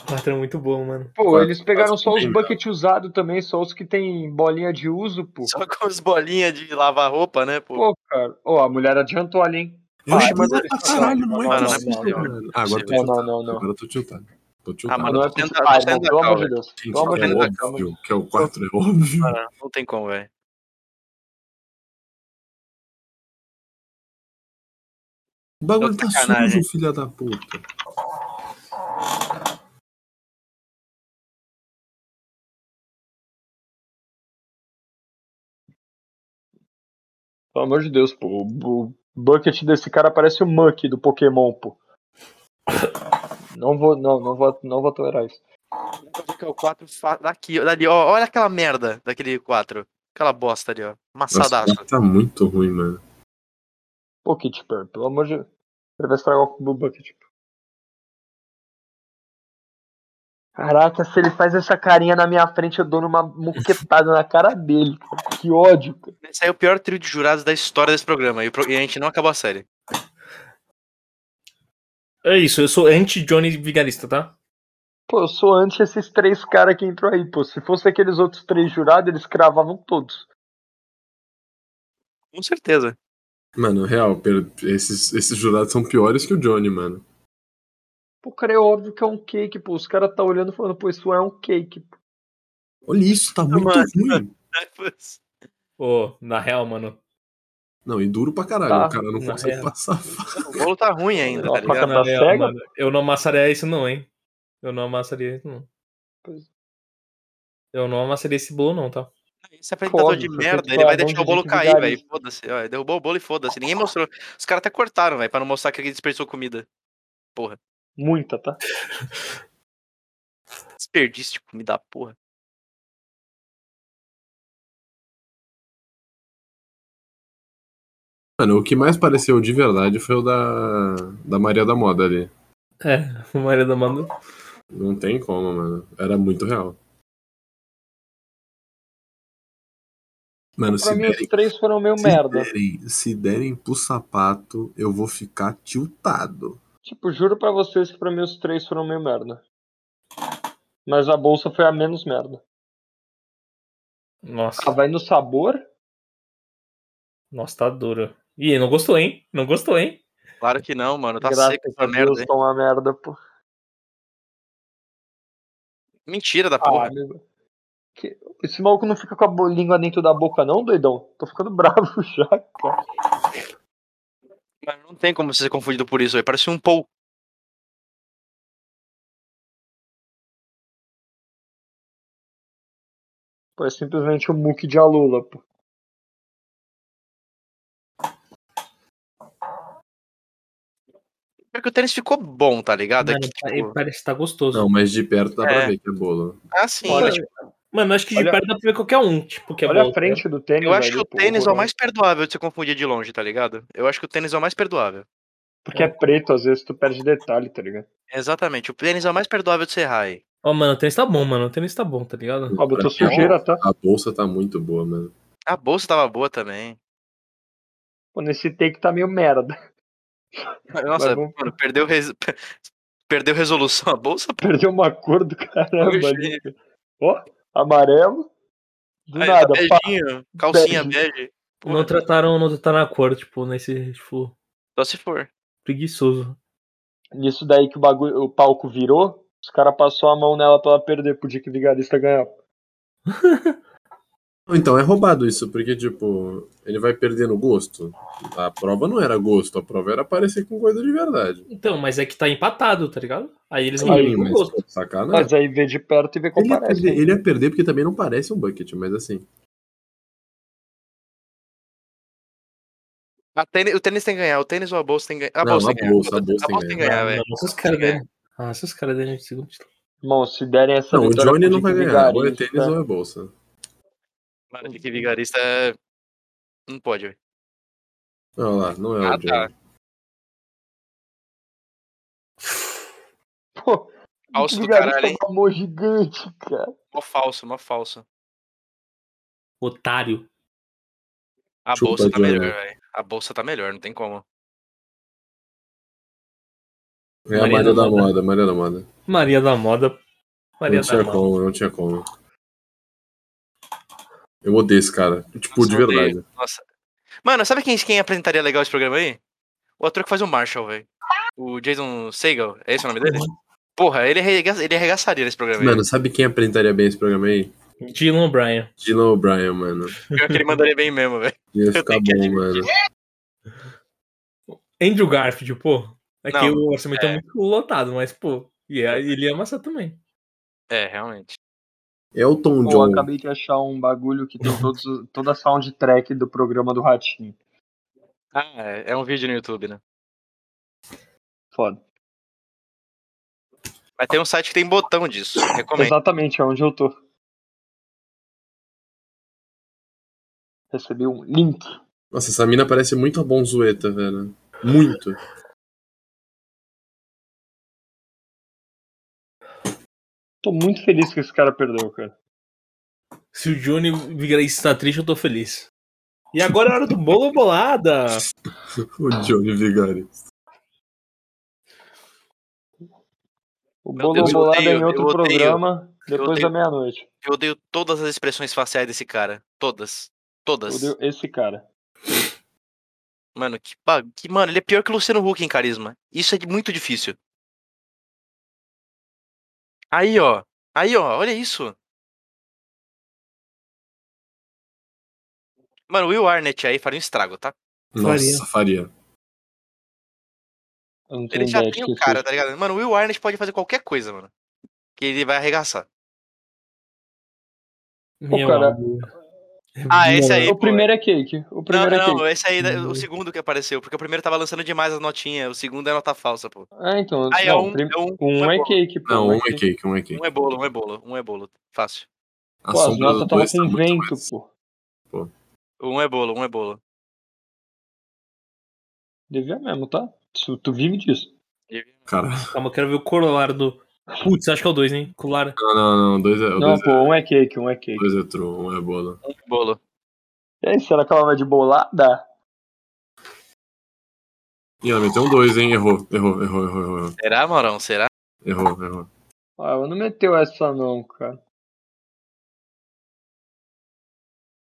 S2: Quatro é muito bom, mano.
S5: Pô,
S4: Quatro,
S5: eles pegaram
S4: quatro
S5: só os
S4: também,
S5: bucket usados também, só os que tem bolinha de uso, pô.
S3: Só com as bolinhas de lavar roupa, né, pô?
S5: Pô, cara. Ó, a mulher adiantou ali, hein?
S4: Eu
S5: Vai,
S4: achei
S5: mano,
S4: pra caralho, não
S3: Mano,
S4: é
S3: não é
S4: possível,
S3: possível.
S4: mano. Ah, agora eu tô
S5: Não, não,
S4: tiltado.
S5: não, não.
S4: Agora eu tô tiltado. Tô
S3: Ah,
S4: tiltado.
S3: mano,
S5: Não é
S3: tô tendo-
S5: possível.
S3: tô
S5: Ah, irmão,
S3: tendo a
S5: pelo amor
S3: calma.
S5: de Deus.
S4: Gente,
S5: Pelo amor
S4: que
S5: de
S4: é
S5: Deus.
S4: óbvio, que é o 4, é óbvio.
S3: Mano, não tem como, velho.
S4: O bagulho tá
S3: sacanagem.
S4: sujo, filha da puta.
S5: Pelo amor de Deus, pô. O o bucket desse cara parece o Muck do Pokémon, pô. Não vou, não, não vou, não vou tolerar isso.
S3: Que é o 4 daqui, ó, dali, ó. Olha aquela merda daquele 4. Aquela bosta ali, ó.
S4: Nossa,
S3: Massadaço.
S4: tá muito ruim, mano.
S5: Pô, Kit Perry, pelo amor de Deus. Ele vai estragar o bucket. pô. Caraca, se ele faz essa carinha na minha frente, eu dou uma muquetada na cara dele. cara. Que ódio, cara.
S3: Esse aí é o pior trio de jurados da história desse programa. E, o pro- e a gente não acabou a série.
S2: É isso, eu sou anti-Johnny Vigarista, tá?
S5: Pô, eu sou anti esses três caras que entrou aí, pô. Se fosse aqueles outros três jurados, eles cravavam todos.
S3: Com certeza.
S4: Mano, real, per- esses, esses jurados são piores que o Johnny, mano.
S5: Pô, cara, é óbvio que é um cake, pô. Os caras tá olhando e falando, pô, isso é um cake, pô.
S4: Olha isso, tá muito
S3: mano.
S4: ruim.
S2: Ô, na real, mano.
S4: Não, e duro pra caralho.
S5: Tá,
S4: o cara não
S2: na
S4: consegue
S2: real.
S4: passar. fa-
S3: O bolo tá ruim ainda, tá
S5: Nossa,
S3: ligado?
S5: tá
S2: Na real,
S5: cega?
S2: mano, Eu não amassaria isso, não, hein? Eu não amassaria isso, não.
S5: Pois.
S2: Eu não amassaria esse bolo, não, tá?
S3: Esse apresentador
S5: Foda,
S3: de
S5: foi feito
S3: merda, é ele
S5: pela
S3: vai
S5: mão
S3: deixar
S5: de
S3: o bolo
S5: gente
S3: cair, velho.
S5: vigarista.
S3: Foda-se. ó, Derrubou o bolo e foda-se. Ninguém mostrou. Os caras até cortaram, velho, pra não mostrar que ele desperdiçou comida.
S5: Muita, tá?
S3: Desperdício de comida, porra.
S4: Mano, o que mais pareceu de verdade foi o da, da Maria da Moda ali.
S2: É, Maria da Mano.
S4: Não tem como, mano. Era muito real. Mano,
S5: Pra
S4: se
S5: mim, os
S4: derem,
S5: três foram meio
S4: se,
S5: merda.
S4: derem, se derem pro sapato, eu vou ficar tiltado.
S5: Tipo, juro pra vocês que pra mim os três foram meio merda. Mas a bolsa foi a menos merda.
S2: Nossa,
S5: Ah, vai no sabor?
S2: nossa, tá duro. Ih, não gostou, hein? Não gostou, hein?
S3: Claro que não, mano. Tá
S5: Graças
S3: seco
S5: a
S3: essa merda,
S5: Deus,
S3: hein?
S5: tá uma merda, pô.
S3: Mentira da
S5: Ah,
S3: porra.
S5: meu- que... Esse maluco não fica com a bo- língua dentro da boca, não, doidão? Tô ficando bravo já, cara.
S3: Mas não tem como você ser confundido por isso aí. Parece um Paul.
S5: Pô, é simplesmente o muque de Alula, pô.
S3: Porque o tênis ficou bom, tá ligado? É
S2: Mano,
S3: que,
S2: pa-
S3: tipo,
S2: parece que tá gostoso.
S4: Não, mas de perto dá pra
S3: É.
S4: ver que é bolo.
S3: ah, sim.
S5: Olha,
S3: mas, tipo,
S2: Mano, acho que de
S5: Olha-
S2: perto dá pra ver qualquer um, tipo, que é
S5: Olha
S2: bom,
S5: a frente do tênis.
S3: eu acho
S5: ali,
S3: que o
S5: pô,
S3: tênis é o
S5: horroroso.
S3: mais perdoável de você confundir de longe, tá ligado? Eu acho que o tênis é o mais perdoável.
S5: Porque é preto, às vezes tu perde detalhe, tá ligado?
S3: Exatamente. O tênis é o mais perdoável de você errar aí.
S2: Ó, mano, o tênis tá bom, mano. O tênis tá bom, tá ligado?
S5: Ó, botou sujeira, tá?
S4: A bolsa tá muito boa, mano.
S3: A bolsa tava boa também.
S5: Pô, nesse take tá meio merda.
S3: Nossa,
S5: vamos-
S3: mano, perdeu, res- perdeu resolução a bolsa? pô.
S5: Perdeu uma cor do caramba
S3: Oxi.
S5: ali. Ó, amarelo. Do
S3: Aí, tá
S5: nada, pá.
S3: beijinho, calcinha bege. Pô,
S2: Não trataram, não trataram a cor, tipo, nesse, tipo,
S3: Só se for.
S2: preguiçoso.
S5: Nisso daí que o, bagulho, o palco virou, os caras passou a mão nela pra ela perder, pro Dick Vigarista ganhar.
S4: Então, é roubado isso, porque, tipo, ele vai perdendo gosto. A prova não era gosto, a prova era parecer com coisa de verdade.
S2: Então, mas é que tá empatado, tá ligado? Aí eles não
S4: Sim,
S2: viram
S4: mas
S2: o gosto.
S4: pô, sacanagem.
S5: Mas aí vê de perto e vê como
S4: Ele ia,
S5: parece. um
S4: perder, ele ia perder porque também não parece um bucket, mas assim.
S3: A Ah, tênis- o tênis tem que ganhar, o tênis ou a bolsa tem que ganhar. A
S4: Não,
S3: bolsa
S4: a
S3: tem que ganhar.
S4: bolsa, a bolsa tem que
S3: tem que
S4: ganhar.
S3: ganhar, velho.
S2: Nossa, os caras dele. Ah, se os caras dele de segundo título.
S5: Irmão, se derem essa
S4: Não, o
S5: Tá vitória
S4: Johnny
S5: pro
S4: não vai
S5: Dick
S4: ganhar. Ou é
S5: Vigarista,
S4: tênis ou é bolsa.
S3: Mano, de que vigarista é- não pode, velho.
S4: Olha lá, não é
S3: Ah,
S4: o
S5: tá.
S4: Johnny.
S5: Pô,
S3: Falso
S5: Dick
S3: do
S5: Vigarista
S3: caralho,
S5: é
S3: hein?
S5: um amor gigante, cara.
S3: Mó falso, mó falso.
S2: Otário.
S3: A
S4: Chupa,
S3: bolsa tá
S4: Johnny.
S3: melhor, velho. A bolsa tá melhor, não tem como.
S4: É a
S2: Maria
S4: Maria
S2: da
S4: da
S2: Moda.
S4: Moda, Maria da Moda.
S2: Maria da Moda. Maria
S4: Não
S2: da
S4: tinha
S2: Moda.
S4: como, não tinha como. Eu odeio esse cara. Tipo,
S3: Nossa,
S4: de
S3: eu odeio.
S4: verdade.
S3: Nossa. Mano, sabe quem, quem apresentaria legal esse programa aí? O ator que faz o Marshall, velho. O Jason Segel, é esse o nome dele? Porra, ele, arrega- ele arregaçaria nesse programa aí.
S4: Uhum. Mano, sabe quem apresentaria bem esse programa aí?
S2: Dylan O'Brien.
S4: Dylan O'Brien, mano.
S3: Pior que ele mandaria bem mesmo, velho.
S4: Ia ficar
S3: tenho que
S4: bom,
S3: admitir.
S4: mano.
S2: Andrew Garfield, pô. É que
S3: Não,
S2: o orçamento é.
S3: é.
S2: muito lotado, mas, pô, e aí ele ia amassar também.
S3: É, realmente.
S4: Elton
S5: Pô,
S4: John.
S5: acabei de achar um bagulho que tem todos, os- toda a soundtrack do programa do Ratinho.
S3: Ah, é, é um vídeo no YouTube, né?
S5: Foda.
S3: Mas tem um site que tem botão disso. Recomendo.
S5: Exatamente, é onde eu tô. Recebi um link.
S4: Nossa, essa mina parece muito a Bonzueta, velho. Muito.
S5: Tô muito feliz que esse cara perdeu, cara.
S2: Se o Johnny Vigarista tá triste, eu tô feliz. E agora é a hora do bolo ou bolada.
S4: O Johnny Vigari.
S5: O
S3: Meu
S5: Bolo
S3: Deus, eu
S5: Bolada é em
S3: odeio,
S5: outro
S3: eu odeio,
S5: programa,
S3: eu
S5: depois da
S3: odeio.
S5: meia-noite.
S3: Eu odeio todas as expressões faciais desse cara. Todas. Todas.
S5: Odeio Esse cara.
S3: Mano, que, ba- que mano, ele é pior que o Luciano Huck em carisma. Isso é de- muito difícil. Aí, ó. Aí, ó, olha isso. Mano, o Will Arnett aí faria um estrago, tá?
S4: Nossa, faria.
S5: Eu não tenho
S3: Ele já
S5: ideia de
S3: tem
S5: quem é
S3: o cara,
S5: seja.
S3: tá ligado? Mano, o Will Arnett pode fazer qualquer coisa, mano. Que ele vai arregaçar.
S2: Meu
S5: cara-
S2: amor.
S3: Ah, esse aí.
S5: O primeiro é cake. O
S3: Não,
S5: primeiro é
S3: não,
S5: cake.
S3: esse aí é o segundo que apareceu, porque o primeiro tava lançando demais as notinhas, o segundo é nota falsa, pô.
S5: Ah, então.
S3: Aí é
S5: não,
S3: um,
S5: prim-
S3: é um,
S5: um é
S3: bolo.
S5: cake, pô.
S4: Não,
S5: um
S4: um é cake, um é cake.
S3: Um é bolo, um é bolo, um é bolo. Fácil.
S4: A
S5: Pô, as
S4: sombra
S5: notas assim,
S4: dos
S5: tava
S4: dois tá
S5: com
S4: muito
S5: vento,
S4: mais-
S5: pô.
S3: Um é bolo, um é bolo.
S5: Devia mesmo, tá? Tu, tu vive disso.
S4: Cara,
S2: Calma, eu quero ver o corolário do. Putz, acho que é o 2, hein? Colar.
S4: não, não, não. Dois é,
S5: Não,
S4: dois é,
S5: pô, um é cake, um é cake.
S4: dois é true, um é bolo.
S3: Um é bolo.
S5: E aí, será que ela vai de bolada?
S4: Ih, ela meteu um dois, hein? Errou, errou, errou, errou, errou.
S3: Será, Morão? Será?
S4: Errou, errou.
S5: Ah, ela não meteu essa não, cara.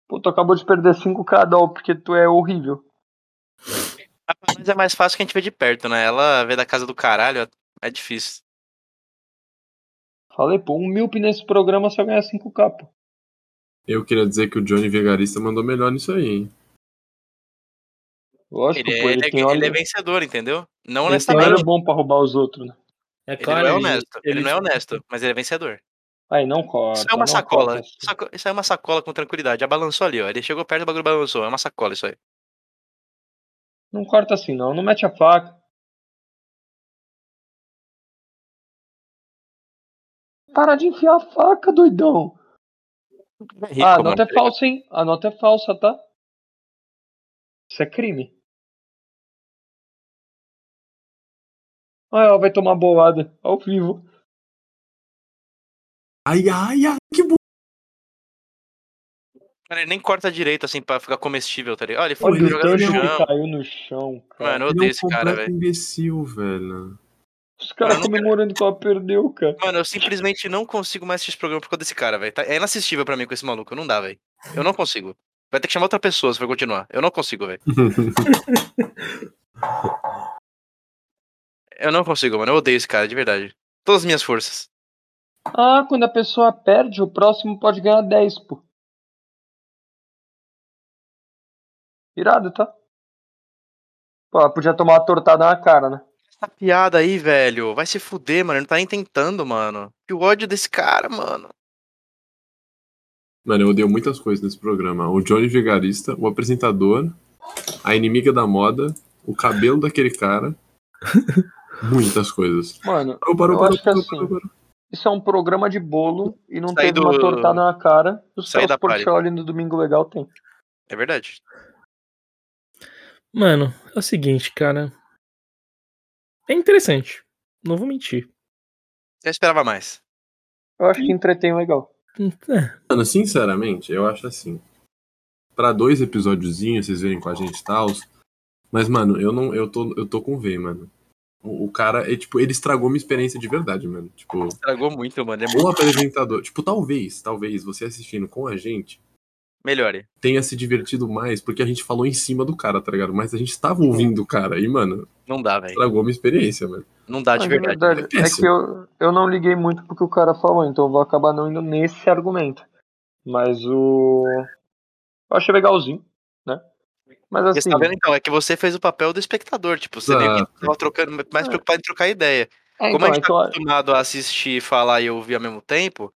S5: Pô, tu acabou de perder 5k doll porque tu é horrível.
S3: Ah, Mas é mais fácil que a gente vê de perto, né? Ela vê da casa do caralho, é difícil.
S5: Falei, pô, um míope nesse programa só ganha 5k, pô.
S4: Eu queria dizer que o Johnny Vigarista mandou melhor nisso aí, hein?
S5: Lógico,
S3: Ele, é-
S5: pô, ele,
S3: ele é-
S5: tem
S3: ele
S5: olho,
S3: é vencedor, entendeu? Não
S5: ele tem olho
S3: honestamente.
S5: bom pra roubar os outros, né?
S2: É
S3: Ele não é
S2: ele-
S3: honesto. Ele
S2: ele-
S3: não é honesto, mas ele é vencedor.
S5: Aí não corta. assim.
S3: Isso é uma
S5: não
S3: sacola.
S5: corta.
S3: Saco- Isso é uma sacola com tranquilidade. Já balançou ali, ó. Ele chegou perto, o bagulho balançou. É uma sacola isso aí.
S5: Não corta assim, não. Não mete a faca. Para de enfiar a faca, doidão.
S3: Rico,
S5: ah, a
S3: mano,
S5: nota é
S3: tá ligado?
S5: falsa, hein? A nota é falsa, tá? Isso é crime. Ah, ela vai tomar bolada ao vivo.
S4: Ai, ai, ai, que bom.
S3: Cara, ele nem corta direito, assim, pra ficar comestível, tá ligado? Olha, ele foi
S5: Olha o
S3: jogar no
S5: tanto
S3: chão.
S5: que caiu no chão, cara.
S3: Mano, eu
S4: Ele é
S3: odeio
S4: um
S3: esse cara,
S4: completo
S3: velho.
S4: imbecil, velho.
S5: Os caras
S3: mano, eu Ah, não-
S5: comemorando que ela perdeu, cara.
S3: Mano, eu simplesmente não consigo mais assistir esse programa por causa desse cara, velho. Tá- É inassistível pra mim com esse maluco. Não dá, velho. Eu não consigo. Vai ter que chamar outra pessoa se for continuar. Eu não consigo, velho. Eu não consigo, mano. Eu odeio esse cara, de verdade. Todas as minhas forças.
S5: Ah, quando a pessoa perde, o próximo pode ganhar 10, pô. Irado, tá? Pô, ela podia tomar uma tortada na cara, né?
S3: Essa piada aí, velho. Vai se fuder, mano. Ele não tá nem tentando, mano. Que o ódio desse cara, mano.
S4: Mano, eu odeio muitas coisas nesse programa. O Johnny Vigarista, o apresentador, a inimiga da moda, o cabelo daquele cara. Muitas coisas.
S5: Mano,
S4: Parou, parou,
S5: Eu
S4: parou,
S5: acho que é
S4: parou,
S5: assim.
S4: parou, parou.
S5: isso é um programa de bolo e não
S3: Saí
S5: teve uma
S3: do-
S5: tortada na cara. O
S3: Saí da
S5: Celso Portioli no Domingo Legal tem.
S3: É verdade.
S2: Mano, é o seguinte, cara. É interessante. Não vou mentir.
S3: Eu esperava mais.
S5: Eu acho que entretém legal.
S2: É,
S4: Mano, sinceramente, eu acho assim. Pra dois episódiozinhos, vocês verem com a gente e tal. Mas, mano, eu não. Eu tô, eu tô com V, mano. O, o cara, é, tipo, ele estragou minha experiência de verdade, mano. Tipo,
S3: Estragou muito, mano. É muito...
S4: o apresentador. Tipo, talvez, talvez, você assistindo com a gente.
S3: Melhore.
S4: tenha se divertido mais, porque a gente falou em cima do cara, tá ligado? Mas a gente tava ouvindo o cara e, mano,
S3: Não dá, velho.
S4: estragou minha experiência, mano.
S3: Não dá
S5: Mas
S3: Ah, de
S5: é
S3: verdade.
S5: verdade,
S4: é
S5: é que eu, eu não liguei muito pro que o cara falou, então eu vou acabar não indo nesse argumento. Mas o. Eu achei legalzinho, né? Mas
S3: Porque
S5: assim.
S3: você tá vendo, então, é que você fez o papel do espectador, tipo, você meio que
S4: Exato.
S3: tava trocando, mais
S5: É.
S3: preocupado em trocar ideia.
S5: É,
S3: Como
S5: então,
S3: a gente tá
S5: então,
S3: acostumado a assistir, falar e ouvir ao mesmo tempo,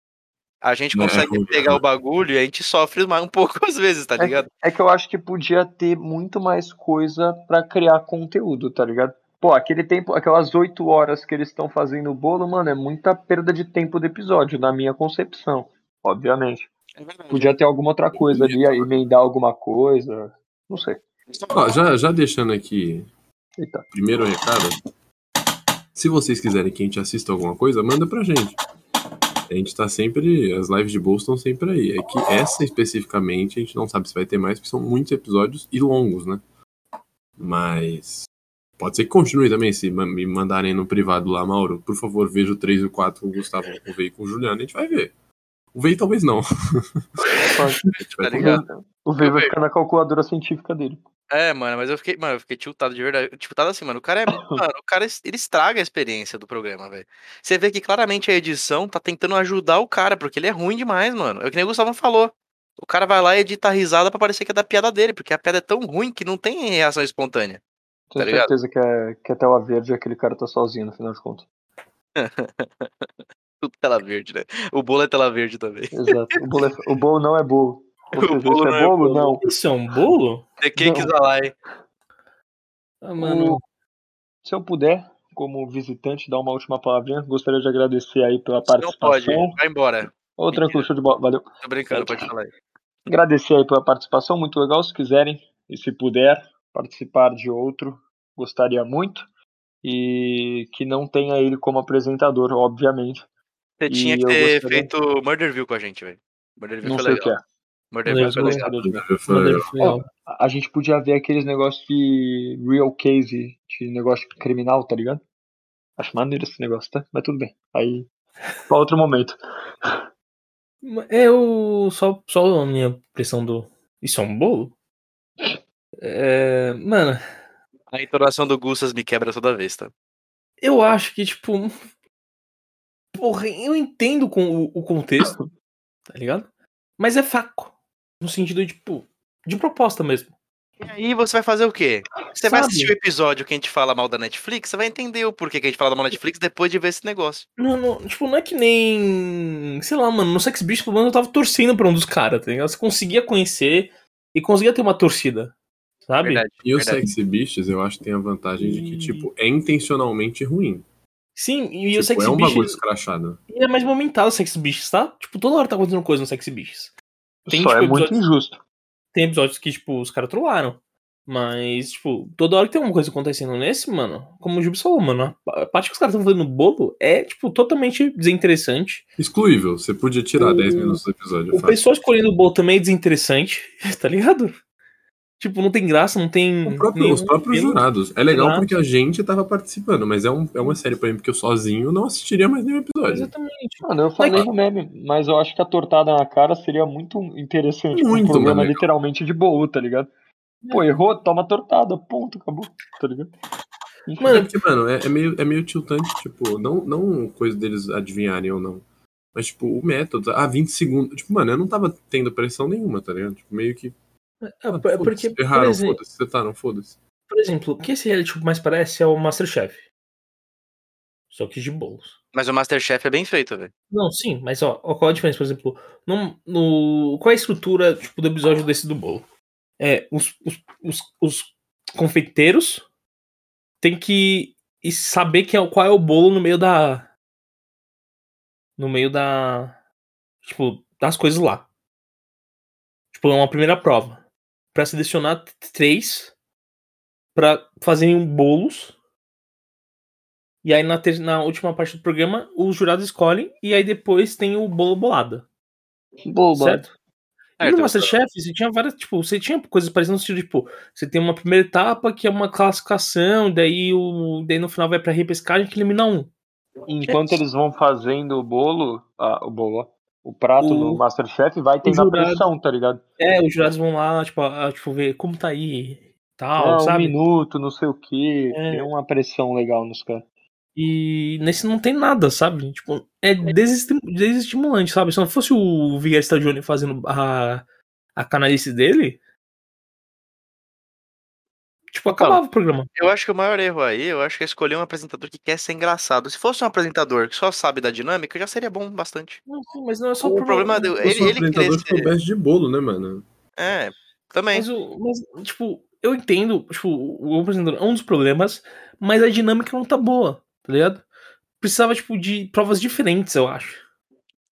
S3: a gente
S4: Não, é
S3: consegue
S4: ruim,
S3: pegar
S4: né?
S3: o bagulho e a gente sofre mais um pouco às vezes, tá ligado?
S5: É que eu acho que podia ter muito mais coisa pra criar conteúdo, tá ligado? Pô, aquele tempo, aquelas oito horas que eles estão fazendo o bolo, mano, é muita perda de tempo do episódio, na minha concepção, obviamente.
S3: É verdade.
S5: Podia ter alguma outra coisa ali, aí emendar alguma coisa, não sei.
S4: Ó, já, já deixando aqui
S5: Eita.
S4: o primeiro recado. Se vocês quiserem que a gente assista alguma coisa, manda pra gente. A gente tá sempre. As lives de bolsa estão sempre aí. É que essa especificamente a gente não sabe se vai ter mais, porque são muitos episódios e longos, né? Mas. Pode ser que continue também, se ma- me mandarem no privado lá, Mauro. Por favor, veja o 3 e o 4 com o Gustavo, com o Vei e com o Juliano, a gente vai ver. O Vei talvez não.
S3: Tá ligado?
S5: O V vai ficar na calculadora científica dele.
S3: É, mano, mas eu fiquei, mano, eu fiquei tiltado de verdade. Tiltado assim, mano. O cara é. Mano, o cara ele estraga a experiência do programa, velho. Você vê que claramente a edição tá tentando ajudar o cara, porque ele é ruim demais, mano. É o que nem o Gustavo falou. O cara vai lá e edita a risada pra parecer que é da piada dele, porque a piada é tão ruim que não tem reação espontânea. Tá
S5: Tenho
S3: ligado?
S5: certeza que é, que é tela verde, aquele cara tá sozinho, no final de contas.
S3: Tudo tela verde, né? O bolo é tela verde também.
S5: Exato. O bolo, é- o bolo não é bolo. Ou seja,
S3: bolo
S5: isso
S3: não
S5: é
S3: é
S5: bolo? Não.
S2: isso é um bolo?
S3: The Cake
S5: Não.
S3: Zalai.
S2: Ah, mano.
S5: Se eu puder, como visitante, dar uma última palavrinha, gostaria de agradecer aí pela
S3: Não pode.
S5: participação.
S3: Vai embora.
S5: Ô, tranquilo, show de bola, valeu.
S3: Tô brincando, pode falar aí.
S5: Agradecer aí pela participação, muito legal. Se quiserem e se puder participar de outro, gostaria muito. E que não tenha ele como apresentador, obviamente.
S3: Você tinha
S5: E
S3: que
S5: eu
S3: ter
S5: gostaria-
S3: feito Murder View com a gente, velho. Murder View
S5: Não
S3: foi
S5: sei o que
S3: legal.
S5: é.
S3: Murder
S2: Não,
S3: View
S2: eu
S3: foi legal.
S4: um
S5: Gostaria de ver.
S4: né?
S2: Manda ele final.
S5: A a gente podia ver aqueles negócios de real case, de negócio criminal, tá ligado? Acho maneiro esse negócio, tá? Mas tudo bem. Aí, pra outro momento.
S2: É o. Só, só a minha impressão do. Isso é um bolo? É, mano,
S3: A entonação do Gustas me quebra toda vez, tá?
S2: eu acho que, tipo. Porra, eu entendo com o, o contexto, tá ligado? Mas é fraco. No sentido, tipo, de proposta mesmo.
S3: E aí você vai fazer o quê? Você vai
S2: Sabe?
S3: assistir o episódio que a gente fala mal da Netflix, você vai entender o porquê que a gente fala mal da Netflix depois de ver esse negócio.
S2: Não, não, tipo, não é que nem. Sei lá, mano, no Sex Beast, pelo menos eu tava torcendo pra um dos caras, tá ligado? Você conseguia conhecer e conseguia ter uma torcida, sabe?
S3: Verdade.
S4: E os
S3: Verdade.
S4: sexy bichos, eu acho que tem a vantagem de que,
S2: Hum.
S4: tipo, é intencionalmente ruim.
S2: Sim, e
S4: Tipo,
S2: o Sex
S4: é um
S2: Beast
S4: bagulho escrachado.
S2: é mais momentado o Sex Beasts, tá? Tipo, toda hora tá acontecendo coisa no Sex Beasts. Tem,
S5: Só
S2: tipo,
S5: é muito
S2: episódio-
S5: injusto.
S2: Tem episódios que, tipo, os caras trollaram. Mas, tipo, toda hora que tem alguma coisa acontecendo nesse, mano, como o Jubs falou, mano, a parte que os caras estão fazendo no bolo é, tipo, totalmente desinteressante.
S4: Excluível, você podia tirar
S2: O-
S4: 10 minutos do episódio.
S2: O
S4: fácil.
S2: pessoal escolhendo o bolo também é desinteressante, tá ligado? Tipo, não tem graça, não tem.
S4: O próprio-
S2: nenhum
S4: os próprios
S2: apelo.
S4: jurados. É legal
S2: Exato.
S4: porque a gente tava participando, mas é, um- é uma série, por exemplo, que eu sozinho não assistiria mais nenhum episódio.
S2: Exatamente.
S4: Ah,
S5: Mano, eu falei no meme, mas eu acho que a tortada na cara seria muito interessante.
S4: Muito,
S5: um programa
S4: mano.
S5: literalmente de boa, tá ligado?
S2: É.
S5: Pô, errou, toma tortada, ponto, acabou, tá ligado?
S4: É
S2: Mano,
S4: porque, mano, é, é meio, é meio tiltante, tipo, não, não coisa deles adivinharem ou não. Mas, tipo, o método, ah, 20 segundos. Tipo, mano, eu não tava tendo pressão nenhuma, tá ligado? Tipo, meio que.
S2: é
S4: ah,
S2: por- é
S4: foda-se,
S2: porque, por
S4: erraram,
S2: exemplo,
S4: foda-se, acertaram, foda-se.
S2: por exemplo, o que esse reality show mais parece é o Masterchef. Só que de bolos.
S3: Mas o Masterchef é bem feito, velho.
S2: Não, sim, mas ó, ó, qual a diferença, por exemplo, no, no- qual é a estrutura tipo, do episódio desse do bolo? É, os, os, os, os confeiteiros têm que e saber que é, o- qual é o bolo no meio da. No meio da. Tipo, das coisas lá. Tipo, é uma primeira prova. Pra selecionar t- três. Pra fazerem bolos. E aí na, ter- na última parte do programa, os jurados escolhem e aí depois tem o bolo bolada.
S5: Boba.
S2: Certo?
S3: Ah,
S2: E
S3: eu
S2: no
S3: tô-
S2: Masterchef, você tinha várias, tipo, você tinha coisas parecendo no sentido, tipo, você tem uma primeira etapa que é uma classificação, daí o daí no final vai pra repescagem que elimina um. é-
S5: Enquanto eles vão fazendo o bolo, ah, o bolo, ó, o prato
S2: O-
S5: no Masterchef vai tendo a
S2: jurado.
S5: pressão, tá ligado?
S2: É, os jurados vão lá, tipo, a- a- tipo ver como tá aí, tal,
S5: Ah, um
S2: sabe?
S5: minuto, não sei o que.
S2: É.
S5: Tem uma pressão legal nos caras.
S2: E nesse não tem nada, sabe? Tipo, é desestim- desestimulante, sabe? Se não fosse o Vigar Stagione fazendo a, a canalice dele, tipo, acabava o programa.
S3: Eu acho que o maior erro aí, eu acho que é escolher um apresentador que quer ser engraçado. Se fosse um apresentador que só sabe da dinâmica, já seria bom bastante.
S2: Não, sim, mas não é só
S3: O problema do,
S4: Eu
S3: ele,
S4: sou
S3: ele querer
S4: apresentador que
S3: ser...
S4: soubesse de bolo, né, mano?
S3: É, também.
S2: Mas, o- mas, tipo, eu entendo, tipo, o o apresentador é um dos problemas, mas a dinâmica não tá boa, tá ligado? Precisava, tipo, de provas diferentes, eu acho.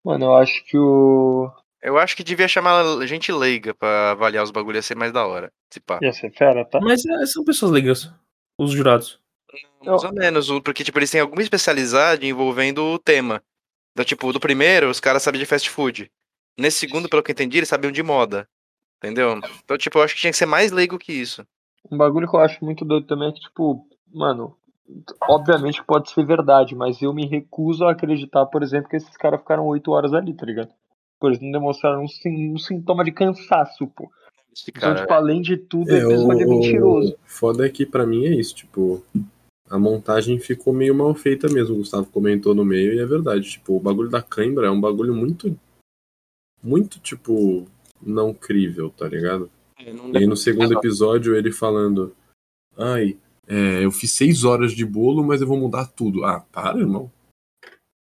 S5: Mano, eu acho que o.
S3: Eu acho que devia chamar gente leiga pra avaliar os bagulhos, ia ser mais da hora. Se pá.
S5: Ia ser fera, tá?
S2: Mas é, são pessoas legais, os jurados.
S3: Mais ou menos, o- porque tipo, eles têm alguma especialidade envolvendo o tema. Então, tipo, do primeiro, os caras sabem de fast food. Nesse segundo, pelo que eu entendi, eles sabiam de moda. Entendeu? Então, tipo, eu acho que tinha que ser mais leigo que isso.
S5: Um bagulho que eu acho muito doido também é que, tipo, mano, obviamente pode ser verdade, mas eu me recuso a acreditar, por exemplo, que esses caras ficaram oito horas ali, tá ligado? Por eles não demonstraram um, sim- um sintoma de cansaço, pô.
S3: Esse
S5: Então,
S3: cara.
S5: tipo, além de tudo, é, eles é mentiroso.
S4: foda é que pra mim é isso, tipo, a montagem ficou meio mal feita mesmo, o Gustavo comentou no meio, e é verdade, tipo, o bagulho da cãibra é um bagulho muito, muito, tipo, não crível, tá ligado?
S3: não
S4: E aí no segundo episódio ele falando, ai, é, eu fiz seis horas de bolo, mas eu vou mudar tudo. Ah, para, irmão.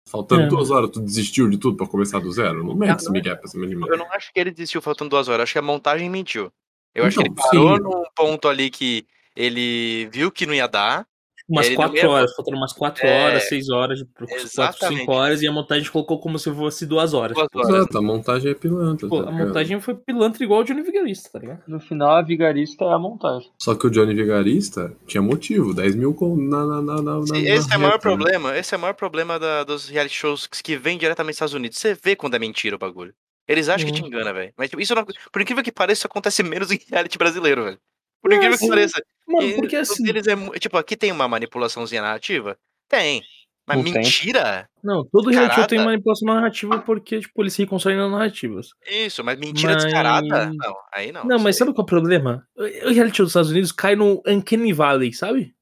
S4: Faltando
S2: É.
S4: duas horas, tu desistiu de tudo pra começar do zero? Não mete esse Miguel pra cima de mim.
S3: Eu não acho que ele desistiu faltando duas horas, eu acho que a montagem mentiu. Eu acho que ele
S4: Então,
S3: parou
S4: sim.
S3: num ponto ali que ele viu que não ia dar.
S2: Umas
S3: Ele não
S2: quatro
S3: ia-
S2: horas, faltando umas quatro
S3: É,
S2: horas, seis horas, de- quatro,
S3: exatamente.
S2: cinco horas, e a montagem colocou como se fosse duas horas.
S3: Duas
S2: Tipo,
S3: horas.
S4: Exato, a montagem é pilantra.
S2: Pô,
S4: tá
S2: a
S4: ligado?
S2: montagem foi pilantra igual o Johnny Vigarista, tá ligado?
S5: No final, a vigarista é a montagem.
S4: Só que o Johnny Vigarista tinha motivo, 10 mil com, na, na, na, na,
S3: Sim,
S4: na- na
S3: Esse é o
S4: reta,
S3: maior
S4: né?
S3: problema. Esse é o maior problema da- dos reality shows que- que vêm diretamente dos Estados Unidos. Você vê quando é mentira o bagulho. Eles acham que te engana, velho. Mas tipo, isso não, por incrível que pareça, isso acontece menos em reality brasileiro, velho. Por
S2: Não,
S3: incrível
S2: assim,
S3: que pareça.
S2: Mano,
S3: E
S2: porque
S3: o
S2: assim.
S3: deles é mu- tipo, aqui tem uma manipulaçãozinha narrativa? Tem. Mas
S5: Não tem.
S3: mentira?
S2: Não, todo reality show tem
S3: Descarada?
S2: manipulação narrativa porque, tipo, eles se reconstruem nas narrativas.
S3: Isso, mas mentira
S2: Mas-
S3: descarada? Não, aí não.
S2: Não, mas
S3: Isso aí-
S2: sabe qual é o problema? O o reality show dos Estados Unidos cai no Uncanny Valley, sabe?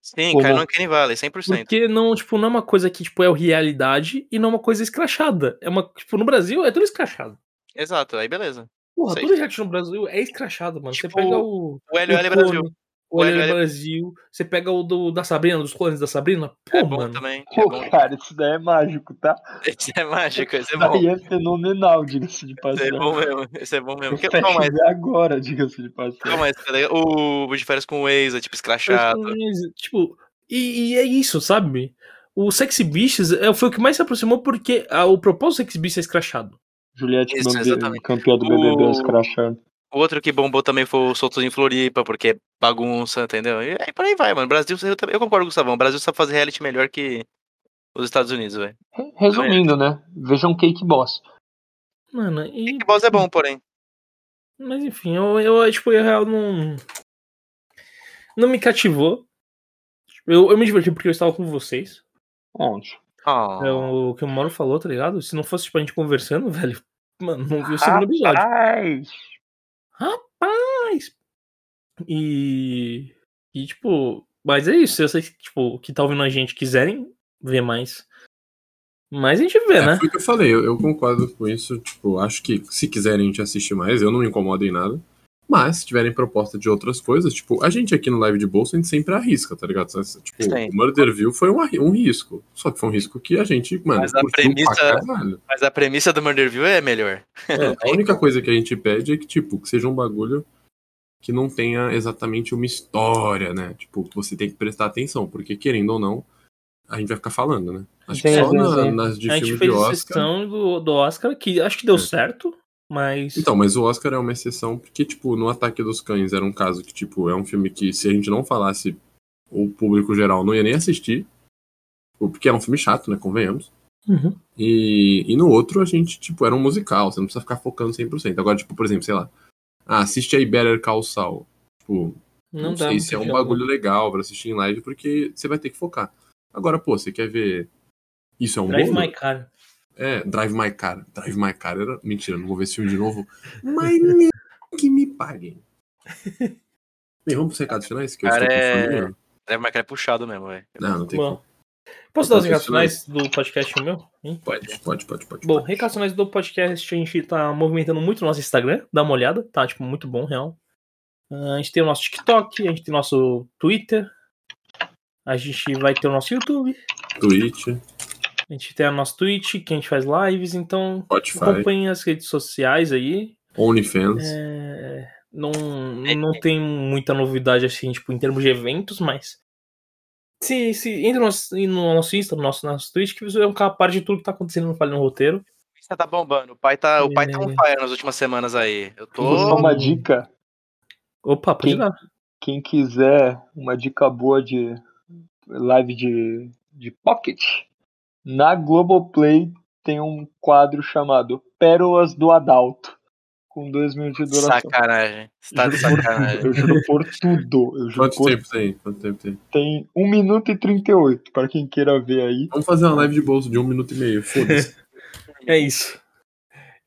S3: Sim,
S5: Como-
S3: cai no Uncanny Valley, 100%.
S2: Porque não, tipo, não é uma coisa que, tipo, é o realidade e não é uma coisa escrachada. É uma, tipo, no Brasil é tudo escrachado.
S3: Exato, aí beleza.
S2: Porra,
S7: Sei.
S2: todo reality no Brasil é escrachado, mano.
S7: Tipo,
S2: você pega o.
S7: O Hélio
S3: é
S7: Hélio
S2: o
S7: Brasil.
S2: Clone, O LL Brasil. Você pega o do, da Sabrina, dos clones da Sabrina. Pô,
S7: É bom
S2: mano.
S7: também. É
S5: Pô,
S7: bom.
S5: cara, isso daí é mágico, tá?
S7: Esse é mágico, esse é
S5: Isso
S7: bom.
S5: daí é fenomenal, diga-se de
S7: Esse é
S2: assim,
S5: passagem.
S7: bom mesmo. Esse é bom mesmo. Que-
S5: Fecha
S7: Não, mas.
S5: agora, diga-se de
S7: Não,
S5: passagem.
S7: mas tá ligado? o o de férias com o ex é tipo
S2: Os
S7: escrachado.
S2: clones, Tipo, e, e é isso, sabe? O Sexy Beasts é, foi o que mais se aproximou porque ah, o propósito do Sexy Beasts é escrachado.
S5: Juliette
S7: Isso,
S5: Bambi-
S7: exatamente.
S5: campeã do
S7: O-
S5: BBB, escrachando.
S7: O outro que bombou também foi o Soltos em Floripa, porque é bagunça, entendeu? E aí por aí vai, mano. Brasil, eu, também- eu concordo com o Savão. O Brasil sabe fazer reality melhor que os Estados Unidos, velho.
S5: Re- Resumindo, né? Vejam Cake Boss.
S2: Mano, e.
S7: Big Boss é bom, porém.
S2: Mas enfim, eu, eu tipo, eu real não. Não me cativou. Tipo, Eu, eu me diverti porque eu estava com vocês.
S5: Onde?
S7: Oh.
S2: É o que o Mauro falou, tá ligado? Se não fosse, tipo, a gente conversando, velho. Mano, não viu o
S7: Ah,
S2: segundo episódio.
S5: Ai,
S2: Rapaz! E. E, tipo. Mas é isso. Eu sei que, tipo, que tá ouvindo a gente quiserem ver mais. Mas a gente vê,
S4: É,
S2: né?
S4: Foi o que eu falei, eu, eu concordo com isso. Tipo, acho que se quiserem a gente assiste mais, eu não me incomodo em nada. Mas se tiverem proposta de outras coisas, tipo, a gente aqui no live de bolsa, a gente sempre arrisca, tá ligado? Tipo,
S7: Sim.
S4: o Murder View foi um, arri- um risco. Só que foi um risco que a gente, mano,
S7: Mas a
S4: curtiu pra
S7: premissa-
S4: caralho.
S7: Mas a premissa do Murder View é melhor.
S4: A única coisa que a gente pede é que, tipo, que seja um bagulho que não tenha exatamente uma história, né? Tipo, que você tem que prestar atenção, porque querendo ou não, a gente vai ficar falando, né? Acho que
S5: Sim,
S4: só
S5: sim,
S4: na-
S5: sim.
S4: nas de
S2: a gente
S4: filme de
S2: fez a
S4: Oscar.
S2: sessão do, do Oscar, que acho que deu
S4: É.
S2: certo, mas.
S4: Então, mas o Oscar é uma exceção, porque, tipo, no Ataque dos Cães era um caso que, tipo, é um filme que se a gente não falasse, o público geral não ia nem assistir. tipo, Porque era um filme chato, né? Convenhamos.
S2: Uhum.
S4: E, e no outro a gente, tipo, era um musical, você não precisa ficar focando 100%. Agora, tipo, por exemplo, sei lá, ah, assiste aí Better Call Saul. Tipo, não,
S2: não dá.
S4: sei
S2: muito né?
S4: se é um
S2: diálogo.
S4: bagulho legal pra assistir em live, porque você vai ter que focar. Agora, pô, você quer ver... Isso é um
S2: Drive
S4: bolo?
S2: My Car.
S4: É, Drive My Car. Drive My Car era. Mentira, não vou ver esse filme de novo. Mas nem que me paguem. Bem, vamos pros recados finais? Que eu
S7: Cara,
S4: estou com
S7: é-
S4: fome, né?
S7: Deve marcar é puxado mesmo, velho.
S4: Não, não tem
S2: Bom.
S4: como.
S2: Posso dar os recados finais do podcast meu? Hein?
S4: Pode, pode, pode, pode.
S2: Bom, recados finais do podcast, a gente tá movimentando muito o nosso Instagram, dá uma olhada, tá, tipo, muito bom, real. Ah, A gente tem o nosso TikTok, a gente tem o nosso Twitter, a gente vai ter o nosso YouTube,
S4: Twitch,
S2: a gente tem o nosso Twitch, que a gente faz lives, então
S4: Spotify,
S2: acompanhe as redes sociais aí.
S4: OnlyFans.
S2: É, não, não tem muita novidade, assim, tipo, em termos de eventos, mas... Se, se entra no nosso, no nosso Insta, no nosso, nosso Twitch, que você vai ficar a par de tudo que tá acontecendo no Falha no Roteiro.
S7: Você tá bombando. O pai tá, o pai tá
S2: É.
S7: on fire nas últimas semanas aí. Eu
S5: Vou só
S7: tô.
S5: é uma dica.
S2: Opa, pode
S5: Quem-
S2: dar.
S5: Quem quiser uma dica boa de live de, de pocket, na Globoplay tem um quadro chamado Pérolas do Adalto, com dois minutos de duração.
S7: Sacanagem. Você tá de sacanagem.
S5: Eu juro por tudo. Eu juro
S4: Quanto
S5: por
S4: tempo tem? Quanto tempo tem?
S5: Tem 1 minuto e 38, para quem queira ver aí.
S4: Vamos fazer uma live de bolso de um minuto e meio. Foda-se.
S2: É isso.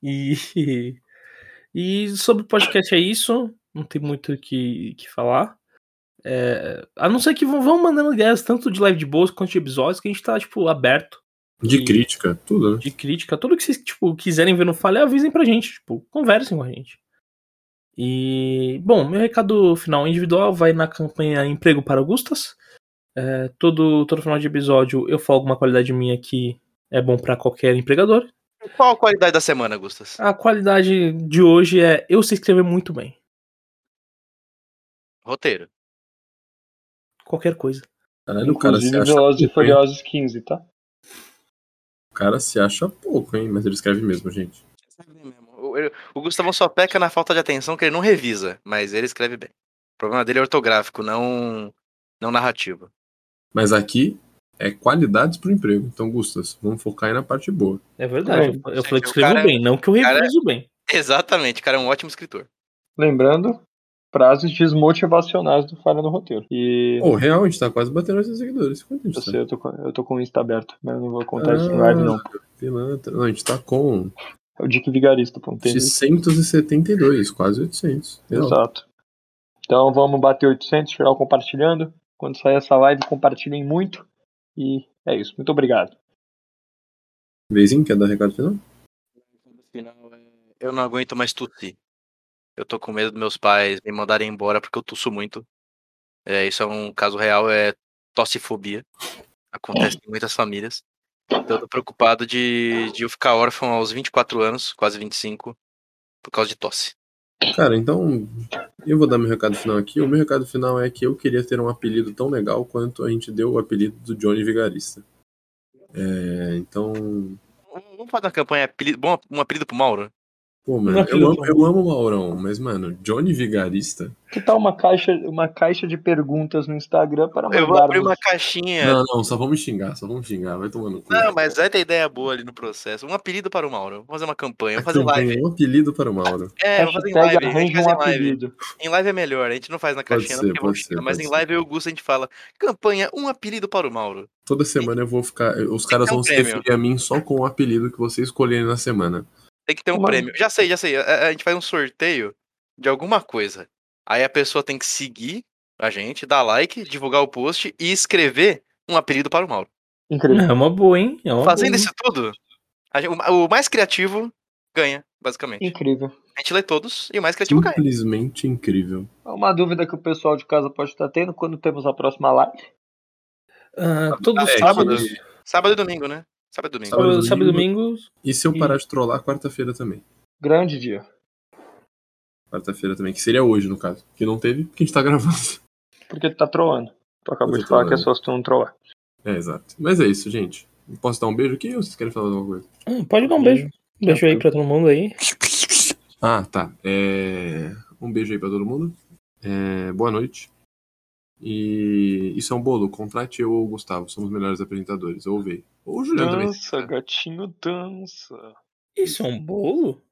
S2: E, e sobre o podcast é isso. Não tem muito o que, que falar. É, a não ser que vão, vão mandando ideias tanto de live de bolsa quanto de episódios que a gente tá, tipo, aberto
S4: De crítica, tudo, né?
S2: de crítica. Tudo que vocês, tipo, quiserem ver no Falha, avisem pra gente. Tipo, conversem com a gente. E, bom, meu recado final individual vai na campanha Emprego para Augustas. É, todo, todo final de episódio eu falo alguma qualidade minha que é bom pra qualquer empregador.
S7: Qual a qualidade da semana, Gustas?
S2: A qualidade de hoje é eu sei escrever muito bem.
S7: Roteiro.
S2: Qualquer coisa.
S4: Caralho, o cara se
S5: Inclusive
S4: acha
S5: Velozes e
S4: pouco, hein?
S5: Furiosos 15, tá?
S4: O cara se acha pouco, hein? Mas ele escreve mesmo, gente.
S7: O, ele- o Gustavão só peca na falta de atenção que ele não revisa, mas ele escreve bem. O problema dele é ortográfico, não, não narrativo.
S4: Mas aqui é qualidades pro emprego. Então, Gustas, vamos focar aí na parte boa.
S2: É verdade.
S5: É,
S2: eu- eu
S7: sei
S2: falei
S7: que
S2: que
S7: o
S2: escrevo
S7: cara-
S2: bem, não que eu
S7: cara-
S2: reviso bem.
S7: Exatamente, o cara é um ótimo escritor.
S5: Lembrando, frases desmotivacionais do Falha no Roteiro. E
S4: Pô, real, a gente tá quase batendo 800 seguidores. Quanto a gente
S5: eu
S4: tá?
S5: sei, eu tô, com- eu tô com o Insta aberto, mas eu não vou contar isso em live,
S4: Ah.
S5: não.
S4: Pilantra. Não, a gente tá com
S5: É o Dick Vigarista, pô, entende?
S4: 672, quase 800. Real.
S5: Exato. Então vamos bater 800, geral compartilhando. Quando sair essa live, compartilhem muito. E é isso. Muito obrigado.
S4: Vezinho, quer dar recado final?
S7: Final, é, Eu não aguento mais tossir.
S3: Eu tô com medo dos meus pais me mandarem embora porque eu tuço muito. É, isso é um caso real, é tossifobia. Acontece em muitas famílias. Então eu tô preocupado de, de eu ficar órfão aos 24 anos, quase 25, por causa de tosse.
S4: Cara, então eu vou dar meu recado final aqui. O meu recado final é que eu queria ter um apelido tão legal quanto a gente deu o apelido do Johnny Vigarista. É, então,
S3: Vamos fazer uma campanha, apelido, bom, um apelido pro Mauro? Um
S4: pô, mano, eu amo, eu amo o Maurão, mas, mano, Johnny Vigarista.
S5: Que tal uma caixa, uma caixa de perguntas no Instagram para
S3: Eu vou abrir
S5: mandarmos?
S3: uma caixinha.
S4: Não, não, só vamos xingar, só vamos xingar, vai tomando cu.
S3: É. Não, mas vai ter ideia boa ali no processo. Um apelido para o Mauro. Vou fazer uma campanha, vou fazer
S4: Campanha,
S3: live.
S4: Um apelido para o Mauro.
S3: É, vou fazer em live.
S5: Hashtag
S3: A gente
S5: arranja
S3: faz
S5: um
S3: em live.
S5: apelido.
S3: Em live é melhor, a gente não faz na
S4: Pode
S3: caixinha,
S4: ser,
S3: não, porque vamos
S4: pode
S3: xingar,
S4: ser,
S3: mas
S4: pode
S3: em
S4: ser.
S3: live eu e o Gusto a gente fala: campanha, um apelido para o Mauro.
S4: Toda semana eu vou ficar. Os caras
S3: ter um
S4: vão se
S3: prêmio.
S4: referir a mim só com o apelido que vocês escolherem na semana.
S3: Tem que ter um
S5: Mano.
S3: prêmio. Já sei, já sei. A, a gente faz um sorteio de alguma coisa. Aí a pessoa tem que seguir a gente, dar like, divulgar o post e escrever um apelido para o Mauro.
S5: Incrível.
S2: É uma boa, hein? É uma
S3: Fazendo
S2: boa.
S3: isso tudo, a gente- o, o mais criativo ganha, basicamente.
S5: Incrível.
S3: A gente lê todos e o mais criativo ganha.
S4: Simplesmente incrível.
S5: É Uma dúvida que o pessoal de casa pode estar tendo quando temos a próxima live.
S2: Ah, todos os
S3: É,
S2: sábados.
S3: Sábado e domingo, né? Sábado e domingo.
S4: Sábado e
S2: Sábado, sábado e domingo.
S4: E se eu
S2: E-
S4: parar de trollar quarta-feira também?
S5: Grande dia.
S4: Quarta-feira também, que seria hoje, no caso. Que não teve, porque a gente tá gravando.
S5: Porque tu tá trollando. Tu acabou
S4: Eu tô
S5: de falar que é
S4: trollando.
S5: só se tu não trollar.
S4: É, exato. Mas é isso, gente. Posso dar um beijo aqui ou vocês querem falar alguma coisa?
S2: Ah, pode dar um beijo. Um beijo aí pra todo mundo aí.
S4: Ah, tá. É, Um beijo aí pra todo mundo. É, Boa noite. E isso é um bolo. Contrate eu ou o Gustavo. Somos os melhores apresentadores. Ou o Vei. Ou o Juliano também.
S5: Dança, gatinho, dança.
S2: Isso é um bolo?